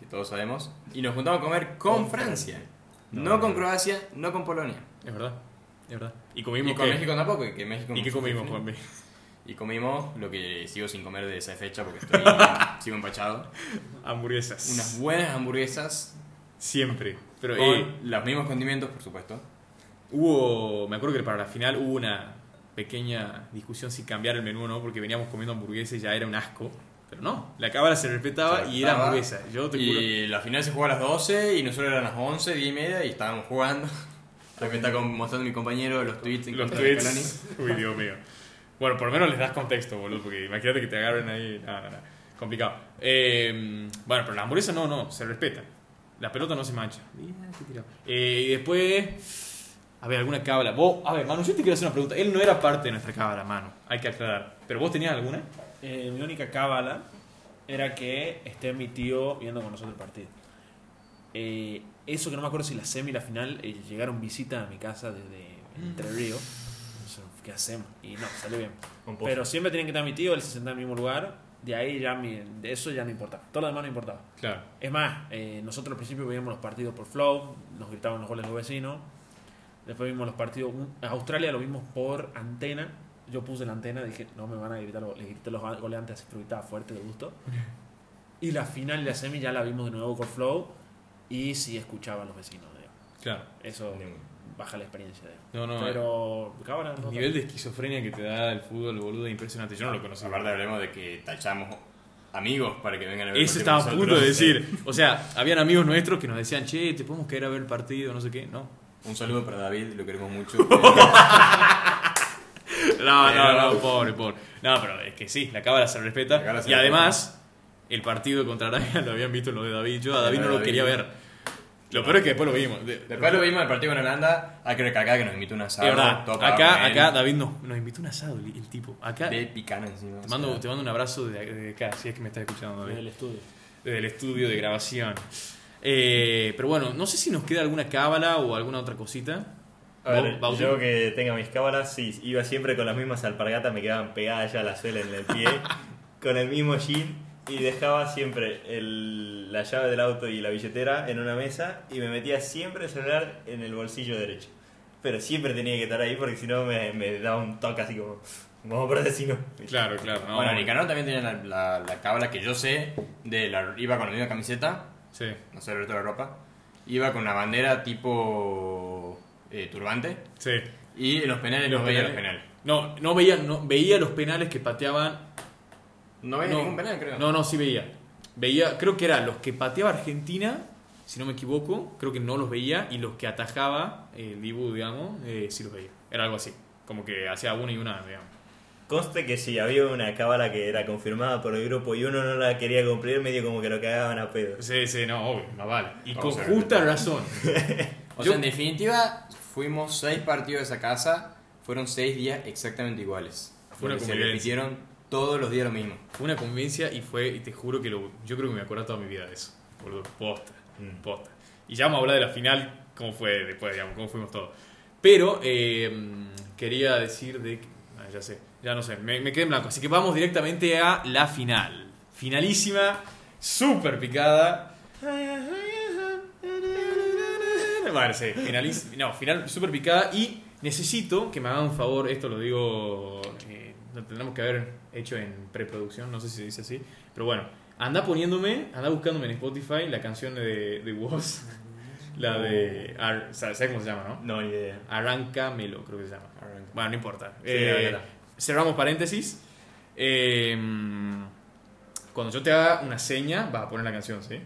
[SPEAKER 4] que todos sabemos. Y nos juntamos a comer con,
[SPEAKER 2] Con Francia.
[SPEAKER 4] Francia.
[SPEAKER 1] No,
[SPEAKER 4] No,
[SPEAKER 1] no,
[SPEAKER 4] con
[SPEAKER 1] no.
[SPEAKER 4] Croacia, no con Polonia.
[SPEAKER 1] Es verdad. Es verdad. Y comimos.
[SPEAKER 4] Y con
[SPEAKER 1] qué?
[SPEAKER 4] México tampoco, que México
[SPEAKER 1] ¿Y
[SPEAKER 4] no
[SPEAKER 1] qué
[SPEAKER 4] sufre
[SPEAKER 1] comimos,
[SPEAKER 4] mucho.
[SPEAKER 1] Juanpi?
[SPEAKER 4] Y comimos lo que sigo sin comer desde esa fecha porque estoy, sigo empachado.
[SPEAKER 1] Hamburguesas.
[SPEAKER 4] Unas buenas hamburguesas
[SPEAKER 1] Siempre. Pero,
[SPEAKER 4] con
[SPEAKER 1] eh,
[SPEAKER 4] los mismos condimentos, por supuesto.
[SPEAKER 1] Hubo, me acuerdo que para la final hubo una pequeña discusión si cambiar el menú o no, porque veníamos comiendo hamburguesa y ya era un asco. Pero no, la cámara se respetaba y era
[SPEAKER 4] Estaba-
[SPEAKER 1] hamburguesa. Yo te juro.
[SPEAKER 4] Y la final se jugaba a las 12 y nosotros eran las 11, 10 y media y estábamos jugando. Lo que está con- mostrando mi compañero los tweets en
[SPEAKER 1] Los
[SPEAKER 4] contra de
[SPEAKER 1] tweets. Uy, Dios mío. Bueno, por lo menos les das contexto, boludo, porque imagínate que te agarren ahí. No, no, no. Complicado. Eh, bueno, pero la hamburguesa no, no, se respeta. La pelota no se mancha. Mira, qué tirado. Eh, y después. A ver, alguna cábala. Vos, a ver, Manu, yo te quiero hacer una pregunta. Él no era parte de nuestra cábala, Manu. Hay que aclarar. ¿Pero vos tenías alguna?
[SPEAKER 3] Eh, mi única cábala era que esté mi tío viendo con nosotros el partido. Eh, eso que no me acuerdo si la semi y la final eh, llegaron visitas a mi casa desde Entre Ríos. Entonces, ¿Qué hacemos? Y no, salió bien.
[SPEAKER 2] Con pollo.
[SPEAKER 3] Pero siempre tenían que estar mi tío, él se sentaba en el mismo lugar. De ahí ya mi- de eso ya no importaba. Todo lo demás no importaba.
[SPEAKER 1] Claro.
[SPEAKER 3] Es más, eh, nosotros al principio veíamos los partidos por flow, nos gritaban los goles los vecinos. Después vimos los partidos. un- a Australia lo vimos por antena. Yo puse la antena, dije, no me van a gritar, los- les grité los goles antes, así que gritaba fuerte de gusto. Y la final de la semi ya la vimos de nuevo por flow. Y sí escuchaba a los vecinos. digo.
[SPEAKER 1] Claro.
[SPEAKER 3] Eso
[SPEAKER 2] Ni modo.
[SPEAKER 3] baja la experiencia. digo.
[SPEAKER 1] No, no.
[SPEAKER 3] Pero, cámara,
[SPEAKER 1] el
[SPEAKER 3] no
[SPEAKER 1] nivel de esquizofrenia que te da el fútbol, boludo, es impresionante. Yo no lo conocía.
[SPEAKER 4] Aparte hablemos de que tachamos amigos para que vengan a ver.
[SPEAKER 1] Eso
[SPEAKER 4] el
[SPEAKER 1] estaba
[SPEAKER 4] partido
[SPEAKER 1] a
[SPEAKER 4] con
[SPEAKER 1] punto de
[SPEAKER 4] nosotros.
[SPEAKER 1] decir. O sea, habían amigos nuestros que nos decían, che, te podemos caer a ver el partido, no sé qué. No.
[SPEAKER 4] Un saludo para David, lo queremos mucho.
[SPEAKER 1] No, no,
[SPEAKER 4] Pero-
[SPEAKER 1] no, pobre, pobre. No, pero es que sí, la cámara se respeta.
[SPEAKER 4] La cábala se
[SPEAKER 1] y además, el partido contra Arabia lo habían visto en lo de David. Yo a David
[SPEAKER 4] Lo
[SPEAKER 1] no
[SPEAKER 4] de
[SPEAKER 1] lo
[SPEAKER 4] David.
[SPEAKER 1] quería ver. Lo peor es que después lo vimos. De-
[SPEAKER 4] Después lo vimos en el partido con Holanda. Hay que recalcar que nos invitó un asado.
[SPEAKER 1] es verdad.
[SPEAKER 4] topa,
[SPEAKER 1] Acá,
[SPEAKER 4] amén,
[SPEAKER 1] acá David nos, nos invitó un asado, el, el tipo. Acá
[SPEAKER 4] De
[SPEAKER 1] te
[SPEAKER 4] picana encima. o
[SPEAKER 1] mando,
[SPEAKER 4] sea.
[SPEAKER 1] te mando un abrazo de, de acá, si es que me estás escuchando, David.
[SPEAKER 3] Desde el estudio.
[SPEAKER 1] desde el estudio de grabación. Eh, pero bueno, no sé si nos queda alguna cábala o alguna otra cosita.
[SPEAKER 2] A ver,
[SPEAKER 1] ¿Vos, Bauti?
[SPEAKER 2] yo que tenga mis cábalas, sí, iba siempre con las mismas alpargatas, me quedaban pegadas ya a la suela en el pie, con el mismo jean y dejaba siempre el- la llave del auto y la billetera en una mesa y me metía siempre el celular en el bolsillo derecho. Pero siempre tenía que estar ahí porque si no me, me daba un toque así como, vamos por asesino.
[SPEAKER 1] Claro, claro. no,
[SPEAKER 4] Bueno, Nicanor también tenía la, la, la cábala que yo sé. De la, iba con la misma camiseta.
[SPEAKER 1] Sí.
[SPEAKER 4] No sé el resto de la ropa. Iba con una bandera tipo eh, turbante.
[SPEAKER 1] Sí.
[SPEAKER 4] Y en los penales
[SPEAKER 1] Los
[SPEAKER 4] no veía los
[SPEAKER 1] penales.
[SPEAKER 4] penales.
[SPEAKER 1] No, no veía, no, veía los penales que pateaban.
[SPEAKER 4] No veía
[SPEAKER 1] no,
[SPEAKER 4] ningún penal, creo.
[SPEAKER 1] No, no, sí veía. Veía, creo que eran los que pateaba Argentina, si no me equivoco, creo que no los veía, y los que atajaba eh, el Dibu, digamos, eh, sí los veía. Era algo así. Como que hacía una y una, digamos.
[SPEAKER 2] Conste que si había una cábala que era confirmada por el grupo y uno no la quería cumplir, medio como que lo cagaban a pedos.
[SPEAKER 1] Sí, sí, no, obvio, más vale. Y
[SPEAKER 4] Vamos
[SPEAKER 1] con
[SPEAKER 4] a ver.
[SPEAKER 1] justa razón.
[SPEAKER 4] O
[SPEAKER 1] Yo-
[SPEAKER 4] sea, en definitiva, fuimos seis partidos de esa casa, fueron seis días exactamente iguales.
[SPEAKER 1] Fue una
[SPEAKER 4] Porque se
[SPEAKER 1] convivencia.
[SPEAKER 4] repitieron todos los días lo mismo.
[SPEAKER 1] Fue una convivencia y fue, y te juro que lo, yo creo que me acuerdo toda mi vida de eso. Boludo, posta,
[SPEAKER 2] Mm.
[SPEAKER 1] posta. Y ya vamos a hablar de la final, cómo fue después, digamos, cómo fuimos todos. Pero eh, quería decir de... que- ah, ya sé, ya no sé, me, me quedé en blanco. Así que vamos directamente a la final. Finalísima, súper picada. Vale, sí, finaliz- no, final súper picada y necesito que me hagan un favor, esto lo digo, eh, lo tendremos que haber hecho en preproducción, no sé si se dice así, pero bueno, anda poniéndome, anda buscándome en Spotify la canción de, de Woz, la de, ar- ¿sabes cómo se llama, no?
[SPEAKER 2] No, ni idea.
[SPEAKER 1] Arráncamelo, creo que se llama.
[SPEAKER 4] Arranca.
[SPEAKER 1] Bueno, no importa.
[SPEAKER 2] Sí,
[SPEAKER 1] Eh,
[SPEAKER 2] la verdad.
[SPEAKER 1] cerramos paréntesis. Eh, cuando yo te haga una seña, vas a poner la canción, ¿sí?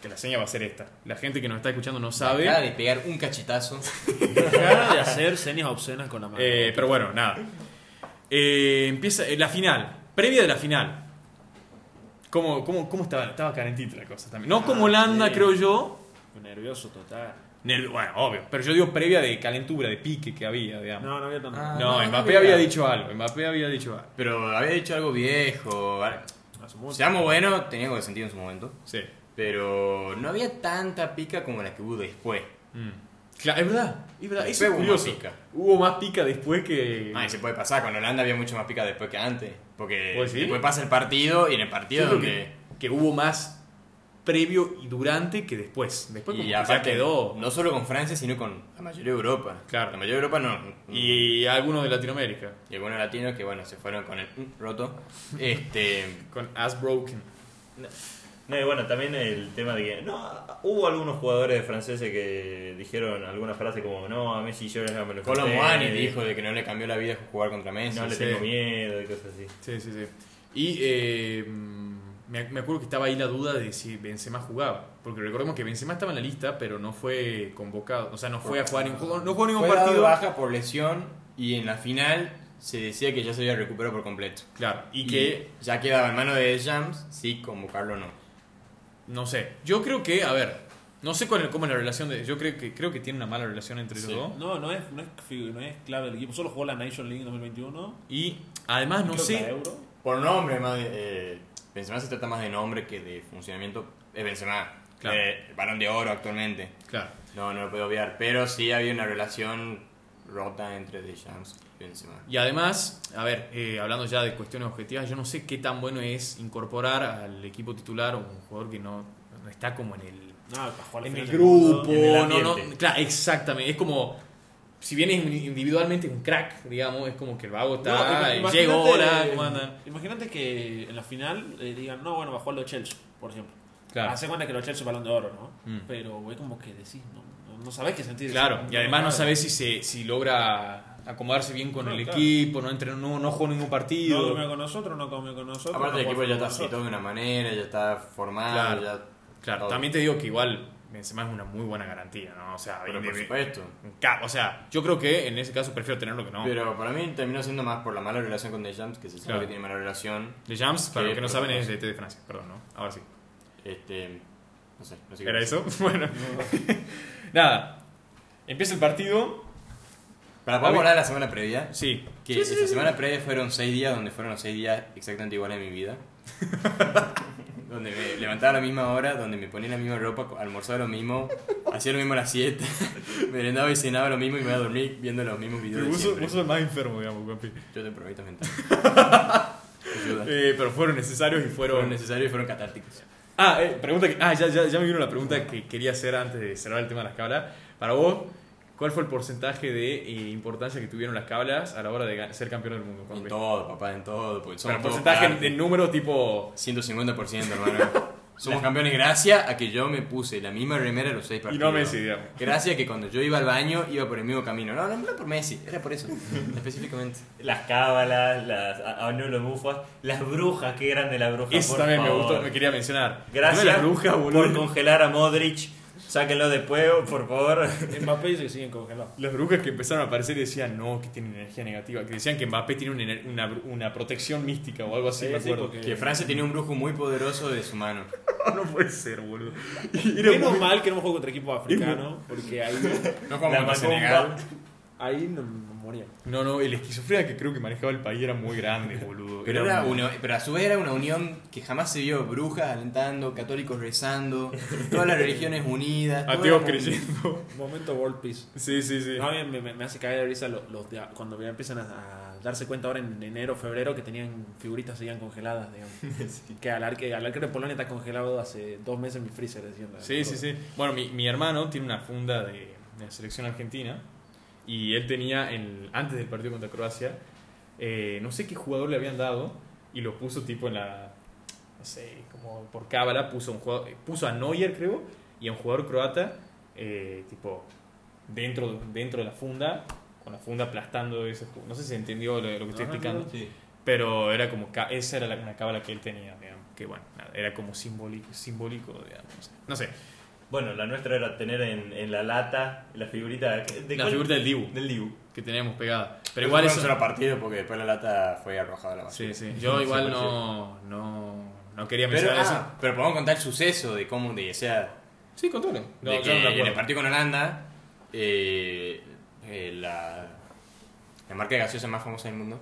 [SPEAKER 1] Que la seña va a ser esta. La gente que nos está escuchando no sabe.
[SPEAKER 4] Acaba de pegar un cachetazo.
[SPEAKER 3] Dejar de hacer señas obscenas con la mano.
[SPEAKER 1] Eh, pero bueno, nada. Eh, empieza eh, la final. Previa de la final. ¿Cómo, cómo, cómo estaba? Estaba calentita la cosa también. No como
[SPEAKER 3] Ah,
[SPEAKER 1] Holanda,
[SPEAKER 3] sí.
[SPEAKER 1] creo yo.
[SPEAKER 3] Nervioso total.
[SPEAKER 1] Nerv- Bueno, obvio. Pero yo digo previa de calentura, de pique que había, digamos.
[SPEAKER 3] No, no había tanto.
[SPEAKER 4] Ah,
[SPEAKER 1] No,
[SPEAKER 4] no, no
[SPEAKER 1] Mbappé
[SPEAKER 4] había.
[SPEAKER 1] había dicho algo. Mbappé había dicho algo.
[SPEAKER 4] Pero había dicho algo viejo. ¿vale?
[SPEAKER 3] Hace mucho.
[SPEAKER 4] Seamos buenos, tenía algo de sentido en su momento.
[SPEAKER 1] Sí.
[SPEAKER 4] Pero no había tanta pica como la que hubo después.
[SPEAKER 1] Mm. Claro, es verdad, es verdad. Eso es
[SPEAKER 4] Después hubo
[SPEAKER 1] curioso.
[SPEAKER 4] más pica.
[SPEAKER 1] Hubo más pica después que.
[SPEAKER 4] Ah, y se puede pasar, con Holanda había mucho más pica después que antes. Porque
[SPEAKER 1] ¿Vos decís?
[SPEAKER 4] después pasa el partido y en el partido
[SPEAKER 1] Yo creo
[SPEAKER 4] donde...
[SPEAKER 1] que, que hubo más previo y durante que después. Después como
[SPEAKER 4] Y
[SPEAKER 1] que ya
[SPEAKER 4] aparte,
[SPEAKER 1] quedó.
[SPEAKER 4] no solo con Francia, sino con la mayoría de Europa.
[SPEAKER 1] Claro.
[SPEAKER 4] La mayoría de Europa no.
[SPEAKER 1] Y algunos de Latinoamérica.
[SPEAKER 4] Y algunos latinos que, bueno, se fueron con el mm, roto. Este.
[SPEAKER 1] Con As Broken.
[SPEAKER 2] No, y bueno, también el tema de que. No, hubo algunos jugadores franceses que dijeron alguna frase como: No, a Messi yo no me lo
[SPEAKER 4] Colo
[SPEAKER 2] corté,
[SPEAKER 4] Muani dijo de que no le cambió la vida jugar contra Messi.
[SPEAKER 2] No le
[SPEAKER 1] sí.
[SPEAKER 2] tengo miedo y cosas así.
[SPEAKER 1] Sí, sí, sí. Y eh, me, me acuerdo que estaba ahí la duda de si Benzema jugaba. Porque recordemos que Benzema estaba en la lista, pero no fue convocado. O sea, no fue a jugar ningún, no jugó ningún
[SPEAKER 4] Fue dado de
[SPEAKER 1] partido.
[SPEAKER 4] baja por lesión y en la final se decía que ya se había recuperado por completo.
[SPEAKER 1] Claro, y que
[SPEAKER 4] ya quedaba en manos de Jams si convocarlo o no.
[SPEAKER 1] No sé. Yo creo que, a ver, no sé cuál, cómo es la relación de. Yo creo que creo que tiene una mala relación entre
[SPEAKER 4] Sí.
[SPEAKER 1] los dos.
[SPEAKER 3] No, no es, no, es, figu- no es clave del equipo. Solo jugó la Nation League en 2021.
[SPEAKER 1] Y además no
[SPEAKER 3] Creo que la
[SPEAKER 1] sé.
[SPEAKER 3] Euro.
[SPEAKER 4] Por nombre, más de, eh, Benzema se trata más de nombre que de funcionamiento. Es Benzema.
[SPEAKER 1] Claro.
[SPEAKER 4] Eh, el balón de oro actualmente.
[SPEAKER 1] Claro.
[SPEAKER 4] No, no lo puedo obviar, pero sí había una relación rota entre Deschamps y Benzema.
[SPEAKER 1] Y además, a ver, eh, hablando ya de cuestiones objetivas, yo no sé qué tan bueno es incorporar al equipo titular un jugador que no, no está como en el
[SPEAKER 3] No, para jugar la
[SPEAKER 1] en
[SPEAKER 3] final
[SPEAKER 1] el
[SPEAKER 3] del
[SPEAKER 1] grupo,
[SPEAKER 3] mundo.
[SPEAKER 2] en el
[SPEAKER 1] no, no,
[SPEAKER 2] ambiente.
[SPEAKER 1] claro, exactamente, es como si bien es individualmente un crack, digamos, es como que el vago
[SPEAKER 3] No,
[SPEAKER 1] está,
[SPEAKER 3] ima-
[SPEAKER 1] eh,
[SPEAKER 3] imagínate-
[SPEAKER 1] llegó, hola, ¿cómo andan?
[SPEAKER 3] Imagínate que en la final eh, digan, no, bueno, va a jugar los Chelsea, por ejemplo.
[SPEAKER 1] Claro.
[SPEAKER 3] Hace cuenta que los Chelsea balón de oro, ¿no?
[SPEAKER 1] Mm.
[SPEAKER 3] Pero, güey, como que decís, no, no, no sabés qué sentir.
[SPEAKER 1] Claro, y además no
[SPEAKER 3] sabes
[SPEAKER 1] sabes si se, si logra acomodarse bien con
[SPEAKER 3] No,
[SPEAKER 1] el
[SPEAKER 3] claro.
[SPEAKER 1] equipo, no entrenó, no, no jugó ningún
[SPEAKER 3] No
[SPEAKER 1] partido.
[SPEAKER 3] comió con nosotros, no comió con nosotros.
[SPEAKER 4] Aparte,
[SPEAKER 3] no
[SPEAKER 4] el equipo ya
[SPEAKER 3] comió
[SPEAKER 4] está
[SPEAKER 3] con nosotros.
[SPEAKER 4] citado de una manera, ya está formado.
[SPEAKER 1] Claro.
[SPEAKER 4] ya-
[SPEAKER 1] claro,
[SPEAKER 4] todo.
[SPEAKER 1] también te digo que igual Benzema es una muy buena garantía, ¿no? O sea,
[SPEAKER 4] Pero por
[SPEAKER 1] viene-
[SPEAKER 4] supuesto.
[SPEAKER 1] Ca- o sea, yo creo que en ese caso prefiero tenerlo que no.
[SPEAKER 4] Pero para mí terminó siendo más por la mala relación con Deschamps, que se sabe
[SPEAKER 1] Claro.
[SPEAKER 4] que tiene mala relación.
[SPEAKER 1] de Jams, para
[SPEAKER 4] Sí,
[SPEAKER 1] los que no
[SPEAKER 4] pero-
[SPEAKER 1] saben, es de, de Francia, perdón, ¿no? Ahora sí.
[SPEAKER 4] Este, No sé, no sé qué
[SPEAKER 1] ¿Era
[SPEAKER 4] voy a
[SPEAKER 1] eso? Bueno. Nada. Empieza el partido.
[SPEAKER 4] hacer. Para poder hablar de la semana previa,
[SPEAKER 1] Sí.
[SPEAKER 4] que
[SPEAKER 1] Sí,
[SPEAKER 4] esa
[SPEAKER 1] sí, sí.
[SPEAKER 4] semana previa fueron seis días donde fueron los seis días exactamente iguales de mi vida. donde me levantaba a la misma hora, donde me ponía la misma ropa, almorzaba lo mismo, hacía lo mismo a las 7, merendaba y cenaba lo mismo y me iba a dormir viendo los mismos videos.
[SPEAKER 1] Pero
[SPEAKER 4] de
[SPEAKER 1] vos, sos-
[SPEAKER 4] siempre.
[SPEAKER 1] vos sos el más enfermo, digamos, Juanpi.
[SPEAKER 4] Yo te prometo mental. Ayuda.
[SPEAKER 1] Eh, pero fueron necesarios y
[SPEAKER 4] Fueron
[SPEAKER 1] fueron.
[SPEAKER 4] necesarios y fueron catárticos.
[SPEAKER 1] Ah, eh, pregunta que. Ah, ya, ya, ya me vino la pregunta que quería hacer antes de cerrar el tema de las cablas. Para vos, ¿cuál fue el porcentaje de eh, importancia que tuvieron las cablas a la hora de gan- ser campeón del mundo,
[SPEAKER 4] En
[SPEAKER 1] Juanpi?
[SPEAKER 4] todo, papá, en todo. Porque
[SPEAKER 1] Pero
[SPEAKER 4] somos todos
[SPEAKER 1] porcentaje
[SPEAKER 4] parte.
[SPEAKER 1] de número tipo.
[SPEAKER 4] 150%, hermano. Somos campeones gracias a que yo me puse la misma remera en los seis
[SPEAKER 1] Y
[SPEAKER 4] partidos.
[SPEAKER 1] no Messi, digamos.
[SPEAKER 4] Gracias a que cuando yo iba al baño iba por el mismo camino. No, no, no era por Messi, era por eso, específicamente.
[SPEAKER 2] Las cábalas, las a- a- no los bufas, las brujas, qué grande la bruja.
[SPEAKER 1] Eso
[SPEAKER 2] por
[SPEAKER 1] también me
[SPEAKER 2] favor.
[SPEAKER 1] gustó, me quería mencionar.
[SPEAKER 2] Gracias
[SPEAKER 1] La bruja,
[SPEAKER 2] por
[SPEAKER 1] boludo.
[SPEAKER 2] congelar a Modric. Sáquenlo después, por favor.
[SPEAKER 3] Mbappé dice que siguen congelados.
[SPEAKER 1] Las brujas que empezaron a aparecer y decían, no, que tienen energía negativa. Que decían que Mbappé tiene una, ener- una, bru- una protección mística o algo así,
[SPEAKER 3] Sí,
[SPEAKER 1] me
[SPEAKER 3] sí,
[SPEAKER 1] acuerdo.
[SPEAKER 3] porque-
[SPEAKER 4] Que Francia tiene un brujo muy poderoso de su mano.
[SPEAKER 1] no puede ser, boludo. Y era
[SPEAKER 3] Menos
[SPEAKER 1] muy-
[SPEAKER 3] mal que no juego contra equipos africanos, porque ahí,
[SPEAKER 4] No como
[SPEAKER 2] La
[SPEAKER 4] contra Senegal.
[SPEAKER 2] macumba.
[SPEAKER 3] ahí no, no moría.
[SPEAKER 1] No, no, el esquizofrenia que creo que manejaba el país era muy grande, boludo.
[SPEAKER 4] Pero, era
[SPEAKER 1] muy-
[SPEAKER 4] una- pero a su vez era una unión que jamás se vio. Brujas alentando, católicos rezando, todas las religiones unidas. todo
[SPEAKER 1] Ateos
[SPEAKER 4] era un-
[SPEAKER 1] creyendo.
[SPEAKER 3] Momento World Peace.
[SPEAKER 1] Ah, Sí, sí, sí.
[SPEAKER 3] No, a mí me, me- me hace caer de risa lo- los, de- cuando ya empiezan a, a darse cuenta ahora en enero, febrero, que tenían figuritas seguían congeladas, digamos. Que al arque, al arquero de Polonia está congelado hace dos meses en mi freezer, decían.
[SPEAKER 1] Sí, sí, sí. Bueno, mi, mi hermano tiene una funda de, de la selección argentina y él tenía, el, antes del partido contra Croacia, eh, no sé qué jugador le habían dado y lo puso tipo en la, no sé, como por cábala, puso, un jugador- eh, puso a Neuer, creo, y a un jugador croata, eh, tipo, dentro, dentro de la funda, con la funda aplastando ese jugador. No sé si se entendió lo, lo que estoy
[SPEAKER 3] Ajá,
[SPEAKER 1] explicando.
[SPEAKER 3] claro.
[SPEAKER 4] Sí.
[SPEAKER 1] Pero era como, ca- esa era la, una cábala que él tenía, digamos, que bueno, nada, era como simbólico, simbólico digamos, no sé. No sé.
[SPEAKER 2] Bueno, la nuestra era tener en, en la lata la figurita. ¿de
[SPEAKER 1] La
[SPEAKER 2] cuál?
[SPEAKER 1] figura del Dibu
[SPEAKER 2] Del Dibu.
[SPEAKER 1] que teníamos pegada. Pero igual eso.
[SPEAKER 4] era partido porque después la lata fue arrojada a la basura.
[SPEAKER 1] Sí, sí. Yo igual
[SPEAKER 4] Sí,
[SPEAKER 1] no, no, no quería
[SPEAKER 4] Pero,
[SPEAKER 1] mencionar eso.
[SPEAKER 4] ah, pero podemos contar el suceso de cómo, de, o sea,
[SPEAKER 1] Sí, contalo. No,
[SPEAKER 4] de
[SPEAKER 1] yo
[SPEAKER 4] que
[SPEAKER 1] no me
[SPEAKER 4] en el
[SPEAKER 1] acuerdo.
[SPEAKER 4] partido con Holanda, eh, eh, la, la marca de gaseosa más famosa del mundo,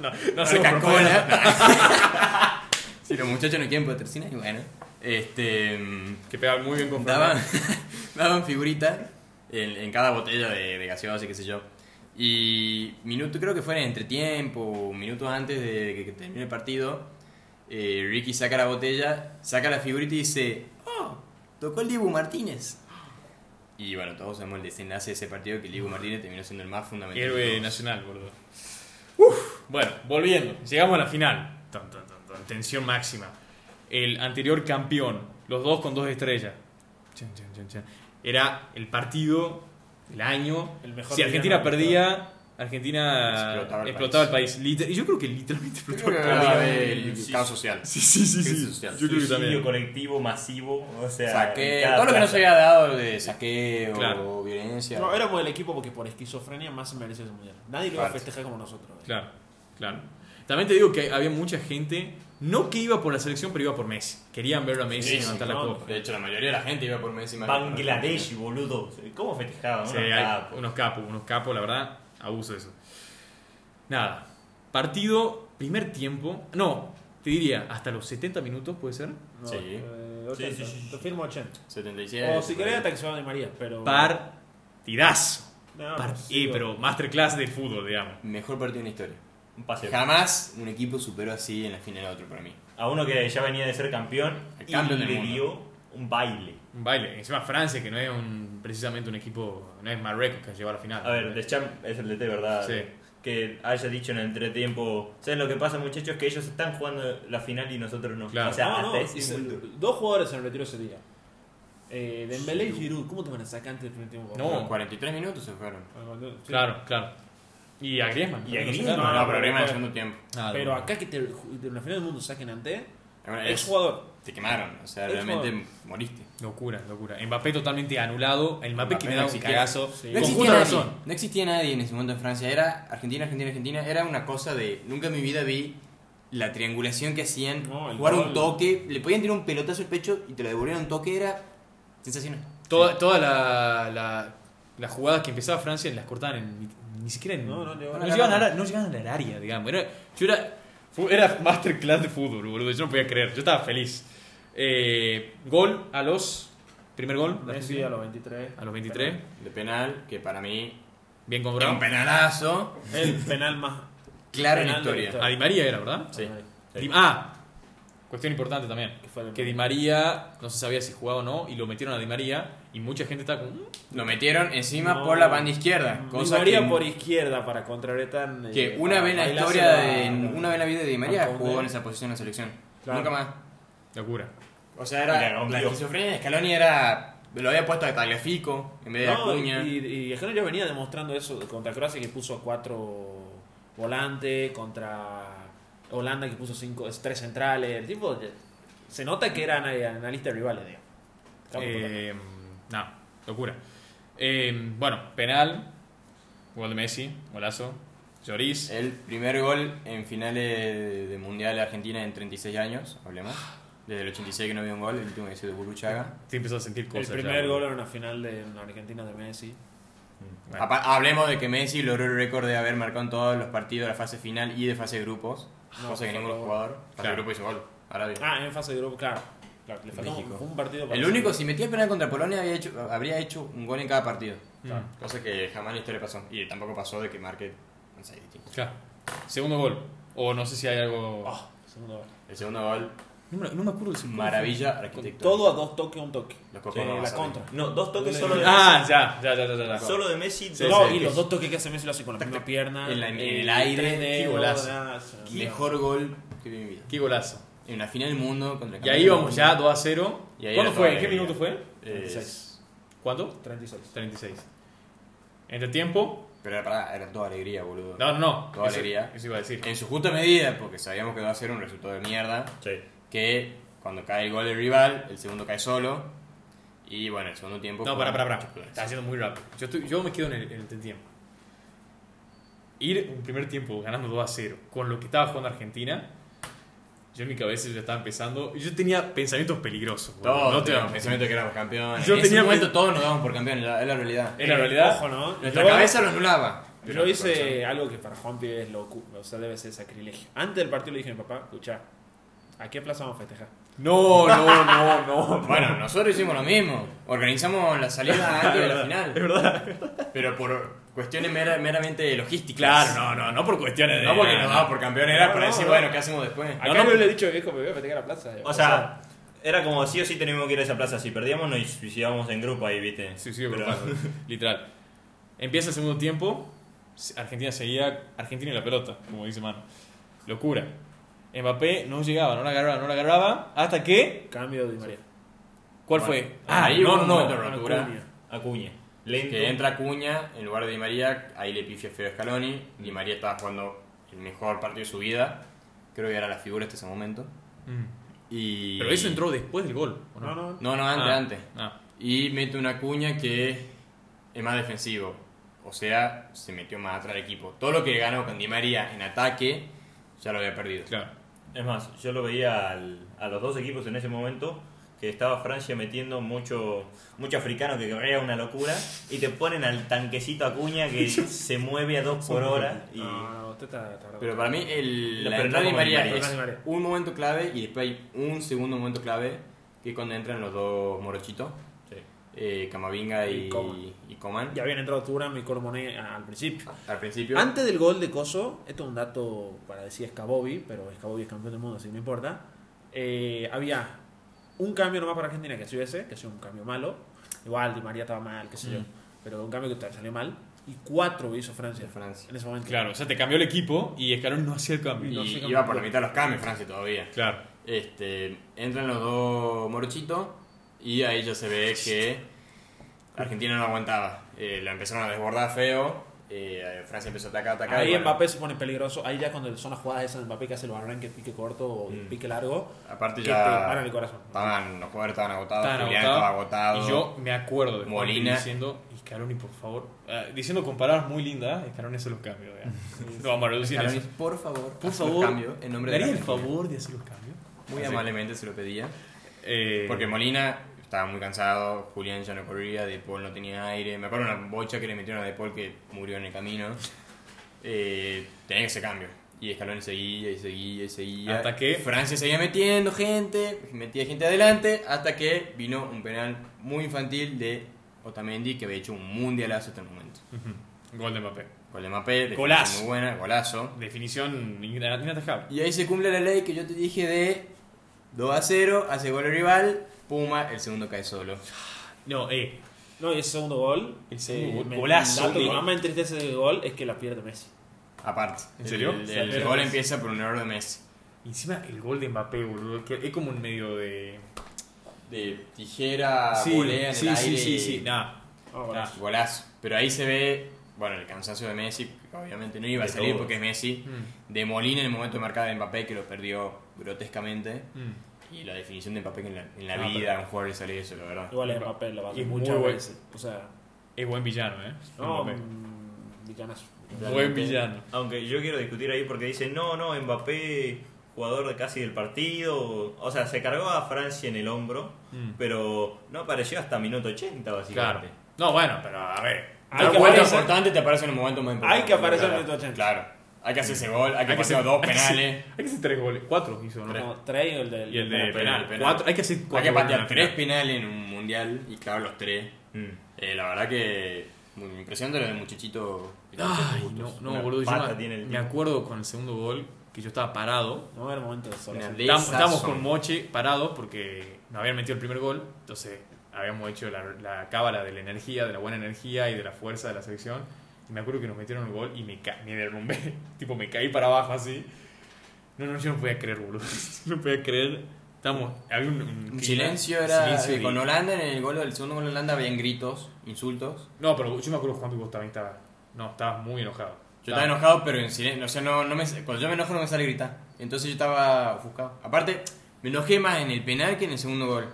[SPEAKER 1] No, no hacemos propaganda.
[SPEAKER 4] Coca-Cola, si los muchachos no quieren patrocinar, y bueno, este, mm,
[SPEAKER 1] Que pega muy bien con
[SPEAKER 4] daban,
[SPEAKER 1] Fernet.
[SPEAKER 4] daban figuritas en, en cada botella de, de gaseosa y qué sé yo. Y minuto, creo que fue en el entretiempo, minutos antes de que, que termine el partido, eh, Ricky saca la botella, saca la figurita y dice, oh, tocó el Dibu Martínez. Y bueno, todos sabemos el desenlace de ese partido que el Dibu Martínez terminó siendo el más fundamental. de
[SPEAKER 1] Héroe
[SPEAKER 4] todos.
[SPEAKER 1] nacional, boludo. Uf, bueno, volviendo. Llegamos a la final. Tan, tan, tan, tan. Tensión máxima. El anterior campeón, los dos con dos estrellas. Chan, chan, chan, chan. Era el partido, el año.
[SPEAKER 3] El mejor
[SPEAKER 1] si
[SPEAKER 3] día
[SPEAKER 1] Argentina
[SPEAKER 3] no,
[SPEAKER 1] perdía, Argentina
[SPEAKER 4] Explotaba
[SPEAKER 1] explotaba
[SPEAKER 4] el
[SPEAKER 1] el, país. Liter- y yo creo que literalmente
[SPEAKER 4] Creo
[SPEAKER 1] explotaba el
[SPEAKER 4] que
[SPEAKER 1] país.
[SPEAKER 4] era
[SPEAKER 2] el-
[SPEAKER 4] el caos social.
[SPEAKER 1] Sí, sí, sí.
[SPEAKER 4] Crisis
[SPEAKER 1] sí.
[SPEAKER 4] social.
[SPEAKER 1] Yo creo que
[SPEAKER 2] Suicidio
[SPEAKER 1] también.
[SPEAKER 2] colectivo, masivo. O sea, en
[SPEAKER 4] Saqueo,
[SPEAKER 2] cada
[SPEAKER 4] todo lo que no
[SPEAKER 2] plaza.
[SPEAKER 4] se había dado de saqueo,
[SPEAKER 1] Claro.
[SPEAKER 4] violencia.
[SPEAKER 3] No, éramos el equipo porque por esquizofrenia más se merece ese mundial. Nadie lo va a
[SPEAKER 4] Parte.
[SPEAKER 3] festejar como nosotros. eh.
[SPEAKER 1] Claro, claro. También te digo que había mucha gente, no que iba por la selección, pero iba por Messi. Querían ver a Messi
[SPEAKER 4] Sí, sí,
[SPEAKER 1] levantar la
[SPEAKER 3] no,
[SPEAKER 1] copa.
[SPEAKER 4] De hecho, la mayoría de la gente iba por Messi. más que por
[SPEAKER 2] Bangladesh, boludo. ¿Cómo festejaban?
[SPEAKER 1] Sí,
[SPEAKER 2] Unos
[SPEAKER 1] hay
[SPEAKER 2] capos.
[SPEAKER 1] unos capos, unos capos, la verdad, abuso de eso. Nada, partido, primer tiempo, no, te diría, hasta los 70 minutos puede ser.
[SPEAKER 3] No,
[SPEAKER 4] Sí.
[SPEAKER 3] eh,
[SPEAKER 2] Sí, sí,
[SPEAKER 3] 80.
[SPEAKER 2] sí, sí.
[SPEAKER 3] Te firmo 80.
[SPEAKER 4] 77.
[SPEAKER 3] o Oh, si querés hasta que se va de María, pero...
[SPEAKER 1] Partidazo.
[SPEAKER 3] No,
[SPEAKER 1] Par-
[SPEAKER 3] pues,
[SPEAKER 1] eh,
[SPEAKER 3] digo,
[SPEAKER 1] pero masterclass del fútbol, digamos.
[SPEAKER 4] Mejor partido en la historia.
[SPEAKER 2] Un paseo.
[SPEAKER 4] Jamás un equipo superó así en la final a otro para mí.
[SPEAKER 2] A uno que ya venía de ser campeón
[SPEAKER 4] El
[SPEAKER 2] y
[SPEAKER 4] campeón del
[SPEAKER 2] le
[SPEAKER 4] mundo.
[SPEAKER 2] dio un baile.
[SPEAKER 1] Un baile. Encima Francia, que no es un, precisamente un equipo, no es Marruecos que llegó a la final.
[SPEAKER 2] A ver, Deschamps es el DT, ¿verdad?
[SPEAKER 1] Sí.
[SPEAKER 2] Que haya dicho en el entretiempo, ¿saben lo que pasa, muchachos? Que ellos están jugando la final y nosotros no.
[SPEAKER 1] Claro.
[SPEAKER 2] O sea,
[SPEAKER 3] no,
[SPEAKER 2] hasta
[SPEAKER 3] no,
[SPEAKER 2] ese
[SPEAKER 3] hizo-
[SPEAKER 2] punto.
[SPEAKER 3] dos jugadores en el retiro ese día. Eh, Dembélé y Giroud. ¿Cómo te van a sacar antes del primer tiempo?
[SPEAKER 1] No.
[SPEAKER 4] Con 43 minutos se fueron.
[SPEAKER 3] Sí.
[SPEAKER 1] Claro, claro. Y a Griezmann.
[SPEAKER 2] Y a
[SPEAKER 1] No sé
[SPEAKER 2] Griezmann.
[SPEAKER 1] nada.
[SPEAKER 4] No, pero
[SPEAKER 3] pero
[SPEAKER 4] en el
[SPEAKER 3] bueno.
[SPEAKER 4] segundo tiempo.
[SPEAKER 1] Ah,
[SPEAKER 3] Pero
[SPEAKER 1] bueno.
[SPEAKER 3] acá que te, de la final del mundo saquen ante
[SPEAKER 4] Bueno,
[SPEAKER 3] es
[SPEAKER 4] es-
[SPEAKER 3] jugador.
[SPEAKER 4] Te quemaron, o sea,
[SPEAKER 3] Es
[SPEAKER 4] realmente moriste.
[SPEAKER 1] Locura, locura. Mbappé totalmente anulado. El Mbappé,
[SPEAKER 4] Mbappé
[SPEAKER 1] que me
[SPEAKER 4] no
[SPEAKER 1] da un
[SPEAKER 4] existía.
[SPEAKER 1] cagazo.
[SPEAKER 3] Sí.
[SPEAKER 4] No
[SPEAKER 1] Con
[SPEAKER 4] existía,
[SPEAKER 1] justa
[SPEAKER 4] nadie,
[SPEAKER 1] razón.
[SPEAKER 4] no existía nadie en ese momento en Francia. Era Argentina, Argentina, Argentina. Era una cosa de. Nunca en mi vida vi la triangulación que hacían,
[SPEAKER 3] No, el
[SPEAKER 4] jugar
[SPEAKER 3] gol.
[SPEAKER 4] un toque, le podían tirar un pelotazo al pecho y te lo devolvían un toque, era sensacional.
[SPEAKER 1] Toda, toda la, la- las jugadas que empezaba Francia las cortaban en- ni siquiera en,
[SPEAKER 3] No, no llegaban a la
[SPEAKER 1] llegaban
[SPEAKER 3] área.
[SPEAKER 1] a la- no llegaban al área, digamos. Era, yo era, fu- era masterclass de fútbol, boludo. Yo no podía creer, yo estaba feliz. Eh, gol a los. Primer gol, de
[SPEAKER 3] Messi
[SPEAKER 1] Argentina,
[SPEAKER 3] a los 23.
[SPEAKER 1] a los 23.
[SPEAKER 4] De penal, que para mí
[SPEAKER 1] Bien
[SPEAKER 4] era
[SPEAKER 1] cobrado.
[SPEAKER 4] un penalazo,
[SPEAKER 3] El penal más.
[SPEAKER 4] claro en la
[SPEAKER 3] Penal de
[SPEAKER 4] historia.
[SPEAKER 3] victoria.
[SPEAKER 1] A Di María era, ¿verdad?
[SPEAKER 4] Sí.
[SPEAKER 1] Di- ah, cuestión importante también.
[SPEAKER 3] Que fue el-
[SPEAKER 1] Que Di María no se sabía si jugaba o no y lo metieron a Di María y mucha gente estaba como. "Mm".
[SPEAKER 4] Lo metieron encima
[SPEAKER 3] No.
[SPEAKER 4] por la banda izquierda,
[SPEAKER 3] Mm, Di
[SPEAKER 4] cosa
[SPEAKER 3] María
[SPEAKER 4] que,
[SPEAKER 3] por izquierda para contrarretar. eh,
[SPEAKER 4] que una
[SPEAKER 3] para
[SPEAKER 4] vez en la
[SPEAKER 3] bailársela
[SPEAKER 4] historia, de,
[SPEAKER 3] a-
[SPEAKER 4] una vez en la vida de Di
[SPEAKER 3] a
[SPEAKER 4] María
[SPEAKER 3] Conde.
[SPEAKER 4] jugó en esa posición en la selección.
[SPEAKER 3] Claro.
[SPEAKER 4] Nunca más.
[SPEAKER 1] Locura.
[SPEAKER 4] O sea,
[SPEAKER 2] Y la
[SPEAKER 4] era
[SPEAKER 2] ganó
[SPEAKER 4] la
[SPEAKER 2] Dios.
[SPEAKER 4] esquizofrenia de Scaloni era lo había puesto a Tagliafico en vez de
[SPEAKER 3] No,
[SPEAKER 4] Acuña.
[SPEAKER 3] y, y Escaloni ya venía demostrando eso contra Croacia que puso cuatro volantes, contra Holanda que puso cinco, es- tres centrales. El tipo de- se nota que era ana- analista de rivales, digamos. Campo
[SPEAKER 1] Eh, no, locura. Eh, bueno, penal, gol de Messi, golazo, Lloris.
[SPEAKER 4] El primer gol en finales de Mundial de Argentina en 36 años, hablemos. Desde el 86 que no había un gol, el último que hizo de Buruchaga.
[SPEAKER 1] te empezó a sentir
[SPEAKER 3] total.
[SPEAKER 1] cosas.
[SPEAKER 3] el
[SPEAKER 1] ya,
[SPEAKER 3] primer
[SPEAKER 1] boludo.
[SPEAKER 3] gol era una final de en Argentina de Messi.
[SPEAKER 1] Bueno.
[SPEAKER 4] Apa- Hablemos de que Messi logró el récord de haber marcado en todos los partidos de la fase final y de fase de grupos.
[SPEAKER 3] No,
[SPEAKER 4] cosa que
[SPEAKER 3] Ah, por
[SPEAKER 4] ningún
[SPEAKER 3] favor.
[SPEAKER 4] jugador. Fase
[SPEAKER 1] Claro.
[SPEAKER 4] de grupo hizo gol. Arabia.
[SPEAKER 3] Ah, en fase de grupo, claro. claro le faltó
[SPEAKER 4] México.
[SPEAKER 3] un partido para
[SPEAKER 4] el
[SPEAKER 3] hacer-
[SPEAKER 4] único, si metía el penal contra Polonia, había hecho, habría hecho un gol en cada partido.
[SPEAKER 1] Claro.
[SPEAKER 4] Mm. Cosa que jamás en la historia pasó. Y tampoco pasó de que marque un seis distintos.
[SPEAKER 1] Claro. Segundo gol. O no sé si hay algo.
[SPEAKER 3] Oh, segundo gol.
[SPEAKER 4] El segundo gol,
[SPEAKER 1] Ah, No, me, no me acuerdo si.
[SPEAKER 4] maravilla arquitectónica.
[SPEAKER 3] Todo a dos toques, un toque.
[SPEAKER 4] Los
[SPEAKER 3] Eh,
[SPEAKER 4] cocos no
[SPEAKER 3] la
[SPEAKER 4] saben.
[SPEAKER 3] contra.
[SPEAKER 2] No, dos toques solo de
[SPEAKER 1] Ah, ya, ya, ya, ya. ya, ya.
[SPEAKER 2] Messi. Solo de Messi.
[SPEAKER 1] Sí,
[SPEAKER 3] no,
[SPEAKER 1] sí.
[SPEAKER 3] y los dos toques que hace Messi lo hace con la misma pierna.
[SPEAKER 4] En la- en
[SPEAKER 3] eh,
[SPEAKER 4] el aire,
[SPEAKER 3] tres dedos,
[SPEAKER 1] qué golazo.
[SPEAKER 3] nada, o sea,
[SPEAKER 4] Mejor gol que vi en mi vida.
[SPEAKER 1] Qué golazo.
[SPEAKER 4] En la final del mundo contra el
[SPEAKER 1] Y ahí
[SPEAKER 4] campeón
[SPEAKER 1] vamos
[SPEAKER 4] del
[SPEAKER 1] ya,
[SPEAKER 4] mundo. Eh,
[SPEAKER 1] 2 a 0.
[SPEAKER 4] Y ahí
[SPEAKER 1] ¿Cuándo fue?
[SPEAKER 4] era toda
[SPEAKER 1] ¿Qué
[SPEAKER 4] alegría.
[SPEAKER 1] minuto fue?
[SPEAKER 4] Es-
[SPEAKER 1] ¿Cuánto?
[SPEAKER 3] 36.
[SPEAKER 1] 36. Entre tiempo.
[SPEAKER 4] pero era, pará, era toda alegría, boludo.
[SPEAKER 1] No, no, no.
[SPEAKER 4] Toda
[SPEAKER 1] Eso-
[SPEAKER 4] alegría.
[SPEAKER 1] Eso iba a decir.
[SPEAKER 4] En su justa medida, porque sabíamos que iba a ser un resultado de mierda.
[SPEAKER 2] Sí.
[SPEAKER 4] Que cuando cae el gol del rival, el segundo cae solo. Y bueno, el segundo tiempo.
[SPEAKER 1] No, pará,
[SPEAKER 4] para
[SPEAKER 1] pará,
[SPEAKER 4] para
[SPEAKER 1] pará. Estás haciendo muy rápido. Yo, estoy- yo me quedo en el, en el entretiempo. Ir un primer tiempo ganando 2 a 0 con lo que estaba jugando Argentina. Yo en mi cabeza ya estaba empezando. Yo tenía pensamientos peligrosos. boludo.
[SPEAKER 4] Todos
[SPEAKER 1] no te
[SPEAKER 4] teníamos
[SPEAKER 1] vamos.
[SPEAKER 4] pensamiento que éramos campeones.
[SPEAKER 1] Yo
[SPEAKER 4] en ese
[SPEAKER 1] tenía Eh,
[SPEAKER 4] momento
[SPEAKER 1] pens-
[SPEAKER 4] todos nos damos por campeones, la- es la realidad.
[SPEAKER 1] En la realidad.
[SPEAKER 3] Ojo, ¿no?
[SPEAKER 4] Nuestra
[SPEAKER 3] Yo-
[SPEAKER 4] cabeza lo anulaba.
[SPEAKER 3] Yo hice algo que para Juanpi es loco, o sea, debe ser sacrilegio. Antes del partido le dije a mi papá, escuchá, ¿a qué plaza vamos a festejar?
[SPEAKER 1] No, no, no, no.
[SPEAKER 4] Bueno, nosotros hicimos lo mismo. Organizamos la salida antes de la final. Es verdad. Pero por cuestiones mera- meramente logísticas.
[SPEAKER 1] Claro, no, no, no eh, por cuestiones de.
[SPEAKER 4] No porque nos daba por campeones, era
[SPEAKER 3] No,
[SPEAKER 4] para
[SPEAKER 3] no,
[SPEAKER 4] decir,
[SPEAKER 3] no.
[SPEAKER 4] bueno, ¿qué hacemos después?
[SPEAKER 3] Acá
[SPEAKER 1] no,
[SPEAKER 3] no,
[SPEAKER 1] pero-
[SPEAKER 3] le he dicho, viejo, me voy a festejar a la plaza.
[SPEAKER 2] O sea, era como sí o sí teníamos que ir a esa plaza. Si perdíamos, nos suicidábamos en grupo ahí, ¿viste?
[SPEAKER 1] Sí, sí,
[SPEAKER 2] Pero-
[SPEAKER 1] pero- literal. Empieza el segundo tiempo. Argentina seguía. Argentina y la pelota, como dice Mano. Locura. Mbappé no llegaba, no la agarraba, no la agarraba. Hasta que.
[SPEAKER 3] cambio de María.
[SPEAKER 1] ¿Cuál
[SPEAKER 4] Bueno,
[SPEAKER 1] fue? Ah,
[SPEAKER 4] ahí
[SPEAKER 1] no,
[SPEAKER 4] hubo
[SPEAKER 1] no,
[SPEAKER 4] un
[SPEAKER 1] no.
[SPEAKER 4] momento Rotura.
[SPEAKER 3] Acuña.
[SPEAKER 2] Acuña. Lento.
[SPEAKER 4] Que entra Cuña en lugar de Di María, ahí le pifia feo Scaloni. Di María estaba jugando el mejor partido de su vida. Creo que era la figura hasta ese momento.
[SPEAKER 1] Mm.
[SPEAKER 4] Y...
[SPEAKER 1] Pero eso entró después del gol, ¿o no?
[SPEAKER 3] No, no.
[SPEAKER 4] No, no, antes,
[SPEAKER 1] Ah,
[SPEAKER 4] antes.
[SPEAKER 1] ah.
[SPEAKER 4] Y mete una cuña que es más defensivo. O sea, se metió más atrás del equipo. Todo lo que ganó con Di María en ataque, ya lo había perdido.
[SPEAKER 1] claro.
[SPEAKER 2] Es más, yo lo veía al- a los dos equipos en ese momento que estaba Francia metiendo mucho mucho africano que corría una locura y te ponen al tanquecito Acuña que se mueve a dos por hora y
[SPEAKER 3] No, no, usted está tardando.
[SPEAKER 4] Pero para
[SPEAKER 3] eh,
[SPEAKER 4] mí, el,
[SPEAKER 2] No,
[SPEAKER 4] la
[SPEAKER 2] pero no
[SPEAKER 4] entrada de
[SPEAKER 2] como Di
[SPEAKER 4] Di María
[SPEAKER 2] María.
[SPEAKER 4] es
[SPEAKER 3] Di María.
[SPEAKER 4] un momento clave y después hay un segundo momento clave que es cuando entran los dos morochitos,
[SPEAKER 2] sí.
[SPEAKER 4] eh, Camavinga y,
[SPEAKER 3] Y Coman.
[SPEAKER 4] y Coman.
[SPEAKER 3] Ya habían entrado Turam y Cormoné al principio.
[SPEAKER 4] Al principio,
[SPEAKER 3] Antes del gol de Coso, esto es un dato para decir Scabobi, pero Scabobi es campeón del mundo, así que no importa. eh, había un cambio nomás para Argentina que sido ese, que ha sido un cambio malo. Igual Di María estaba mal, qué sé yo, pero un cambio que salió mal. Y cuatro hizo Francia.
[SPEAKER 4] De Francia.
[SPEAKER 3] En ese momento.
[SPEAKER 1] Claro, o sea, te cambió el equipo y Escalón no hacía el cambio.
[SPEAKER 4] y
[SPEAKER 3] no sé cómo-
[SPEAKER 4] iba por la mitad de los cambios Francia todavía.
[SPEAKER 1] Claro.
[SPEAKER 4] Este, entran los dos morochitos y ahí ya se ve que Argentina no aguantaba. Eh, la empezaron a desbordar feo. eh, Francia empezó a atacar, a atacar.
[SPEAKER 3] Ahí
[SPEAKER 4] y bueno,
[SPEAKER 3] Mbappé se pone peligroso. Ahí ya cuando son las jugadas esas de Mbappé que hace los arranques pique corto o
[SPEAKER 2] Mm.
[SPEAKER 3] pique largo,
[SPEAKER 4] Aparte
[SPEAKER 3] que te paran
[SPEAKER 4] ya.
[SPEAKER 3] este, el corazón.
[SPEAKER 4] Estaban, los jugadores estaban agotados,
[SPEAKER 1] Estaban
[SPEAKER 4] Ah, Julián
[SPEAKER 1] agotados.
[SPEAKER 4] estaba agotado.
[SPEAKER 1] Y yo me acuerdo de Juan
[SPEAKER 4] Molina.
[SPEAKER 1] diciendo, y Scaloni, por favor, ah, diciendo con palabras muy lindas, Scaloni se los cambios. ya. No vamos a reducir
[SPEAKER 4] Scaloni,
[SPEAKER 1] eso.
[SPEAKER 4] por favor,
[SPEAKER 1] Por
[SPEAKER 4] haz los
[SPEAKER 1] favor,
[SPEAKER 4] cambios en nombre de la
[SPEAKER 1] ¿daría el
[SPEAKER 4] Argentina.
[SPEAKER 1] favor de hacer los cambios?
[SPEAKER 4] Muy
[SPEAKER 1] Así.
[SPEAKER 4] amablemente se lo pedía.
[SPEAKER 1] Eh,
[SPEAKER 4] Porque Molina estaba muy cansado, Julián ya no corría, De Paul no tenía aire. Me acuerdo una bocha que le metieron a De Paul que murió en el camino. Eh, tenía que hacer cambio. Y Scaloni seguía y seguía y seguía.
[SPEAKER 1] Hasta que-
[SPEAKER 4] Francia seguía metiendo gente, metía gente adelante, hasta que vino un penal muy infantil de Otamendi que había hecho un mundialazo hasta el momento.
[SPEAKER 1] ujú, Gol de Mbappé.
[SPEAKER 4] Gol de Mbappé, definición
[SPEAKER 1] Golazo.
[SPEAKER 4] muy buena, golazo.
[SPEAKER 1] Definición ina- inatajable.
[SPEAKER 4] Y ahí se cumple la ley que yo te dije de 2 a 0, hace gol el rival, Puma, el segundo cae solo.
[SPEAKER 1] No, eh,
[SPEAKER 3] No, y ese segundo gol,
[SPEAKER 1] El
[SPEAKER 3] eh,
[SPEAKER 1] segundo gol,
[SPEAKER 3] me-
[SPEAKER 1] golazo,
[SPEAKER 3] el dato que
[SPEAKER 1] gol.
[SPEAKER 3] más me entristece del gol es que la pierde Messi.
[SPEAKER 4] Aparte.
[SPEAKER 1] ¿En serio?
[SPEAKER 4] El,
[SPEAKER 1] Se
[SPEAKER 4] el
[SPEAKER 1] pierde
[SPEAKER 4] gol
[SPEAKER 1] Messi.
[SPEAKER 4] empieza por un error de Messi.
[SPEAKER 1] encima el gol de Mbappé, boludo, que es como un medio de...
[SPEAKER 4] De tijera,
[SPEAKER 1] sí,
[SPEAKER 4] volea en
[SPEAKER 1] sí,
[SPEAKER 4] el
[SPEAKER 1] sí,
[SPEAKER 4] aire.
[SPEAKER 1] sí, sí, nah.
[SPEAKER 3] Ah,
[SPEAKER 1] bueno.
[SPEAKER 4] Golazo. Pero ahí se ve, bueno, el cansancio de Messi, que obviamente no iba a
[SPEAKER 2] De
[SPEAKER 4] salir
[SPEAKER 2] todos.
[SPEAKER 4] porque es Messi.
[SPEAKER 1] Mm,
[SPEAKER 4] De Molina en el momento de marcada de Mbappé, que lo perdió grotescamente.
[SPEAKER 1] mm.
[SPEAKER 4] Y la definición de Mbappé que en la, en la
[SPEAKER 1] Ah,
[SPEAKER 4] vida
[SPEAKER 1] pero-
[SPEAKER 4] a un jugador le sale eso, la verdad.
[SPEAKER 3] Igual es Mbappé, la
[SPEAKER 1] Y
[SPEAKER 3] base.
[SPEAKER 1] es
[SPEAKER 3] Muchas
[SPEAKER 1] muy buen-
[SPEAKER 3] veces. O sea,
[SPEAKER 1] Es buen villano, eh.
[SPEAKER 3] no,
[SPEAKER 1] Mbappé.
[SPEAKER 3] mm, villanazo.
[SPEAKER 1] Buen
[SPEAKER 4] Realmente-
[SPEAKER 1] villano.
[SPEAKER 2] Aunque yo quiero discutir ahí porque dicen, no, no, Mbappé, jugador de casi del partido. O sea, se cargó a Francia en el hombro,
[SPEAKER 1] Mm.
[SPEAKER 2] pero no apareció hasta minuto 80,
[SPEAKER 1] Claro.
[SPEAKER 2] básicamente.
[SPEAKER 1] No, bueno, pero a ver.
[SPEAKER 3] Hay
[SPEAKER 4] Los
[SPEAKER 3] que
[SPEAKER 4] momentos
[SPEAKER 3] aparecer.
[SPEAKER 4] importantes te aparecen en los momentos más importantes.
[SPEAKER 3] Hay que aparecer en
[SPEAKER 4] claro.
[SPEAKER 3] el minuto 80.
[SPEAKER 4] Claro. Hay que hacer ese gol, hay que
[SPEAKER 1] Hay que
[SPEAKER 4] hacer
[SPEAKER 1] hacer
[SPEAKER 4] dos
[SPEAKER 1] hay que hacer-
[SPEAKER 4] penales.
[SPEAKER 1] Hay que hacer tres goles. Cuatro hizo, ¿no?
[SPEAKER 3] No, trae el del.
[SPEAKER 1] Y el de penal.
[SPEAKER 4] penal, penal.
[SPEAKER 1] Cuatro, hay que hacer
[SPEAKER 4] Hay
[SPEAKER 1] cuatro
[SPEAKER 4] que
[SPEAKER 1] goles
[SPEAKER 4] patear
[SPEAKER 1] en la
[SPEAKER 4] tres
[SPEAKER 1] final.
[SPEAKER 4] penales en un mundial y claro, los tres. Eh, la verdad que muy impresionante lo del muchachito.
[SPEAKER 1] Ay, no,
[SPEAKER 4] Una-
[SPEAKER 1] no, boludo. Yo
[SPEAKER 2] pata
[SPEAKER 1] me-
[SPEAKER 2] tiene el
[SPEAKER 1] me
[SPEAKER 2] tipo.
[SPEAKER 1] acuerdo con el segundo gol que yo estaba parado.
[SPEAKER 3] No era el momento de solo.
[SPEAKER 4] Una
[SPEAKER 3] hacer-
[SPEAKER 4] de-
[SPEAKER 1] Estábamos, estábamos
[SPEAKER 4] son.
[SPEAKER 1] con Moche parados porque nos habían metido el primer gol. Entonces habíamos hecho la, la cábala de la energía, de la buena energía y de la fuerza de la selección. Y me acuerdo que nos metieron el gol y me, ca- me derrumbé. tipo, me caí para abajo así. No, no, yo no podía creer, boludo. no podía creer. Estamos, había un, un
[SPEAKER 4] Un
[SPEAKER 1] clima,
[SPEAKER 4] silencio era.
[SPEAKER 1] silencio y-
[SPEAKER 4] con Holanda en el gol, el segundo gol de Holanda habían gritos, insultos.
[SPEAKER 1] No, pero yo me acuerdo cuando vos también estabas. No, estabas muy enojado.
[SPEAKER 4] Yo estaba enojado, pero en silencio. O sea, no, no me, cuando yo me enojo no me sale gritar. Entonces yo estaba ofuscado. Aparte, me enojé más en el penal que en el segundo gol.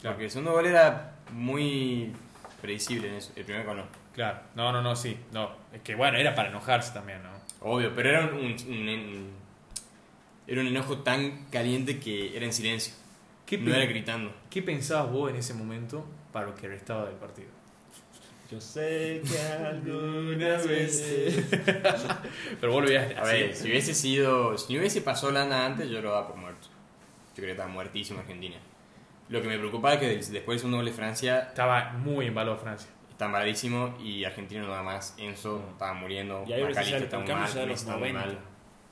[SPEAKER 1] Claro.
[SPEAKER 4] Porque el segundo gol era muy predecible en eso. El primer gol no.
[SPEAKER 1] Claro, no, no, no, sí. No, es que bueno, era para enojarse también, ¿no?
[SPEAKER 4] Obvio, pero era un, un- un- un- era un enojo tan caliente que era en silencio.
[SPEAKER 1] ¿Qué,
[SPEAKER 4] no
[SPEAKER 1] pe-
[SPEAKER 4] era gritando.
[SPEAKER 1] ¿Qué pensabas vos en ese momento para lo que restaba del partido?
[SPEAKER 2] Yo sé que algunas veces.
[SPEAKER 1] Pero vos lo veías
[SPEAKER 4] A
[SPEAKER 1] así.
[SPEAKER 4] ver, si hubiese sido. Si no hubiese pasado Holanda antes, yo lo daba por muerto. Yo creo que estaba muertísimo Argentina. Lo que me preocupaba es que des- después del segundo gol de Francia
[SPEAKER 1] Estaba muy embalado Francia.
[SPEAKER 4] está malísimo y Argentina no da más. Enzo estaba muriendo.
[SPEAKER 3] Mm. Y ahí hubiese
[SPEAKER 4] Macalister
[SPEAKER 3] sale-
[SPEAKER 4] está
[SPEAKER 3] en
[SPEAKER 4] muy
[SPEAKER 3] cambio
[SPEAKER 4] mal.
[SPEAKER 3] sale a los
[SPEAKER 4] Messi está muy
[SPEAKER 3] 90.
[SPEAKER 4] mal.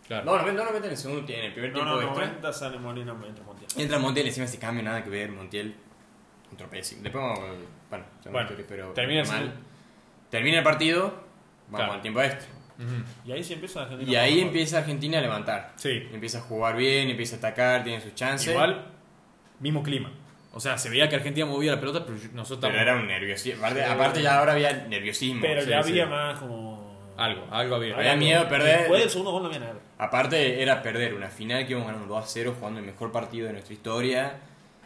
[SPEAKER 1] Claro.
[SPEAKER 4] No, no, no, no, en el segundo tiene. En el primer
[SPEAKER 3] No,
[SPEAKER 4] tiempo
[SPEAKER 3] no,
[SPEAKER 4] extra.
[SPEAKER 3] 90 sale Molina, entra Montiel.
[SPEAKER 4] Entra Montiel, encima se cambia, nada que ver, Montiel. Un pésimo. Después vamos, eh, bueno, ya
[SPEAKER 1] Bueno,
[SPEAKER 4] me estoy- pero
[SPEAKER 1] termina el
[SPEAKER 4] mal.
[SPEAKER 1] segundo.
[SPEAKER 4] Termina el partido, vamos
[SPEAKER 1] Claro.
[SPEAKER 4] al tiempo extra.
[SPEAKER 1] Ujú.
[SPEAKER 3] Y ahí sí empieza Argentina.
[SPEAKER 4] Y ahí
[SPEAKER 3] Por-
[SPEAKER 4] empieza Argentina a levantar.
[SPEAKER 1] Sí.
[SPEAKER 4] Empieza a jugar bien, empieza a atacar, tiene sus chances.
[SPEAKER 1] Igual, mismo clima. O sea, se veía que Argentina movía la pelota, pero yo- nosotros
[SPEAKER 4] Pero
[SPEAKER 1] estábamos-
[SPEAKER 4] era un nerviosismo. Aparte, aparte ya ahora había nerviosismo.
[SPEAKER 3] Pero
[SPEAKER 4] Sí,
[SPEAKER 3] ya
[SPEAKER 4] sí.
[SPEAKER 3] había más como.
[SPEAKER 1] Algo, algo había.
[SPEAKER 4] Había miedo de perder.
[SPEAKER 3] Después del segundo gol no había nada.
[SPEAKER 4] Aparte era perder una final que íbamos ganando 2 a 0 jugando el mejor partido de nuestra historia.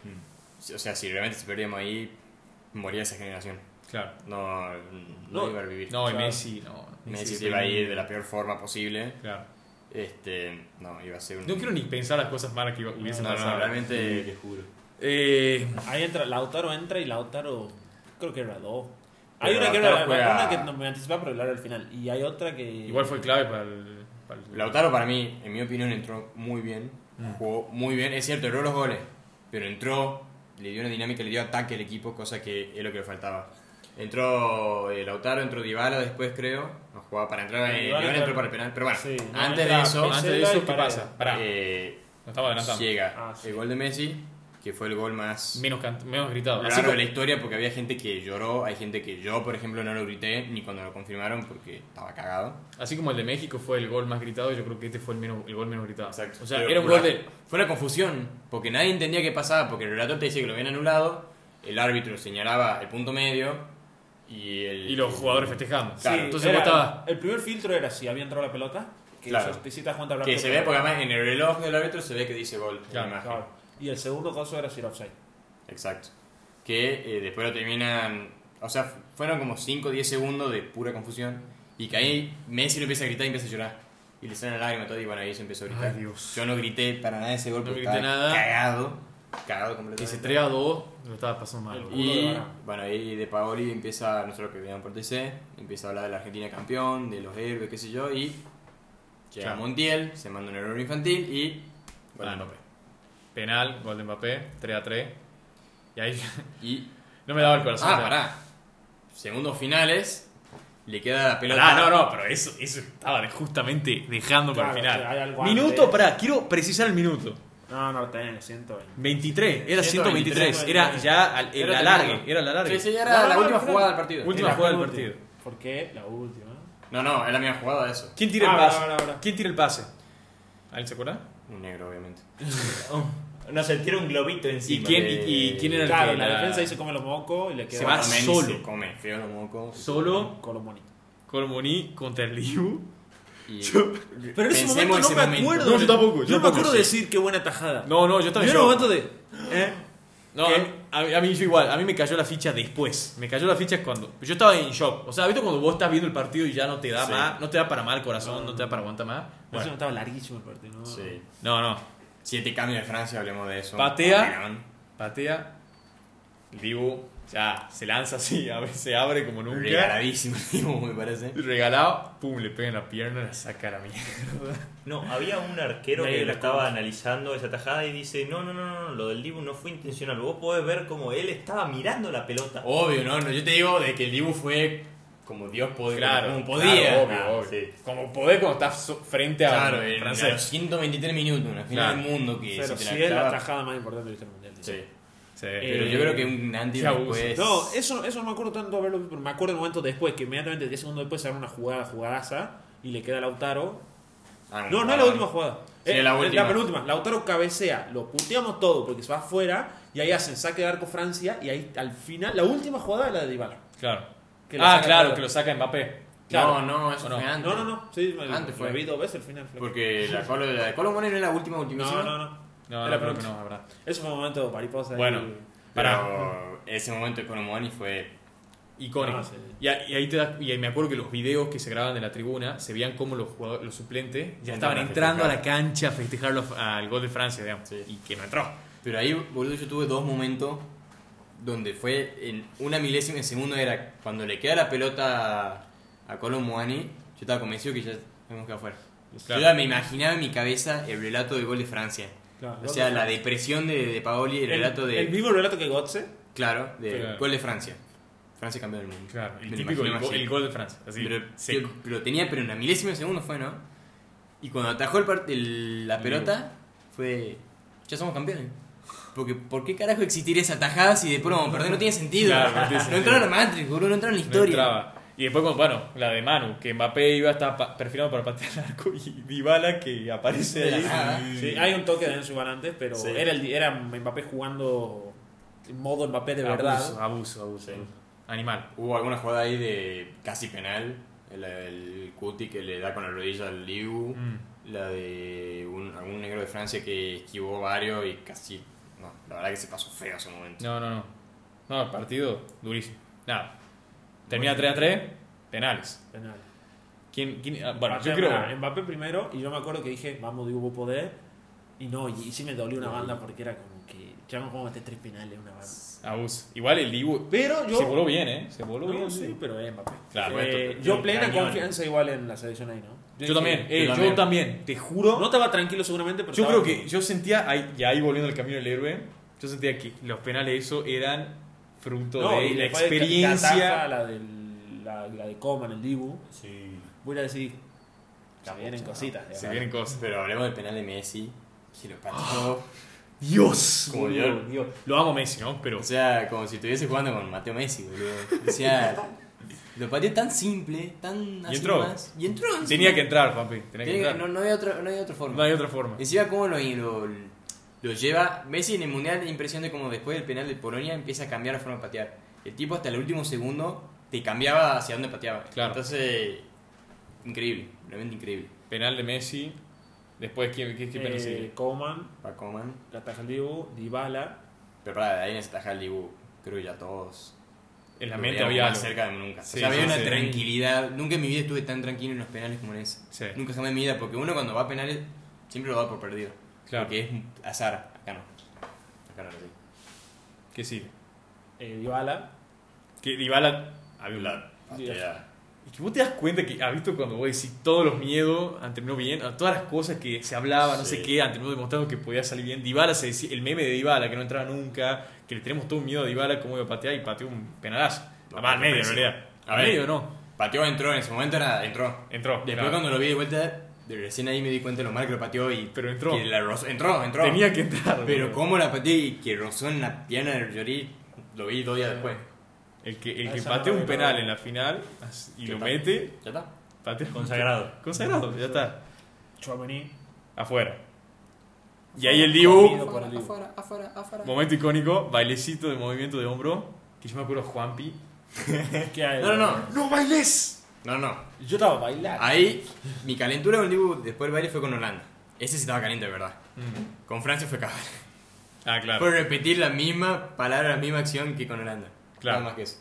[SPEAKER 4] Mm. O sea, si realmente si perdíamos ahí, moría esa generación.
[SPEAKER 1] Claro.
[SPEAKER 4] No, no,
[SPEAKER 3] No,
[SPEAKER 4] iba a vivir.
[SPEAKER 1] No, y
[SPEAKER 3] Claro.
[SPEAKER 1] Messi, no.
[SPEAKER 4] Messi se
[SPEAKER 1] de
[SPEAKER 4] iba a ir
[SPEAKER 1] primer-
[SPEAKER 4] de la peor forma posible.
[SPEAKER 1] Claro.
[SPEAKER 4] Este, no, iba a ser un.
[SPEAKER 1] No quiero ni pensar las cosas malas que iba-
[SPEAKER 4] No,
[SPEAKER 1] hubiesen
[SPEAKER 4] no,
[SPEAKER 1] pasado.
[SPEAKER 4] realmente.
[SPEAKER 2] juro.
[SPEAKER 1] Eh,
[SPEAKER 3] Ahí entra, Lautaro entra y Lautaro creo que era dos.
[SPEAKER 4] Pero
[SPEAKER 3] Hay una que,
[SPEAKER 4] Lautaro
[SPEAKER 3] era,
[SPEAKER 4] juega-
[SPEAKER 3] una que no me anticipaba, pero era al final. Y hay otra que.
[SPEAKER 1] igual fue clave para el. para el-
[SPEAKER 4] Lautaro, para mí, en mi opinión, entró muy bien. Jugó muy bien. Es cierto, erró los goles. Pero entró, le dio una dinámica, le dio ataque al equipo, cosa que es lo que le faltaba. Entró eh, Lautaro, entró Dybala después, creo. No jugaba para entrar.
[SPEAKER 3] Dybala
[SPEAKER 4] eh, Dybala
[SPEAKER 3] entró-
[SPEAKER 4] entró para el penal. Pero bueno,
[SPEAKER 3] Sí, no,
[SPEAKER 4] antes de
[SPEAKER 3] entra-
[SPEAKER 4] eso,
[SPEAKER 1] Antes de
[SPEAKER 3] Zelda y
[SPEAKER 1] eso, ¿qué
[SPEAKER 3] Paredes.
[SPEAKER 1] pasa? Pará.
[SPEAKER 4] eh,
[SPEAKER 1] Nos estamos adelantando.
[SPEAKER 4] llega
[SPEAKER 3] Ah, sí.
[SPEAKER 4] el gol de Messi, que fue el gol más.
[SPEAKER 1] Menos, can- menos gritado. Así
[SPEAKER 4] Raro de
[SPEAKER 1] como-
[SPEAKER 4] la historia porque había gente que lloró, hay gente que yo, por ejemplo, no lo grité ni cuando lo confirmaron porque estaba cagado.
[SPEAKER 1] Así como el de México fue el gol más gritado, yo creo que este fue el, menos, el gol menos gritado.
[SPEAKER 4] Exacto.
[SPEAKER 1] O sea,
[SPEAKER 4] Pero
[SPEAKER 1] era un
[SPEAKER 4] fue
[SPEAKER 1] gol
[SPEAKER 4] una-
[SPEAKER 1] de.
[SPEAKER 4] Fue una confusión, porque nadie entendía qué pasaba, porque el relator te dice que lo habían anulado, el árbitro señalaba el punto medio, Y, el,
[SPEAKER 1] Y los jugadores festejando.
[SPEAKER 4] Claro,
[SPEAKER 1] entonces
[SPEAKER 3] era-
[SPEAKER 1] vos estabas-
[SPEAKER 3] El primer filtro era si había entrado la pelota, que
[SPEAKER 4] Claro.
[SPEAKER 3] sospecita Juan Tablán.
[SPEAKER 4] Que se ve, porque además en el reloj del árbitro se ve que dice gol. en la
[SPEAKER 1] Claro,
[SPEAKER 4] imagen.
[SPEAKER 3] Claro. Y el segundo caso era si era offside.
[SPEAKER 4] Exacto. Que eh, después lo terminan. O sea, fu- fueron como 5 o 10 segundos de pura confusión. Y que ahí Messi lo empieza a gritar y empieza a llorar. Y le salen lágrimas todo. Y bueno, ahí se empezó a gritar.
[SPEAKER 1] Ay, Dios.
[SPEAKER 4] Yo no grité para nada ese golpe.
[SPEAKER 1] No grité
[SPEAKER 4] estaba
[SPEAKER 1] nada.
[SPEAKER 4] Cagado. Cagado
[SPEAKER 1] Que se
[SPEAKER 4] completamente.
[SPEAKER 1] 3 a 2, lo estabas pasando mal.
[SPEAKER 3] El
[SPEAKER 1] boludo.
[SPEAKER 3] culo de
[SPEAKER 4] Y
[SPEAKER 3] Varane.
[SPEAKER 4] bueno, ahí De Paoli empieza, no sé lo que veían por TC, empieza a hablar de la Argentina campeón, de los héroes, qué sé yo. Y llega
[SPEAKER 1] Claro.
[SPEAKER 4] Montiel, se manda un error infantil y. Bueno,
[SPEAKER 1] Ah,
[SPEAKER 4] no.
[SPEAKER 1] Penal, gol de Mbappé, 3 a 3. Y ahí
[SPEAKER 4] Y
[SPEAKER 1] no me daba el corazón.
[SPEAKER 4] Ah,
[SPEAKER 1] ya.
[SPEAKER 4] pará. Segundos finales. Le queda la pelota.
[SPEAKER 1] Pará, no, no, pero eso, eso estaba de- justamente dejando para el
[SPEAKER 3] Claro,
[SPEAKER 1] final.
[SPEAKER 3] que hay algo
[SPEAKER 1] minuto,
[SPEAKER 3] antes.
[SPEAKER 1] pará, quiero precisar el minuto.
[SPEAKER 3] No, no, tenés 120.
[SPEAKER 1] 23, era 123,
[SPEAKER 3] 123,
[SPEAKER 1] era ya al- el
[SPEAKER 4] Era
[SPEAKER 1] alargue,
[SPEAKER 4] terminado.
[SPEAKER 1] era el alargue.
[SPEAKER 4] Sí, sí, era
[SPEAKER 3] No,
[SPEAKER 4] la
[SPEAKER 3] no,
[SPEAKER 4] última
[SPEAKER 3] al final.
[SPEAKER 4] jugada del partido.
[SPEAKER 1] Última
[SPEAKER 3] La
[SPEAKER 1] jugada del
[SPEAKER 3] penúltima.
[SPEAKER 1] partido.
[SPEAKER 3] ¿Por qué la última?
[SPEAKER 4] No, no, es la misma jugada eso.
[SPEAKER 1] ¿Quién tira el
[SPEAKER 3] Ahora,
[SPEAKER 1] pase?
[SPEAKER 3] ahora, ahora.
[SPEAKER 1] ¿Quién tira el pase? ¿Alguien se acuerda?
[SPEAKER 4] Un negro, obviamente.
[SPEAKER 2] No se tira un globito
[SPEAKER 1] ¿Y
[SPEAKER 2] encima.
[SPEAKER 1] quién, y,
[SPEAKER 4] de-
[SPEAKER 1] y quién era el
[SPEAKER 3] Claro,
[SPEAKER 1] que
[SPEAKER 3] la
[SPEAKER 1] la-
[SPEAKER 3] defensa ahí se come los mocos y le queda
[SPEAKER 1] Se va
[SPEAKER 4] Otamendi
[SPEAKER 1] solo.
[SPEAKER 4] se come feo los mocos.
[SPEAKER 1] Solo
[SPEAKER 3] Colomoni.
[SPEAKER 1] Colmoní contra el Liu.
[SPEAKER 4] Y-
[SPEAKER 3] Pero en ese
[SPEAKER 4] Pensemos
[SPEAKER 3] momento
[SPEAKER 4] en
[SPEAKER 3] no
[SPEAKER 4] ese
[SPEAKER 3] me
[SPEAKER 4] momento.
[SPEAKER 3] acuerdo.
[SPEAKER 1] No, yo tampoco, yo
[SPEAKER 3] Yo no me
[SPEAKER 1] tampoco,
[SPEAKER 3] acuerdo
[SPEAKER 1] sí.
[SPEAKER 3] de decir qué buena tajada.
[SPEAKER 1] No, no, yo
[SPEAKER 3] Yo
[SPEAKER 1] estaba
[SPEAKER 3] en
[SPEAKER 1] en
[SPEAKER 3] el
[SPEAKER 1] shock.
[SPEAKER 3] momento de. ¿eh?
[SPEAKER 1] No, a
[SPEAKER 3] ¿Qué?
[SPEAKER 1] mí, a mí- a mí yo igual, a mí me cayó la ficha después. Me cayó la ficha cuando. Yo estaba en shock. O sea, ¿viste cuando vos estás viendo el partido y ya no te da
[SPEAKER 4] Sí.
[SPEAKER 1] más, no te da para más el corazón, no te da para aguantar más?
[SPEAKER 3] Bueno.
[SPEAKER 1] Bueno,
[SPEAKER 3] estaba larguísimo el partido, ¿no?
[SPEAKER 4] Sí.
[SPEAKER 1] no, no.
[SPEAKER 4] Siete cambios de Francia, hablemos de eso.
[SPEAKER 1] Patea.
[SPEAKER 4] Mirón.
[SPEAKER 1] Patea. El Dibu ya se lanza así, a veces se abre como nunca.
[SPEAKER 4] Regaladísimo, tipo, me parece.
[SPEAKER 1] Regalado, pum, le pega en la pierna, la saca a la mierda.
[SPEAKER 2] No, había un arquero
[SPEAKER 3] Nadie
[SPEAKER 2] que
[SPEAKER 3] lo
[SPEAKER 2] lo estaba analizando esa tajada y dice, no, no, no, no, no, lo del Dibu no fue intencional. Vos podés ver ccomo él estaba mirando la pelota.
[SPEAKER 3] Oh,
[SPEAKER 4] Obvio, ¿no? No, Yo te digo de que el Dibu fue como Dios podía.
[SPEAKER 1] Claro,
[SPEAKER 4] como podía.
[SPEAKER 1] claro, obvio,
[SPEAKER 4] Ah,
[SPEAKER 1] obvio.
[SPEAKER 2] sí.
[SPEAKER 1] Como poder cuando estás so- frente a
[SPEAKER 4] Claro,
[SPEAKER 1] un
[SPEAKER 4] en- a los
[SPEAKER 1] francés.
[SPEAKER 4] 123 minutos, una final
[SPEAKER 1] Claro.
[SPEAKER 4] del mundo que
[SPEAKER 3] Pero
[SPEAKER 4] si
[SPEAKER 3] sí,
[SPEAKER 4] te
[SPEAKER 3] es la
[SPEAKER 4] clava-
[SPEAKER 3] tajada más importante de la historia mundial.
[SPEAKER 4] Sí.
[SPEAKER 1] Sí.
[SPEAKER 4] Pero yo creo que un antes y
[SPEAKER 1] Qué
[SPEAKER 4] un
[SPEAKER 1] abuso.
[SPEAKER 4] después.
[SPEAKER 3] No, eh, eso, eso no me acuerdo tanto haberlo visto, pero me acuerdo el momento después, que inmediatamente 10 segundos después se abre una jugada, jugadaza, y le queda a Lautaro.
[SPEAKER 4] Ah,
[SPEAKER 3] No, no es la última jugada.
[SPEAKER 4] Sí,
[SPEAKER 3] Eh,
[SPEAKER 4] la última.
[SPEAKER 3] penúltima. Lautaro cabecea, lo puteamos todo porque se va afuera, y ahí hacen saque de arco Francia, y ahí al final, la última jugada es la de Dybala.
[SPEAKER 1] Claro.
[SPEAKER 3] Que lo
[SPEAKER 1] Ah,
[SPEAKER 3] saca
[SPEAKER 1] claro,
[SPEAKER 3] Mbappé.
[SPEAKER 1] que lo saca Mbappé.
[SPEAKER 3] Claro.
[SPEAKER 4] No, no, eso
[SPEAKER 1] ¿O no?
[SPEAKER 4] fue antes.
[SPEAKER 3] No, no, no, sí, me-
[SPEAKER 4] Antes
[SPEAKER 3] me
[SPEAKER 4] fue.
[SPEAKER 3] vi dos veces el final. flaco.
[SPEAKER 4] Porque la Colo, la de Colo Moreno era la última,
[SPEAKER 3] No,
[SPEAKER 4] ultimísima.
[SPEAKER 3] no, no.
[SPEAKER 1] No,
[SPEAKER 3] Era
[SPEAKER 1] no creo que
[SPEAKER 3] pronto.
[SPEAKER 1] no, la verdad.
[SPEAKER 3] Eso fue un momento pariposa. ahí.
[SPEAKER 1] Bueno, pará.
[SPEAKER 4] Pero ese momento de Colo Moreno fue.
[SPEAKER 1] Icónico.
[SPEAKER 3] Ah, sí.
[SPEAKER 1] y, a- y ahí te das- y ahí me acuerdo que los videos que se graban de la tribuna se veían como los, jugadores- los suplentes ya
[SPEAKER 4] Entraban
[SPEAKER 1] estaban
[SPEAKER 4] a
[SPEAKER 1] entrando a
[SPEAKER 4] festejar.
[SPEAKER 1] la cancha a festejar los- al gol de Francia, digamos.
[SPEAKER 4] Sí.
[SPEAKER 1] Y que no entró.
[SPEAKER 4] Pero ahí, boludo, yo tuve dos momentos donde fue en una milésima de segundo era cuando le queda la pelota a, a Colo Muani, yo estaba convencido que ya hemos quedado fuera.
[SPEAKER 1] Claro.
[SPEAKER 4] Yo ya me imaginaba en mi cabeza el relato del gol de Francia.
[SPEAKER 3] Claro,
[SPEAKER 4] o sea, la depresión de, de Paoli, el, relato de...
[SPEAKER 3] El mismo relato que Gotze.
[SPEAKER 4] Claro, del
[SPEAKER 1] Claro.
[SPEAKER 4] gol de Francia. Francia campeón del mundo.
[SPEAKER 1] Claro, el
[SPEAKER 4] Me lo
[SPEAKER 1] típico el,
[SPEAKER 4] imagino
[SPEAKER 1] go-
[SPEAKER 4] así.
[SPEAKER 1] el gol de Francia. Así,
[SPEAKER 4] pero,
[SPEAKER 1] seco.
[SPEAKER 4] yo- lo tenía, pero en la milésima de segundo fue, ¿no? Y cuando atajó el par- el- la pelota, fue. Ya somos campeones. Porque, ¿por qué carajo existir esa tajada si de pronto perder no tiene sentido?
[SPEAKER 1] Claro, no tiene
[SPEAKER 4] No
[SPEAKER 1] sentido.
[SPEAKER 4] entró en la Matrix, boludo, no entró en la
[SPEAKER 1] No
[SPEAKER 4] historia.
[SPEAKER 1] entraba. Y después, cuando- bueno, la de Manu, que Mbappé iba hasta pa- perfilado para patear el arco y Dybala que aparece
[SPEAKER 4] De la
[SPEAKER 1] ahí.
[SPEAKER 4] nada.
[SPEAKER 3] Sí, hay un toque de Enzo Iván antes, pero
[SPEAKER 4] Sí.
[SPEAKER 3] era, el, era Mbappé jugando en modo Mbappé de verdad.
[SPEAKER 1] Abuso, abuso, abuso. Animal.
[SPEAKER 4] Hubo alguna jugada ahí de casi penal. El, el Cuti que le da con la rodilla al Liu.
[SPEAKER 1] Mm.
[SPEAKER 4] La de un- algún negro de Francia que esquivó varios y casi. No, la verdad que se pasó feo ese momento.
[SPEAKER 1] No, no, no. No, el partido durísimo. Nada. Termina 3 a 3, penales.
[SPEAKER 3] Penal.
[SPEAKER 1] ¿Quién, quién- ah, bueno,
[SPEAKER 3] Mbappé,
[SPEAKER 1] yo creo.
[SPEAKER 3] bueno, Mbappé primero, y yo me acuerdo que dije, vamos, digo, vos podés. Y no, y, y sí me dolió una banda porque era como que ya no puedo meter tres penales una banda.
[SPEAKER 1] Abuso. Igual el Dibu.
[SPEAKER 3] Pero yo.
[SPEAKER 1] Se voló bien, ¿eh? Se voló
[SPEAKER 3] No,
[SPEAKER 1] bien.
[SPEAKER 3] sí, pero es Mbappé.
[SPEAKER 1] Claro,
[SPEAKER 3] Eh,
[SPEAKER 1] esto-
[SPEAKER 3] yo
[SPEAKER 2] un
[SPEAKER 3] plena
[SPEAKER 2] cañón.
[SPEAKER 3] confianza igual en la selección ahí, ¿no?
[SPEAKER 1] Yo también.
[SPEAKER 4] Yo
[SPEAKER 1] eh, yo
[SPEAKER 4] también.
[SPEAKER 1] también. Te juro.
[SPEAKER 3] No estaba tranquilo seguramente, pero.
[SPEAKER 1] Yo
[SPEAKER 3] estaba
[SPEAKER 1] creo que yo sentía, ahí, y ahí volviendo al camino del héroe, yo sentía que los penales eso eran fruto de
[SPEAKER 3] y
[SPEAKER 1] la
[SPEAKER 3] después de Catafa,
[SPEAKER 1] experiencia.
[SPEAKER 3] la, del, la, la de Coman, el Dibu.
[SPEAKER 2] Sí.
[SPEAKER 3] Voy a decir. Se vienen cositas.
[SPEAKER 1] Se vienen cosas. Ah.
[SPEAKER 4] Pero hablemos del penal de Messi. Que lo pateó.
[SPEAKER 1] Dios.
[SPEAKER 4] Como yo-
[SPEAKER 1] Lo amo Messi, ¿no? Pero
[SPEAKER 4] O sea, como si estuviese jugando con Mateo Messi, boludo. O sea, lo pateó tan simple, tan así
[SPEAKER 1] entró.
[SPEAKER 4] más. Y entró. encima.
[SPEAKER 1] tenía que entrar, papi. Tenía que
[SPEAKER 4] Tenía que-
[SPEAKER 1] entrar.
[SPEAKER 4] no, no hay otra, no hay otra
[SPEAKER 1] No
[SPEAKER 4] forma.
[SPEAKER 1] hay otra forma.
[SPEAKER 4] Encima, como lo, lo, lo lleva. Messi en el mundial, la impresión de como después del penal de Polonia empieza a cambiar la forma de patear. El tipo, hasta el último segundo, te cambiaba hacia dónde pateaba.
[SPEAKER 1] Claro.
[SPEAKER 4] Entonces, increíble, realmente increíble.
[SPEAKER 1] Penal de Messi. Después, ¿qué, qué, qué penal sigue?
[SPEAKER 3] Eh, Coman,
[SPEAKER 4] Para Coman.
[SPEAKER 3] Catajaldibu, Dybala.
[SPEAKER 4] Pero para de ahí en esta Hollywood, creo que ya todos.
[SPEAKER 1] En la
[SPEAKER 4] lo
[SPEAKER 1] mente
[SPEAKER 4] veíamos
[SPEAKER 1] había
[SPEAKER 4] más
[SPEAKER 1] algo.
[SPEAKER 4] cerca de nunca.
[SPEAKER 1] Sí,
[SPEAKER 4] o sea, había
[SPEAKER 1] sí,
[SPEAKER 4] una
[SPEAKER 1] sí.
[SPEAKER 4] tranquilidad. Nunca en mi vida estuve tan tranquilo en los penales como en ese.
[SPEAKER 1] Sí.
[SPEAKER 4] Nunca jamás en mi vida, porque uno cuando va a penales siempre lo da por perdido.
[SPEAKER 1] Claro.
[SPEAKER 4] Porque es azar. Acá no. Acá no lo digo.
[SPEAKER 1] ¿Qué sigue?
[SPEAKER 3] Eh, Dybala.
[SPEAKER 1] Que Dybala... Había un-
[SPEAKER 2] La pateada.
[SPEAKER 1] Y que vos te das cuenta que, ¿has visto cuando vos decís todos los miedos han terminado bien? A Todas las cosas que se hablaba, no sé
[SPEAKER 4] Sí.
[SPEAKER 1] qué, han terminado demostrando que podía salir bien. Dybala se decía, el meme de Dybala, que no entraba nunca, que le tenemos todo un miedo a Dybala, cómo iba a patear y pateó un penalazo.
[SPEAKER 4] No,
[SPEAKER 1] Ah, va al medio, en
[SPEAKER 4] pésimo.
[SPEAKER 1] realidad.
[SPEAKER 4] A
[SPEAKER 1] Al
[SPEAKER 4] ver.
[SPEAKER 1] medio no.
[SPEAKER 4] Pateó, entró, en ese momento era, entró.
[SPEAKER 1] Entró.
[SPEAKER 4] Después
[SPEAKER 1] claro.
[SPEAKER 4] cuando lo vi de vuelta, de recién ahí me di cuenta de lo mal que lo pateó y...
[SPEAKER 1] Pero entró.
[SPEAKER 4] que la rozó- Entró, entró.
[SPEAKER 1] Tenía que entrar.
[SPEAKER 4] Pero
[SPEAKER 1] boludo.
[SPEAKER 4] cómo la pateé y que rozó en la pierna del Llorí, lo vi dos días después.
[SPEAKER 1] El que, el
[SPEAKER 3] Ah,
[SPEAKER 1] que
[SPEAKER 3] esa
[SPEAKER 1] patea
[SPEAKER 3] no
[SPEAKER 1] un
[SPEAKER 3] la vi,
[SPEAKER 1] penal
[SPEAKER 3] no.
[SPEAKER 1] en la final as- y
[SPEAKER 4] ¿Qué
[SPEAKER 1] lo
[SPEAKER 4] tal?
[SPEAKER 1] mete,
[SPEAKER 4] Ya está.
[SPEAKER 1] patea.
[SPEAKER 2] Consagrado.
[SPEAKER 1] Consagrado, ya está.
[SPEAKER 3] Chouameni.
[SPEAKER 1] Afuera. Y ahí el Dibu,
[SPEAKER 3] Comido por el Dibu.
[SPEAKER 1] momento icónico, bailecito de movimiento de hombro, que yo me acuerdo Juanpi.
[SPEAKER 3] ¿Qué hay?
[SPEAKER 4] No, no, no.
[SPEAKER 1] ¡No bailes!
[SPEAKER 4] No, no.
[SPEAKER 3] Yo estaba bailando.
[SPEAKER 4] Ahí, mi calentura con Dibu después del baile fue con Holanda. Ese sí estaba caliente, de verdad. Con Francia fue cabal.
[SPEAKER 1] Mm. Ah, claro.
[SPEAKER 4] Fue repetir la misma palabra, la misma acción que con Holanda.
[SPEAKER 1] Claro.
[SPEAKER 4] Nada más que eso.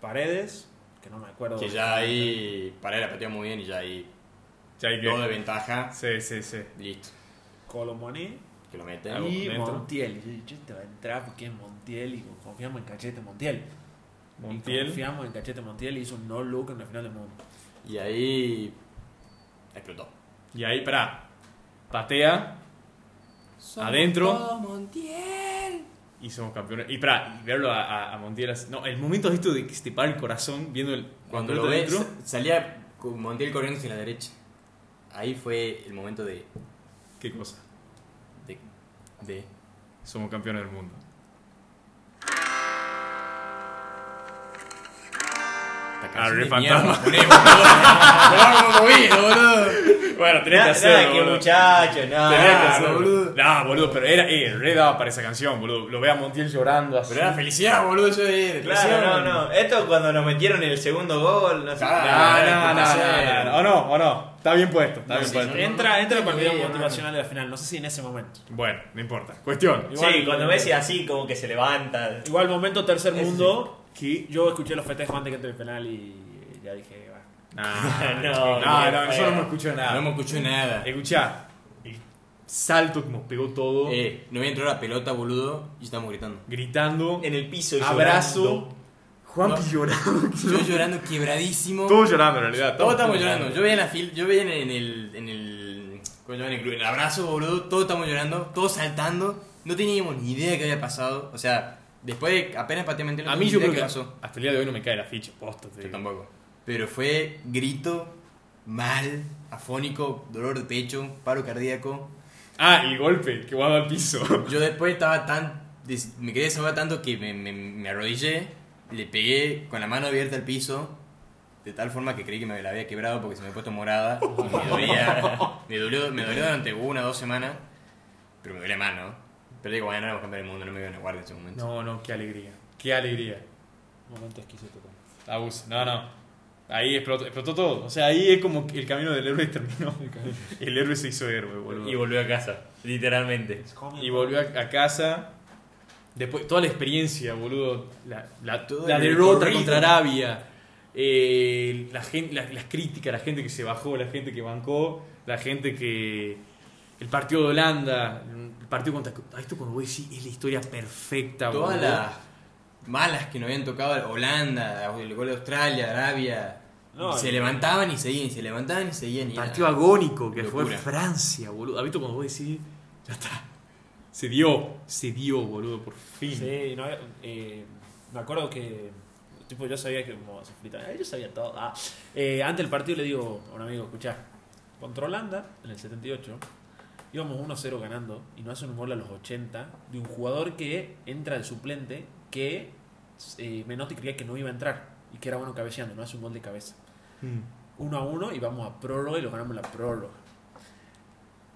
[SPEAKER 3] Paredes, que no me acuerdo.
[SPEAKER 4] Que ya ahí, para él la pateó muy bien y ya ahí,
[SPEAKER 1] Ya hay
[SPEAKER 4] todo de
[SPEAKER 1] que...
[SPEAKER 4] ventaja,
[SPEAKER 1] Sí, sí, sí.
[SPEAKER 4] listo.
[SPEAKER 3] Colomoni
[SPEAKER 4] Que lo meten.
[SPEAKER 1] Algo
[SPEAKER 3] y
[SPEAKER 1] dentro.
[SPEAKER 3] Montiel. Y yo, che, te va a entrar porque es Montiel y confiamos en Cachete Montiel. Y
[SPEAKER 1] Montiel.
[SPEAKER 3] confiamos en Cachete Montiel y hizo un no look en la final del mundo.
[SPEAKER 4] Y ahí, explotó.
[SPEAKER 1] Y ahí, pará. Patea. Adentro. Y somos campeones. Y pará, y verlo a, a- a Montiel así- No, el momento de esto de que se te para el corazón viendo el.
[SPEAKER 4] Cuando
[SPEAKER 1] la
[SPEAKER 4] lo
[SPEAKER 1] pelota
[SPEAKER 4] ves,
[SPEAKER 1] dentro.
[SPEAKER 4] salía con Montiel corriendo hacia la derecha. Ahí fue el momento de...
[SPEAKER 1] ¿Qué cosa?
[SPEAKER 4] de, de
[SPEAKER 1] Somos campeones del mundo.
[SPEAKER 4] esta
[SPEAKER 1] Ah,
[SPEAKER 4] canción
[SPEAKER 1] re
[SPEAKER 4] de
[SPEAKER 1] fantasma.
[SPEAKER 4] mierda, ponemos, boludo. Lo hemos movido, boludo.
[SPEAKER 1] Bueno, tenés que
[SPEAKER 4] Nada,
[SPEAKER 1] hacerlo.
[SPEAKER 4] nada que
[SPEAKER 1] boludo.
[SPEAKER 4] muchacho,
[SPEAKER 1] Tenía
[SPEAKER 4] nada.
[SPEAKER 1] que
[SPEAKER 4] nada,
[SPEAKER 1] hacerlo.
[SPEAKER 4] boludo.
[SPEAKER 1] No, boludo, pero era, eh, re daba para esa canción, boludo. Lo ve a Montiel llorando así.
[SPEAKER 4] Pero era felicidad, boludo, eso es depresión.
[SPEAKER 2] Claro, no, no. Esto cuando nos metieron el segundo gol, no sé.
[SPEAKER 1] No,
[SPEAKER 4] Ah,
[SPEAKER 1] no, no, no, no, no. O no, o no. Está bien puesto, está
[SPEAKER 4] No,
[SPEAKER 1] bien
[SPEAKER 4] sí,
[SPEAKER 1] puesto.
[SPEAKER 4] yo-
[SPEAKER 3] Entra, entra para el video
[SPEAKER 4] Sí,
[SPEAKER 3] motivacional de la final. No sé si en ese momento.
[SPEAKER 1] Bueno, no importa. Cuestión.
[SPEAKER 2] sí, cuando Messi así como que se levanta.
[SPEAKER 3] Igual momento tercer
[SPEAKER 2] Ese
[SPEAKER 3] mundo. Que yo escuché los festejos antes que entre el penal y ya dije, va.
[SPEAKER 1] No,
[SPEAKER 2] No,
[SPEAKER 1] no, no,
[SPEAKER 2] bien,
[SPEAKER 1] yo no me
[SPEAKER 2] feo.
[SPEAKER 1] escucho
[SPEAKER 4] Ah, No
[SPEAKER 1] nada.
[SPEAKER 4] hemos escuchado nada.
[SPEAKER 2] Eh,
[SPEAKER 1] Escuchá. El salto que nos pegó todo.
[SPEAKER 4] Eh, no había entrado la pelota, boludo, y estamos gritando.
[SPEAKER 1] Gritando.
[SPEAKER 2] En el piso
[SPEAKER 1] Abrazo.
[SPEAKER 2] llorando.
[SPEAKER 1] Juan
[SPEAKER 4] No.
[SPEAKER 1] llorando.
[SPEAKER 4] Yo llorando quebradísimo.
[SPEAKER 1] Todos llorando en realidad.
[SPEAKER 4] Todos estamos llorando. Yo veía en la fil, yo veía en el. En el, en el, ¿cómo se llama? en el, club, en el abrazo, boludo. Todos estamos llorando, todos saltando. No teníamos ni idea de qué había pasado. O sea, después de apenas pateé
[SPEAKER 1] A mí yo creo que
[SPEAKER 4] pasó.
[SPEAKER 1] hasta el día de hoy no me cae la ficha. Posta, te
[SPEAKER 4] Yo
[SPEAKER 1] digo.
[SPEAKER 4] tampoco. Pero fue grito, mal, afónico, dolor de pecho, paro cardíaco.
[SPEAKER 1] Ah, el golpe que va al piso.
[SPEAKER 4] Yo después estaba tan. des- Me quedé desahogado tanto que me, me- me arrodillé, le pegué con la mano abierta al piso, de tal forma que creí que me la había quebrado porque se me había puesto morada. y me, dolía, me, dolió, me dolió durante una o dos semanas, pero me duele más, ¿no? Pero digo, bueno, no vamos a cambiar el mundo, no me iban a guardar en ese momento.
[SPEAKER 1] No, no, qué alegría. Qué alegría.
[SPEAKER 3] Momento exquisito. también.
[SPEAKER 1] Abuso. No, no. Ahí explotó, explotó todo. O sea, ahí es como que el camino del héroe terminó. El héroe se hizo héroe, boludo.
[SPEAKER 2] Y volvió a casa, literalmente.
[SPEAKER 1] Y volvió a, a casa. Después, toda la experiencia, boludo. La, la,
[SPEAKER 4] Todo
[SPEAKER 1] la
[SPEAKER 4] el
[SPEAKER 1] derrota
[SPEAKER 4] recorrido.
[SPEAKER 1] contra Arabia. eh, la gen- la- las críticas, la gente que se bajó, la gente que bancó, la gente que. El partido de Holanda, el partido contra. ah, Esto cuando voy a decir es la historia perfecta,
[SPEAKER 4] Todas
[SPEAKER 1] boludo.
[SPEAKER 4] las malas que nos habían tocado, Holanda, el gol de Australia, Arabia,
[SPEAKER 3] No,
[SPEAKER 4] y se
[SPEAKER 3] el-
[SPEAKER 4] levantaban y seguían, y se levantaban y seguían. y era-
[SPEAKER 1] Partido agónico que fue
[SPEAKER 4] Locura.
[SPEAKER 1] Francia, boludo. ¿Has visto cuando vos decís? Ya está. Se dio, se dio, boludo, por fin.
[SPEAKER 3] Sí, no, eh, me acuerdo que. Tipo, yo sabía que como se frita. eh, Yo sabía todo. Ah. Eh, antes del partido le digo a un amigo, escuchá, contra Holanda, en el 78, íbamos 1-0 ganando y nos hacen un gol a los 80 de un jugador que entra de suplente que eh, Menotti creía que no iba a entrar y que era bueno cabeceando, no hace un gol de cabeza.
[SPEAKER 1] Mm.
[SPEAKER 3] 1 a 1 y vamos a prórroga y lo ganamos en la prórroga.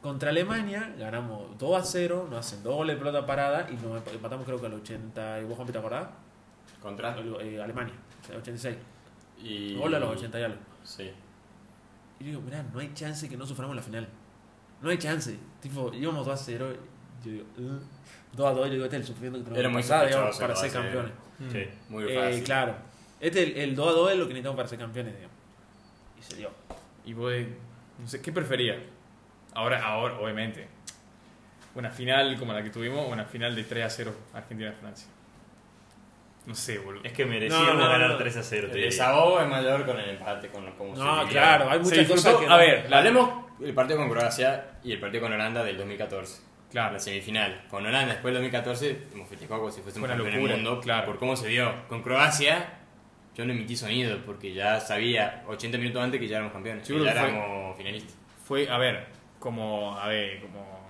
[SPEAKER 3] Contra Alemania ganamos 2 a 0, nos hacen doble pelota parada y nos emp- empatamos creo que al 80. ¿Y vos, Juanpi, te acordás?
[SPEAKER 2] Contra.
[SPEAKER 3] eh, Alemania, o sea, 86.
[SPEAKER 4] Ah. Y...
[SPEAKER 3] Gol a los 80 y algo.
[SPEAKER 4] Sí.
[SPEAKER 3] Y yo digo, mirá, no hay chance que no suframos la final. No hay chance. Tipo, íbamos 2 a 0. Yo digo, "Eh". 2 a 2. Yo digo, este es el sufrimiento que tenemos
[SPEAKER 4] Era
[SPEAKER 3] que
[SPEAKER 4] muy
[SPEAKER 3] pasar,
[SPEAKER 4] sospechoso,
[SPEAKER 3] digamos, para
[SPEAKER 4] ¿no?
[SPEAKER 3] ser
[SPEAKER 4] Sí.
[SPEAKER 3] campeones.
[SPEAKER 4] Mm.
[SPEAKER 2] Sí.
[SPEAKER 4] Muy
[SPEAKER 3] Eh,
[SPEAKER 4] fácil.
[SPEAKER 3] claro. Este, el, el 2 a 2 es lo que necesitamos para ser campeones, digamos. Y se dio.
[SPEAKER 1] Y vos, de- no sé, ¿qué prefería? Ahora, ahora, obviamente. Una final como la que tuvimos o una final de 3 a 0 Argentina-Francia. No sé, boludo.
[SPEAKER 2] Es que merecíamos
[SPEAKER 3] No, no, no,
[SPEAKER 2] ganar
[SPEAKER 3] no.
[SPEAKER 2] 3 a 0. te
[SPEAKER 4] El
[SPEAKER 2] diría.
[SPEAKER 4] desahogo es mayor con el empate, con lo- como se
[SPEAKER 3] No,
[SPEAKER 4] vivía.
[SPEAKER 3] claro, hay
[SPEAKER 1] Se
[SPEAKER 3] muchas cosas
[SPEAKER 1] disfrutó,
[SPEAKER 3] que.
[SPEAKER 1] a ver, la-
[SPEAKER 4] Hablemos el partido con Croacia y el partido con Holanda del 2014.
[SPEAKER 1] Claro,
[SPEAKER 4] La semifinal. Con Holanda después del 2014 hemos festejado como si fuésemos
[SPEAKER 1] Fue una
[SPEAKER 4] campeones
[SPEAKER 1] locura,
[SPEAKER 4] del mundo
[SPEAKER 1] claro.
[SPEAKER 4] por cómo se dio. Con Croacia yo no emití sonido porque ya sabía 80 minutos antes que ya éramos campeones.
[SPEAKER 1] Yo
[SPEAKER 4] que
[SPEAKER 1] creo
[SPEAKER 4] ya
[SPEAKER 1] que fue-
[SPEAKER 4] éramos finalistas.
[SPEAKER 1] fue, a ver, como, a ver, como,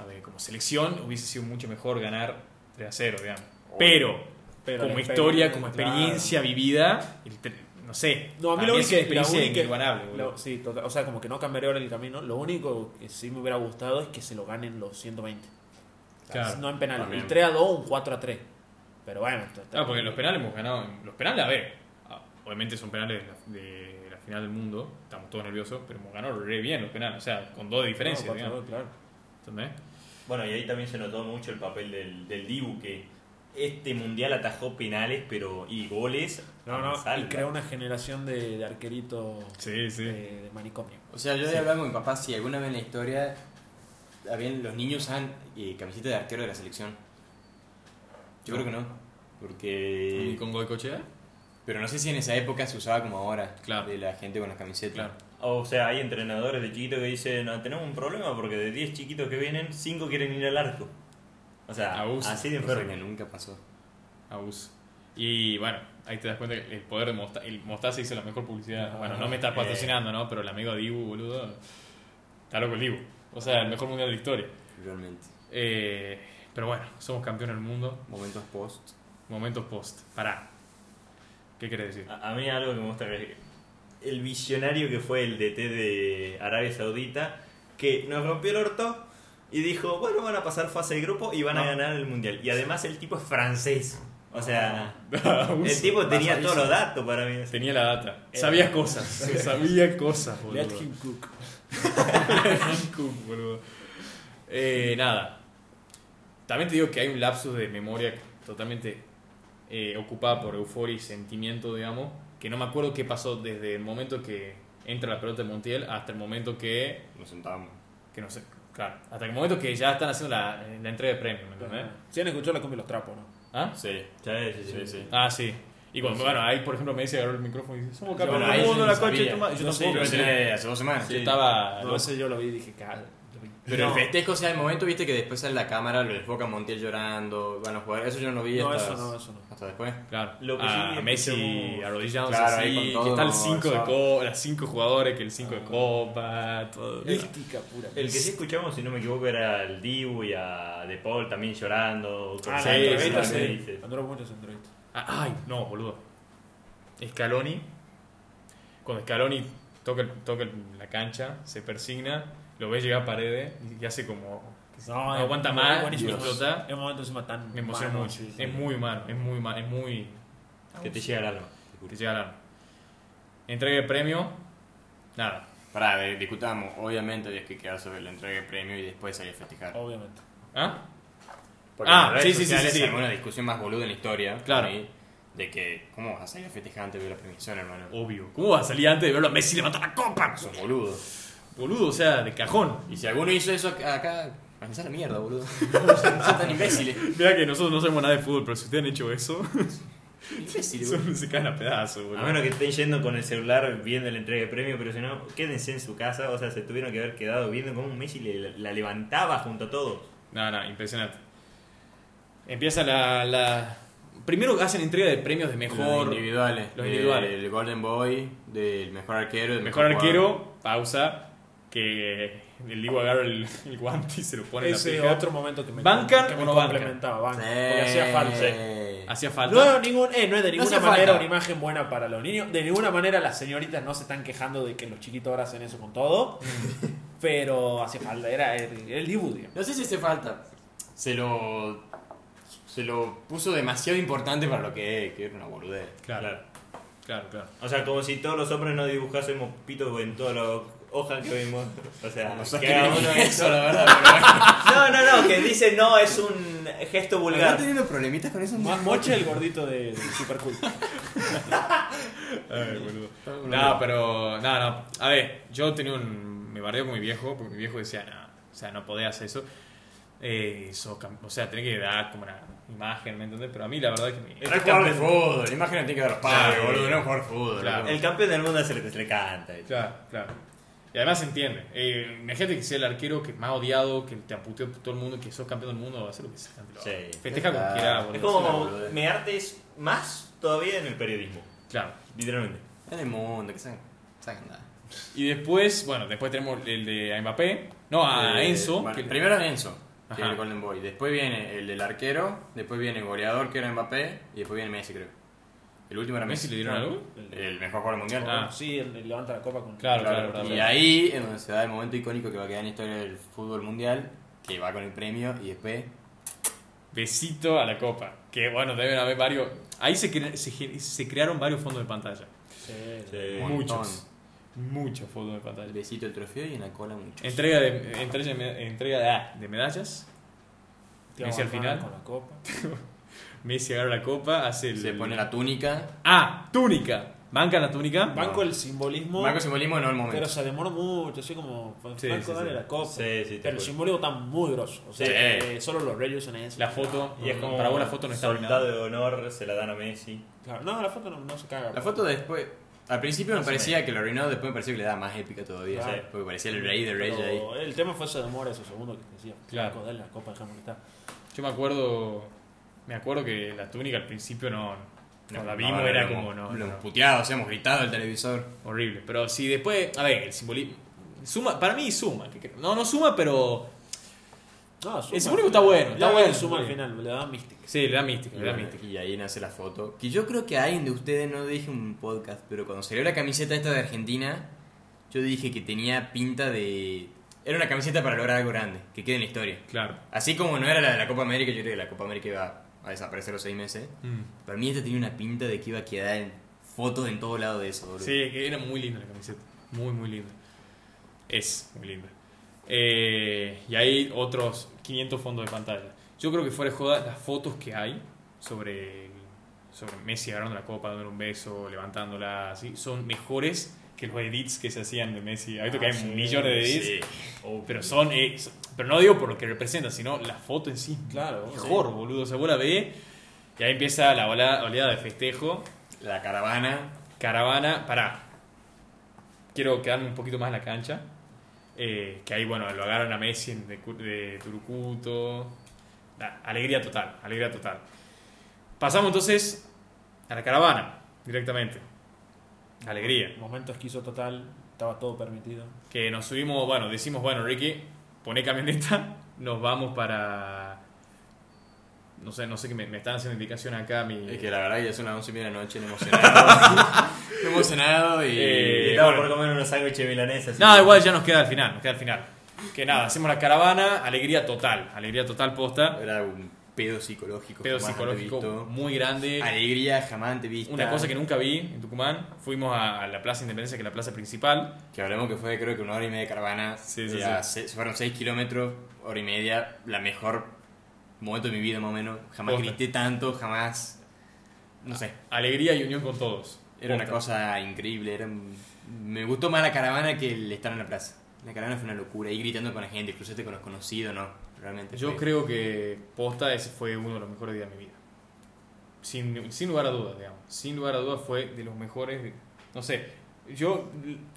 [SPEAKER 1] a ver, como selección hubiese sido mucho mejor ganar 3 a 0, digamos. Pero,
[SPEAKER 3] Pero
[SPEAKER 1] como
[SPEAKER 3] la
[SPEAKER 1] historia,
[SPEAKER 3] experiencia,
[SPEAKER 1] como experiencia vivida, el tre- no sé.
[SPEAKER 3] No, a mí
[SPEAKER 1] para
[SPEAKER 3] lo
[SPEAKER 1] es
[SPEAKER 3] único
[SPEAKER 1] una
[SPEAKER 3] la
[SPEAKER 1] experiencia
[SPEAKER 3] única-
[SPEAKER 1] inigualable, boludo.
[SPEAKER 3] lo- sí, total, o sea, como que no cambiaría ahora el camino. Lo único que sí me hubiera gustado es que se lo ganen los 120.
[SPEAKER 1] Claro.
[SPEAKER 3] No en penales.
[SPEAKER 4] También.
[SPEAKER 3] El 3 a 2, un 4 a 3. Pero bueno.
[SPEAKER 1] Ah, porque los penales hemos ganado. Los penales, a ver. ah, Obviamente son penales de la, de la final del mundo. Estamos todos nerviosos, pero hemos ganado re bien los penales. O sea, con dos de diferencia,
[SPEAKER 3] No, 4 a
[SPEAKER 1] digamos.
[SPEAKER 3] 2, claro.
[SPEAKER 1] ¿Entendés?
[SPEAKER 2] Bueno, y ahí también se notó mucho el papel del, del Dibu, que este mundial atajó penales pero y goles.
[SPEAKER 3] No, no,
[SPEAKER 2] Salva.
[SPEAKER 3] y crea una generación de, de arqueritos
[SPEAKER 1] Ah, Sí, sí.
[SPEAKER 3] de, de manicomio.
[SPEAKER 4] O sea, yo he hablado con mi papá si alguna vez en la historia habían, los niños usan eh, camiseta de arquero de la selección. Yo creo que no. Porque...
[SPEAKER 1] ¿Y con Goicochea?
[SPEAKER 4] Pero no sé si en esa época se usaba como ahora.
[SPEAKER 1] Claro.
[SPEAKER 4] De la gente con las camisetas.
[SPEAKER 1] Claro.
[SPEAKER 2] O sea, hay entrenadores de chiquitos que dicen, "No, tenemos un problema porque de 10 chiquitos que vienen, 5 quieren ir al arco. O sea,
[SPEAKER 1] Abuso.
[SPEAKER 2] así de
[SPEAKER 4] Cosa que
[SPEAKER 2] enfermo.
[SPEAKER 4] nunca pasó.
[SPEAKER 1] Abuso. Y bueno, ahí te das cuenta que el poder de Mostaza. El Mostaza hizo la mejor publicidad. bueno, no me estás
[SPEAKER 2] eh.
[SPEAKER 1] patrocinando, ¿no? Pero el amigo Dibu, boludo. Está loco el Dibu. O sea, el mejor mundial de la historia.
[SPEAKER 4] Realmente.
[SPEAKER 1] Eh, pero bueno, somos campeones del mundo.
[SPEAKER 4] Momentos post.
[SPEAKER 1] Momentos post. Pará. ¿Qué querés decir?
[SPEAKER 2] A, a mí algo que me gusta es el visionario que fue el DT de Arabia Saudita, que nos rompió el orto y dijo, bueno, van a pasar fase de grupo y van a
[SPEAKER 1] No.
[SPEAKER 2] ganar el mundial. Y además el tipo es francés. O sea,
[SPEAKER 1] Ah. Abuso.
[SPEAKER 2] el tipo
[SPEAKER 1] Ah,
[SPEAKER 2] tenía
[SPEAKER 4] Pasadísimo.
[SPEAKER 2] todos los datos para mí.
[SPEAKER 1] Tenía la data. Sabía cosas. Sabía cosas, boludo.
[SPEAKER 3] Let him cook.
[SPEAKER 1] Cook, boludo. Eh, nada. También te digo que hay un lapsus de memoria totalmente eh, ocupada por euforia y sentimiento, digamos. Que no me acuerdo qué pasó desde el momento que entra la pelota de Montiel hasta el momento que.
[SPEAKER 4] Nos sentamos.
[SPEAKER 1] que no sé. Claro. Hasta el momento que ya están haciendo la, la entrega de premios, ¿me entendés?
[SPEAKER 3] Si han escuchado la cumbia de los trapos, ¿no?
[SPEAKER 1] ¿Ah?
[SPEAKER 4] Sí.
[SPEAKER 2] Sí, sí, sí.
[SPEAKER 1] Ah, sí. Y cuando, bueno, ahí por ejemplo Messi agarró el micrófono y dice: Somos campeones
[SPEAKER 4] Bueno, ahí
[SPEAKER 1] del
[SPEAKER 4] yo
[SPEAKER 1] mundo,
[SPEAKER 4] no
[SPEAKER 1] la coche,
[SPEAKER 4] sabía.
[SPEAKER 1] toma. Yo
[SPEAKER 3] No sé,
[SPEAKER 1] tampoco. Ah,
[SPEAKER 4] Yo
[SPEAKER 1] Yo
[SPEAKER 4] lo entré hace dos semanas.
[SPEAKER 1] yo estaba.
[SPEAKER 3] No sé, yo lo vi y dije, "Cara, lo vi".
[SPEAKER 4] Pero
[SPEAKER 2] No.
[SPEAKER 4] el festejo, o sea, el momento, viste que después sale la cámara, lo enfoca a Montiel llorando, van a jugar. Eso yo no lo vi
[SPEAKER 3] No,
[SPEAKER 4] hasta,
[SPEAKER 3] eso no, eso no.
[SPEAKER 4] hasta después.
[SPEAKER 1] Claro.
[SPEAKER 2] Lo que
[SPEAKER 1] a
[SPEAKER 2] sí
[SPEAKER 1] Messi
[SPEAKER 2] escuchamos-
[SPEAKER 1] arrodillándose
[SPEAKER 4] Claro,
[SPEAKER 1] así,
[SPEAKER 4] ahí con todo, Ah.
[SPEAKER 1] que está el
[SPEAKER 4] no,
[SPEAKER 1] 5 de
[SPEAKER 4] eso.
[SPEAKER 1] copa, las 5 jugadores, que el 5 de copa, todo.
[SPEAKER 4] Eh,
[SPEAKER 3] Mística pura.
[SPEAKER 2] El que sí escuchamos, si no me equivoco, era al Dibu y a De Paul también llorando.
[SPEAKER 3] Ah,
[SPEAKER 1] Sí,
[SPEAKER 3] la entrevista,
[SPEAKER 1] sí,
[SPEAKER 3] sí.
[SPEAKER 2] sí.
[SPEAKER 3] Andró muchas entrevistas.
[SPEAKER 1] Ah, Ay, no, boludo. Scaloni. Cuando Scaloni toca, el- toca el- la cancha, se persigna, lo ve llegar a paredes y hace como. No aguanta más,
[SPEAKER 3] buenísimo.
[SPEAKER 1] y explota.
[SPEAKER 3] Es un momento encima tan.
[SPEAKER 1] Me emociona
[SPEAKER 3] humano,
[SPEAKER 1] mucho.
[SPEAKER 3] sí, sí.
[SPEAKER 1] Es muy humano, es muy humano, es muy.
[SPEAKER 2] Que te llega el alma.
[SPEAKER 1] Te llega al alma. Entrega de premio. Nada.
[SPEAKER 4] Pará, eh, discutamos. Obviamente había que quedar sobre la entrega de premio y después salir a festejar.
[SPEAKER 3] Obviamente.
[SPEAKER 1] ¿Ah?
[SPEAKER 4] Porque
[SPEAKER 1] Ah,
[SPEAKER 4] en las redes
[SPEAKER 1] sí, sí, sí,
[SPEAKER 4] sociales
[SPEAKER 1] sí, sí.
[SPEAKER 4] se armó una discusión más boluda en la historia.
[SPEAKER 1] Claro.
[SPEAKER 4] para mí, de que, ¿cómo vas a salir a festejar antes de la premiación, hermano?
[SPEAKER 1] Obvio. ¿Cómo va a salir antes de verlo a Messi levantar la copa?
[SPEAKER 4] Sos boludo.
[SPEAKER 1] Boludo, o sea, de cajón.
[SPEAKER 4] Y si alguno hizo eso acá, acá a la mierda, boludo. Son tan imbéciles.
[SPEAKER 1] Mira que nosotros no sabemos nada de fútbol, pero si ustedes han hecho eso,
[SPEAKER 4] Imbéciles, boludo.
[SPEAKER 1] son- se caen a pedazos,
[SPEAKER 2] A
[SPEAKER 1] boludo.
[SPEAKER 2] menos que estén yendo con el celular viendo la entrega de premio, pero si no, quédense en su casa. O sea, se tuvieron que haber quedado viendo cómo Messi le- la levantaba junto a todos.
[SPEAKER 1] No, no, impresionante. Empieza la, la- Primero hacen entrega de premios de mejor.
[SPEAKER 4] Los individuales.
[SPEAKER 1] Los individuales.
[SPEAKER 4] El Golden Boy, del mejor arquero. Del
[SPEAKER 1] Mejor
[SPEAKER 4] jugador.
[SPEAKER 1] arquero, pausa. Que el Diego agarra el, el guante y se lo pone
[SPEAKER 3] Ese
[SPEAKER 1] en la pija.
[SPEAKER 3] otro momento que me,
[SPEAKER 1] ¿Bancan
[SPEAKER 3] que
[SPEAKER 1] o
[SPEAKER 3] me
[SPEAKER 1] no bancan?
[SPEAKER 3] complementaba. Bancan.
[SPEAKER 4] Sí.
[SPEAKER 3] Porque hacía falta.
[SPEAKER 1] Hacía falta.
[SPEAKER 3] No, ningún, eh, no es de
[SPEAKER 4] No
[SPEAKER 3] ninguna
[SPEAKER 4] hacía
[SPEAKER 3] manera
[SPEAKER 4] falta.
[SPEAKER 3] una imagen buena para los niños. De ninguna manera las señoritas no se están quejando de que los chiquitos ahora hacen eso con todo.
[SPEAKER 1] Mm.
[SPEAKER 3] pero hacía falta, era el, el dibujo, digamos.
[SPEAKER 4] No sé si hace falta. Se lo. se lo puso demasiado importante para lo que es, que era una boludez.
[SPEAKER 1] Claro, claro, claro.
[SPEAKER 2] O sea, como si todos los hombres no dibujásemos pito en todas las hojas que vimos. O sea,
[SPEAKER 4] No
[SPEAKER 2] que haga uno
[SPEAKER 4] eso, la verdad, pero bueno.
[SPEAKER 5] No, no, no, que dice no es un gesto
[SPEAKER 4] ¿Habrá
[SPEAKER 5] vulgar.
[SPEAKER 4] tenido problemitas con eso?
[SPEAKER 3] Más moche el gordito de, de Super Cool.
[SPEAKER 1] Ay, boludo. No, pero. No, no. A ver, yo tenía un. Me bardeo con mi viejo, porque mi viejo decía, no, o sea, no podés hacer eso. Eh, sos cam- o sea, tenés que dar como una imagen, ¿me entendés? Pero a mí la verdad es que. me- Este
[SPEAKER 4] Era jugar de fútbol, la imagen tiene que dar los padres,
[SPEAKER 2] Claro.
[SPEAKER 4] boludo, no jugar fútbol.
[SPEAKER 1] Claro.
[SPEAKER 4] boludo.
[SPEAKER 2] El campeón del mundo se le, se le canta.
[SPEAKER 1] Claro, claro. Y además se entiende. Eh, imagínate que sea el arquero que más odiado, que te aputeó todo el mundo, que sos campeón del mundo, va a hacer lo que sea. campeón.
[SPEAKER 2] Sí.
[SPEAKER 1] Festeja como
[SPEAKER 4] Claro.
[SPEAKER 1] quiera, boludo.
[SPEAKER 2] Es como
[SPEAKER 4] boludez.
[SPEAKER 2] me artes más todavía en el periodismo.
[SPEAKER 1] Claro.
[SPEAKER 2] Literalmente.
[SPEAKER 4] En el mundo, que saben, saben nada.
[SPEAKER 1] Y después, bueno, después tenemos el de a Mbappé. No, a
[SPEAKER 4] Eh,
[SPEAKER 1] Ah, Enzo.
[SPEAKER 4] bueno,
[SPEAKER 1] que-
[SPEAKER 4] primero era Enzo, que era
[SPEAKER 1] Ajá.
[SPEAKER 4] el Golden Boy. Después viene el del arquero, después viene el goleador, que era Mbappé, y después viene Messi, creo. El último era
[SPEAKER 1] ¿Messi
[SPEAKER 4] Messi.
[SPEAKER 1] le dieron algo?
[SPEAKER 4] El mejor jugador mundial.
[SPEAKER 1] Ah.
[SPEAKER 3] Sí, el- el levanta la copa con.
[SPEAKER 1] Claro, claro,
[SPEAKER 4] Y
[SPEAKER 1] claro.
[SPEAKER 4] ahí es donde se da el momento icónico que va a quedar en la historia del fútbol mundial, que va con el premio y después...
[SPEAKER 1] Besito a la copa. Que bueno, deben haber varios. Ahí se, cre- se, ge- se crearon varios fondos de pantalla.
[SPEAKER 3] Sí.
[SPEAKER 2] Sí.
[SPEAKER 4] un Eh, montón.
[SPEAKER 1] Muchos. Muchos fondos de
[SPEAKER 4] El
[SPEAKER 1] pantalla.
[SPEAKER 4] besito, el trofeo y en la cola mucho.
[SPEAKER 1] Entrega de, entrega de, med- entrega de, ah, de medallas.
[SPEAKER 3] Te
[SPEAKER 1] Messi al
[SPEAKER 3] vamos a
[SPEAKER 1] final.
[SPEAKER 3] ganar Con la copa.
[SPEAKER 1] Messi agarra la copa, hace el.
[SPEAKER 4] Se pone la túnica.
[SPEAKER 1] Ah, túnica. Banca la túnica.
[SPEAKER 3] Banco el simbolismo.
[SPEAKER 4] Marco simbolismo no el momento.
[SPEAKER 3] Pero se demora mucho, así como Franco
[SPEAKER 1] Sí, sí,
[SPEAKER 3] dale
[SPEAKER 1] sí.
[SPEAKER 3] la copa.
[SPEAKER 2] Sí, sí, te
[SPEAKER 3] pero
[SPEAKER 2] juro.
[SPEAKER 3] el simbolismo está muy grosso. O sea,
[SPEAKER 4] Sí.
[SPEAKER 3] eh, solo los Reyes usan eso.
[SPEAKER 1] La foto.
[SPEAKER 2] Y es como
[SPEAKER 1] para vos la foto no está
[SPEAKER 2] soldado
[SPEAKER 1] arruinada.
[SPEAKER 2] de honor se la dan a Messi.
[SPEAKER 3] Claro. No, la foto no, no se caga. pues.
[SPEAKER 4] La foto después... Al principio me
[SPEAKER 2] Más o
[SPEAKER 4] parecía que lo arruinó, después me pareció que le daba más épica todavía.
[SPEAKER 3] Claro.
[SPEAKER 4] ¿sabes? Porque parecía el rey de reyes ahí.
[SPEAKER 3] Pero El tema fue ese demora, ese segundo que te decía.
[SPEAKER 1] Claro.
[SPEAKER 3] Franco, dale la copa, dejamos que está.
[SPEAKER 1] Yo me acuerdo. Me acuerdo que la túnica al principio no. Cuando la vimos
[SPEAKER 4] No,
[SPEAKER 1] era
[SPEAKER 4] lo
[SPEAKER 1] como.
[SPEAKER 4] hemos-
[SPEAKER 1] no,
[SPEAKER 4] Lo
[SPEAKER 1] no.
[SPEAKER 4] hemos puteado, o sea, hemos gritado el televisor.
[SPEAKER 1] Horrible. Pero si después. A ver, el simbolismo. Suma, para mí suma. que creo- No, no suma, pero.
[SPEAKER 3] No, suma.
[SPEAKER 1] El simbolismo está bueno, está
[SPEAKER 3] Ya,
[SPEAKER 1] bueno.
[SPEAKER 3] Suma al final, le da mística.
[SPEAKER 1] Sí, le da mística, le da mística.
[SPEAKER 4] Y ahí nace la foto. Que yo creo que a alguien de ustedes, no dije en un podcast, pero cuando salió la camiseta esta de Argentina, yo dije que tenía pinta de... Era una camiseta para lograr algo grande, que quede en la historia.
[SPEAKER 1] Claro.
[SPEAKER 4] Así como no era la de la Copa América, yo creo que la Copa América iba a desaparecer a los seis meses.
[SPEAKER 1] Mm.
[SPEAKER 4] Para mí esta tenía una pinta de que iba a quedar en fotos en todo lado de eso, boludo.
[SPEAKER 1] Sí, que era muy linda la camiseta. Muy, muy linda. Es muy linda. Eh, y hay otros 500 fondos de pantalla. Yo creo que fuera de joda las fotos que hay sobre, sobre Messi agarrando la copa, dándole un beso, levantándola, así, son mejores que los edits que se hacían de Messi. Ahorita que hay millones de edits.
[SPEAKER 4] Sí.
[SPEAKER 2] Uh.
[SPEAKER 1] Pero son, eh, son- pero no digo por lo que representa, sino la foto en sí.
[SPEAKER 3] Claro,
[SPEAKER 1] Mejor, boludo. O sea, vos la ves y ahí empieza la ola- oleada de festejo.
[SPEAKER 4] La caravana.
[SPEAKER 1] Caravana, pará. Quiero quedarme un poquito más en la cancha. Eh, que ahí, bueno, lo agarran a Messi en- de, Cu- de Turucuto. Da, alegría total, alegría total. Pasamos entonces a la caravana, directamente. Alegría.
[SPEAKER 3] Momento esquizo total, estaba todo permitido.
[SPEAKER 1] Que nos subimos, bueno, decimos, bueno, Ricky, poné camioneta, nos vamos para... No sé, no sé qué me, me están haciendo indicación acá mi...
[SPEAKER 4] Es que la verdad que ya son las once y media de la noche, no hemos cenado. no hemos cenado y...
[SPEAKER 1] Eh,
[SPEAKER 2] Y estaba
[SPEAKER 1] bueno.
[SPEAKER 2] por comer unos sándwiches milaneses.
[SPEAKER 1] No, igual ya nos queda al final, nos queda al final. Que nada, hacemos la caravana, alegría total, alegría total posta,
[SPEAKER 4] Era un pedo psicológico.
[SPEAKER 1] pedo
[SPEAKER 4] jamás
[SPEAKER 1] psicológico
[SPEAKER 4] antes visto.
[SPEAKER 1] muy grande.
[SPEAKER 4] Alegría jamás antes vista.
[SPEAKER 1] Una cosa que nunca vi en Tucumán, fuimos a, a la Plaza Independencia, que es la plaza principal.
[SPEAKER 4] Que hablamos que fue creo que una hora y media de caravana.
[SPEAKER 1] Sí, sí,
[SPEAKER 4] Era
[SPEAKER 1] sí.
[SPEAKER 4] se- fueron 6 kilómetros, hora y media. La mejor momento de mi vida más o menos. Jamás
[SPEAKER 1] Posta.
[SPEAKER 4] grité tanto, jamás... No sé.
[SPEAKER 1] Alegría y unión con todos.
[SPEAKER 4] Era una
[SPEAKER 1] Posta.
[SPEAKER 4] cosa increíble. Era... un- Me gustó más la caravana que el estar en la plaza. La caravana fue una locura. Ir gritando con la gente, cruzaste con los conocidos, no. Realmente.
[SPEAKER 1] Yo
[SPEAKER 4] fue-
[SPEAKER 1] creo que posta ese fue uno de los mejores días de mi vida. Sin, sin lugar a dudas, digamos. Sin lugar a dudas fue de los mejores. de- No sé. Yo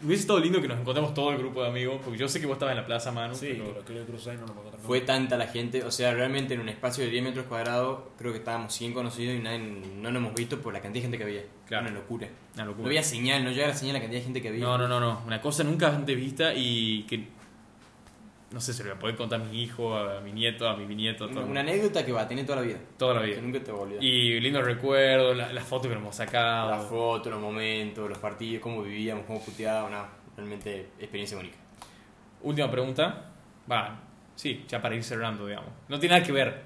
[SPEAKER 1] hubiese estado lindo que nos encontramos todo el grupo de amigos, porque yo sé que vos estabas en la plaza, Manu.
[SPEAKER 3] Sí,
[SPEAKER 1] Ah, pero-
[SPEAKER 3] que lo quería cruzar y no lo puedo encontrar.
[SPEAKER 4] Fue tanta la gente, o sea, realmente en un espacio de 10 metros cuadrados, creo que estábamos 100 conocidos y nadie, no nos hemos visto por la cantidad de gente que había.
[SPEAKER 1] Claro.
[SPEAKER 4] Una locura.
[SPEAKER 1] Una locura.
[SPEAKER 4] No había señal, no llegaba la señal la cantidad de gente que había.
[SPEAKER 1] No, no, no, no. Una cosa nunca antes vista y que. No sé, se lo voy a poder contar a mi hijo, a mi nieto, a mi bisnieto, a todo.
[SPEAKER 4] Una, una anécdota que va a tener toda la vida.
[SPEAKER 1] Toda la
[SPEAKER 4] Que
[SPEAKER 1] vida.
[SPEAKER 4] nunca te va a olvidar.
[SPEAKER 1] Y lindos recuerdos, la- las fotos que nos hemos sacado.
[SPEAKER 4] Las fotos, los momentos, los partidos, cómo vivíamos, cómo puteábamos, no, realmente experiencia única.
[SPEAKER 1] Última pregunta. Va, sí, ya para ir cerrando, digamos. No tiene nada que ver,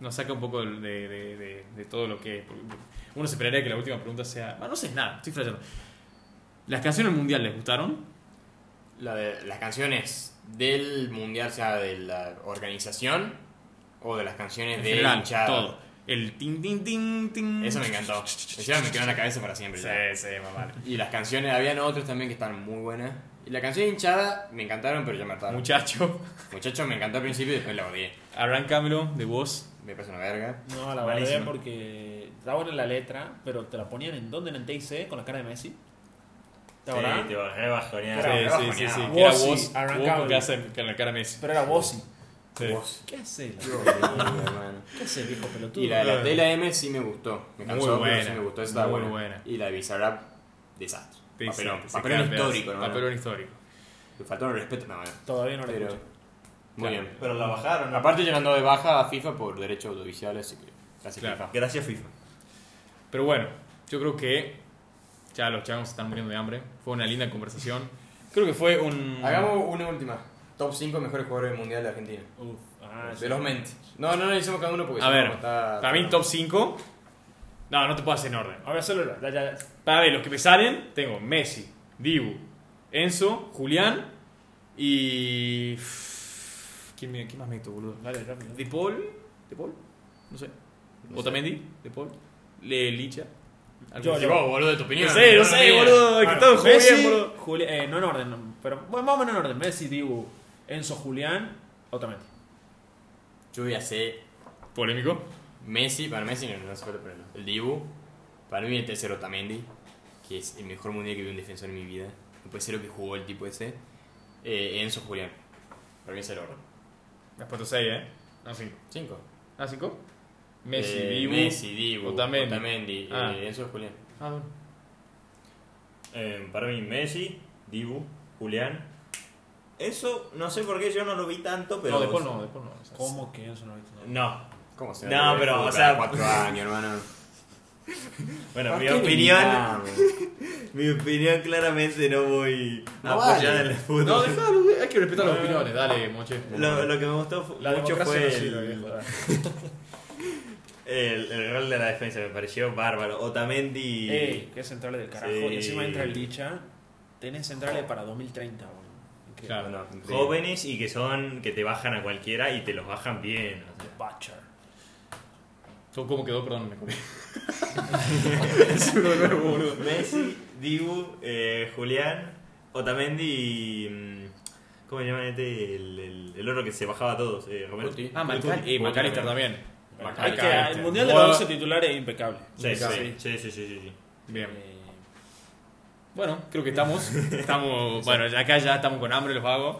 [SPEAKER 1] nos saca un poco de, de- de- de- de todo lo que es. Uno se esperaría que la última pregunta sea. Bueno, no sé nada, estoy flasheando. ¿Las canciones del mundial les gustaron?
[SPEAKER 4] La de- las canciones del mundial, o sea, de la organización o de las canciones
[SPEAKER 1] En
[SPEAKER 4] de
[SPEAKER 1] general,
[SPEAKER 4] hinchada.
[SPEAKER 1] todo. El tin, tin, tin, tin.
[SPEAKER 4] Eso me encantó. Encima me quedó en la cabeza para siempre.
[SPEAKER 1] Sí,
[SPEAKER 4] ya.
[SPEAKER 1] sí, mamá.
[SPEAKER 4] Y las canciones, habían otras también que estaban muy buenas. Y la canción de hinchada me encantaron, pero ya me hartaron.
[SPEAKER 1] Muchacho,
[SPEAKER 4] Muchachos me encantó al principio y después la odié.
[SPEAKER 1] arrancámelo de vos.
[SPEAKER 4] Me parece una verga.
[SPEAKER 3] No, la
[SPEAKER 1] Malísima.
[SPEAKER 3] verdad porque estaba buena la letra, pero te la ponían en donde en el TIC con la cara de Messi. ¿Te acordás?
[SPEAKER 2] Sí, te vas a bajonear.
[SPEAKER 1] Sí,
[SPEAKER 4] Claro,
[SPEAKER 1] sí, sí, sí.
[SPEAKER 4] bajoneado.
[SPEAKER 1] Que era
[SPEAKER 3] Vos
[SPEAKER 1] vos,
[SPEAKER 3] sí,
[SPEAKER 1] vos
[SPEAKER 3] arrancámelo.
[SPEAKER 1] con casa con la cara de Messi.
[SPEAKER 3] Pero era Bossi.
[SPEAKER 1] Sí.
[SPEAKER 3] ¿Qué hace? la-
[SPEAKER 4] Dios mío, hermano.
[SPEAKER 3] ¿Qué hace, viejo pelotudo?
[SPEAKER 4] Y la de la tela M sí me gustó. Me
[SPEAKER 1] Muy
[SPEAKER 4] cansó, pero sí
[SPEAKER 1] buena,
[SPEAKER 4] me gustó. Esa estaba
[SPEAKER 1] muy
[SPEAKER 4] buena.
[SPEAKER 1] buena.
[SPEAKER 4] Y la de Bizarrap, desastre.
[SPEAKER 1] Te dice-
[SPEAKER 4] papelón.
[SPEAKER 1] te saca
[SPEAKER 4] Papelón
[SPEAKER 1] el pedazo.
[SPEAKER 4] histórico, ¿no?
[SPEAKER 1] Papelón histórico.
[SPEAKER 4] Le faltaron el respeto, no, no.
[SPEAKER 3] Todavía no la
[SPEAKER 4] Pero.
[SPEAKER 3] escucho.
[SPEAKER 4] Muy
[SPEAKER 1] Claro.
[SPEAKER 4] bien.
[SPEAKER 2] Pero la bajaron. ¿no?
[SPEAKER 4] Aparte, yo ando de baja a FIFA por derechos audiovisuales, así que. Gracias,
[SPEAKER 1] Claro.
[SPEAKER 4] FIFA.
[SPEAKER 2] Gracias FIFA.
[SPEAKER 1] Pero bueno, yo creo que ya los chavos se están muriendo de hambre. Fue una linda conversación. Creo que fue un.
[SPEAKER 4] Mm. Hagamos una última. Top 5 mejores jugadores del mundial de Argentina.
[SPEAKER 3] Uf, ah, sí.
[SPEAKER 4] Velozmente. No, no, no, hicimos cada uno porque.
[SPEAKER 1] A
[SPEAKER 4] si no,
[SPEAKER 1] ver,
[SPEAKER 4] está-
[SPEAKER 1] para mí top 5. No, no te puedo hacer en orden.
[SPEAKER 3] Ahora solo la. ya, ya, ya.
[SPEAKER 1] Para ver, los que me salen, tengo Messi, Dibu, Enzo, Julián y. ¿Quién, me- quién más meto, boludo?
[SPEAKER 3] Dale, rápido.
[SPEAKER 1] ¿De Paul? ¿De Paul? No sé. ¿Otamendi? ¿De Paul? ¿Le Licha?
[SPEAKER 3] Yo,
[SPEAKER 1] ¿Algo?
[SPEAKER 3] yo.
[SPEAKER 4] Vos, boludo, de tu opinión.
[SPEAKER 1] No sé, no sé,
[SPEAKER 4] mía.
[SPEAKER 1] boludo. Es que
[SPEAKER 3] Bueno,
[SPEAKER 1] todo jugó
[SPEAKER 3] Messi,
[SPEAKER 1] bien, boludo.
[SPEAKER 3] Juli- eh, no en orden, no, pero bueno, más o menos en orden. Messi, Dibu, Enzo, Julián, Otamendi.
[SPEAKER 4] Yo ya sé.
[SPEAKER 1] Polémico.
[SPEAKER 4] Messi, para Messi no, no se puede ponerlo. El Dibu. Para mí, el tercero Otamendi. Que es el mejor mundial que vi un defensor en mi vida. No puede ser lo que jugó el tipo ese. Eh, Enzo Julián. Para mí es el orden.
[SPEAKER 1] Me has puesto 6, ¿eh? No, 5.
[SPEAKER 4] 5.
[SPEAKER 1] ¿Ah, 5? Messi,
[SPEAKER 4] Eh,
[SPEAKER 1] Dibu.
[SPEAKER 4] Messi, Dibu,
[SPEAKER 1] Otamendi.
[SPEAKER 4] Otamendi,
[SPEAKER 1] Ah.
[SPEAKER 4] eh, Enzo Julián.
[SPEAKER 1] Ah, bueno.
[SPEAKER 2] Eh, para mí, Messi, Dibu, Julián. Eso, no sé por qué yo no lo vi tanto, pero.
[SPEAKER 1] no, de Paul no, de Paul no. O sea,
[SPEAKER 3] ¿Cómo que Enzo no ha visto nada?
[SPEAKER 2] No.
[SPEAKER 4] ¿Cómo se
[SPEAKER 2] No, pero, o sea-
[SPEAKER 4] 4 años, hermano.
[SPEAKER 2] Bueno, mi
[SPEAKER 4] ¿Qué
[SPEAKER 1] Ah.
[SPEAKER 2] opinión.
[SPEAKER 4] limitamos?
[SPEAKER 2] Mi opinión claramente no voy a
[SPEAKER 4] No
[SPEAKER 2] apoyar
[SPEAKER 4] vale.
[SPEAKER 2] el
[SPEAKER 1] No,
[SPEAKER 2] fútbol.
[SPEAKER 1] dejalo, güey, hay que respetar las opiniones. Dale, moche.
[SPEAKER 2] lo, lo que me gustó fu-
[SPEAKER 3] La
[SPEAKER 2] mucho
[SPEAKER 3] democracia
[SPEAKER 2] fue
[SPEAKER 3] no
[SPEAKER 2] el,
[SPEAKER 3] sirve, viejo.
[SPEAKER 2] el, el gol de la defensa, me pareció bárbaro. Otamendi.
[SPEAKER 3] Ey, qué centrales del carajo.
[SPEAKER 2] Sí.
[SPEAKER 3] Y encima entra el Licha. Tenés centrales para 2030, boludo. Increíble.
[SPEAKER 1] Claro.
[SPEAKER 4] No, sí.
[SPEAKER 2] Jóvenes y que son que te bajan a cualquiera y te los bajan bien. o sea.
[SPEAKER 3] Butcher.
[SPEAKER 1] ¿Tú cómo quedó? Perdón, me comí.
[SPEAKER 2] Messi, Dibu, eh, Julián, Otamendi y. mm, ¿Cómo se llama este? El, el, el otro que se bajaba a todos. Eh, Romero.
[SPEAKER 4] Guti.
[SPEAKER 1] Ah, Macal eh, Macalister también. este.
[SPEAKER 3] Hay que-
[SPEAKER 1] Macalister.
[SPEAKER 3] el mundial de la 12 titular es impecable.
[SPEAKER 2] Sí, sí,
[SPEAKER 1] Sí.
[SPEAKER 2] sí, sí, sí, sí, sí.
[SPEAKER 1] Bien.
[SPEAKER 3] Eh,
[SPEAKER 1] Bueno, creo que estamos. estamos bueno, ya acá ya estamos con hambre, los vagos.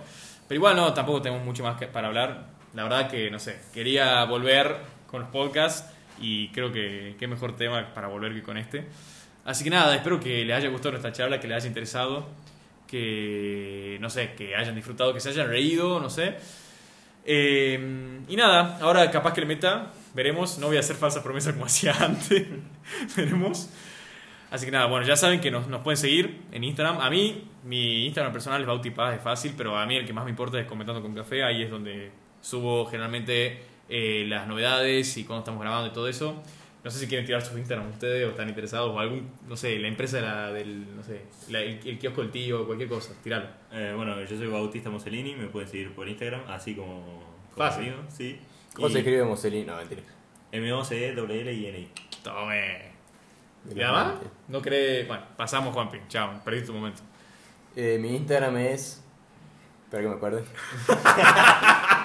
[SPEAKER 1] Pero igual no, tampoco tenemos mucho más que- para hablar. La verdad que, no sé, quería volver con los podcasts y creo que qué mejor tema para volver que con este. Así que nada, espero que les haya gustado nuestra charla, que les haya interesado, que, no sé, que hayan disfrutado, que se hayan reído, no sé. Eh, y nada, ahora capaz que le meta, veremos, no voy a hacer falsas promesas como hacía antes, veremos. Así que nada, bueno, ya saben que nos, nos pueden seguir en Instagram. A mí, mi Instagram personal es Bauti Paz, es fácil, pero a mí el que más me importa es Comentando con Café, ahí es donde subo generalmente eh, las novedades y cuando estamos grabando y todo eso. No sé si quieren tirar sus Instagram ustedes o están interesados o algún, no sé, la empresa de la- del, no sé, la- el, el kiosco del tío, cualquier cosa, tiralo.
[SPEAKER 2] Eh, bueno, yo soy Bautista Mussolini, me pueden seguir por Instagram, así como. como
[SPEAKER 1] Fácil.
[SPEAKER 2] digo, sí.
[SPEAKER 4] ¿Cómo se escribe Mussolini? No, mentira.
[SPEAKER 2] m o c e w l i n i
[SPEAKER 1] Tome. ¿Ya va? No cree. Bueno, pasamos, Juanpi. Chao, perdí tu momento.
[SPEAKER 4] Eh, mi Instagram es. Espera que me acuerde.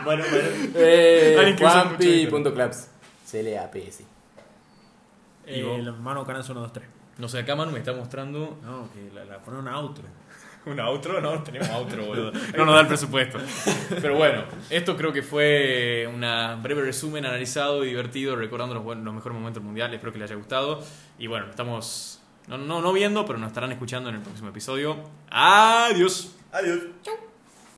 [SPEAKER 2] Bueno, bueno.
[SPEAKER 4] Eh,
[SPEAKER 1] Alguien que usa mucho
[SPEAKER 4] Juanpi.claps. C-L-A-P-S.
[SPEAKER 1] Y
[SPEAKER 3] eh,
[SPEAKER 1] vos.
[SPEAKER 3] el hermano Canal 123.
[SPEAKER 1] No sé, acá Manu me está mostrando.
[SPEAKER 3] No, que la, la ponen una outro.
[SPEAKER 1] ¿Un outro? No, tenemos outro, boludo. No nos da el presupuesto. Pero bueno, esto creo que fue un breve resumen analizado y divertido, recordando los, buen- los mejores momentos del mundial. Espero que les haya gustado. Y bueno, estamos. No, no, no viendo, pero nos estarán escuchando en el próximo episodio. Adiós.
[SPEAKER 2] Adiós.
[SPEAKER 1] Chau.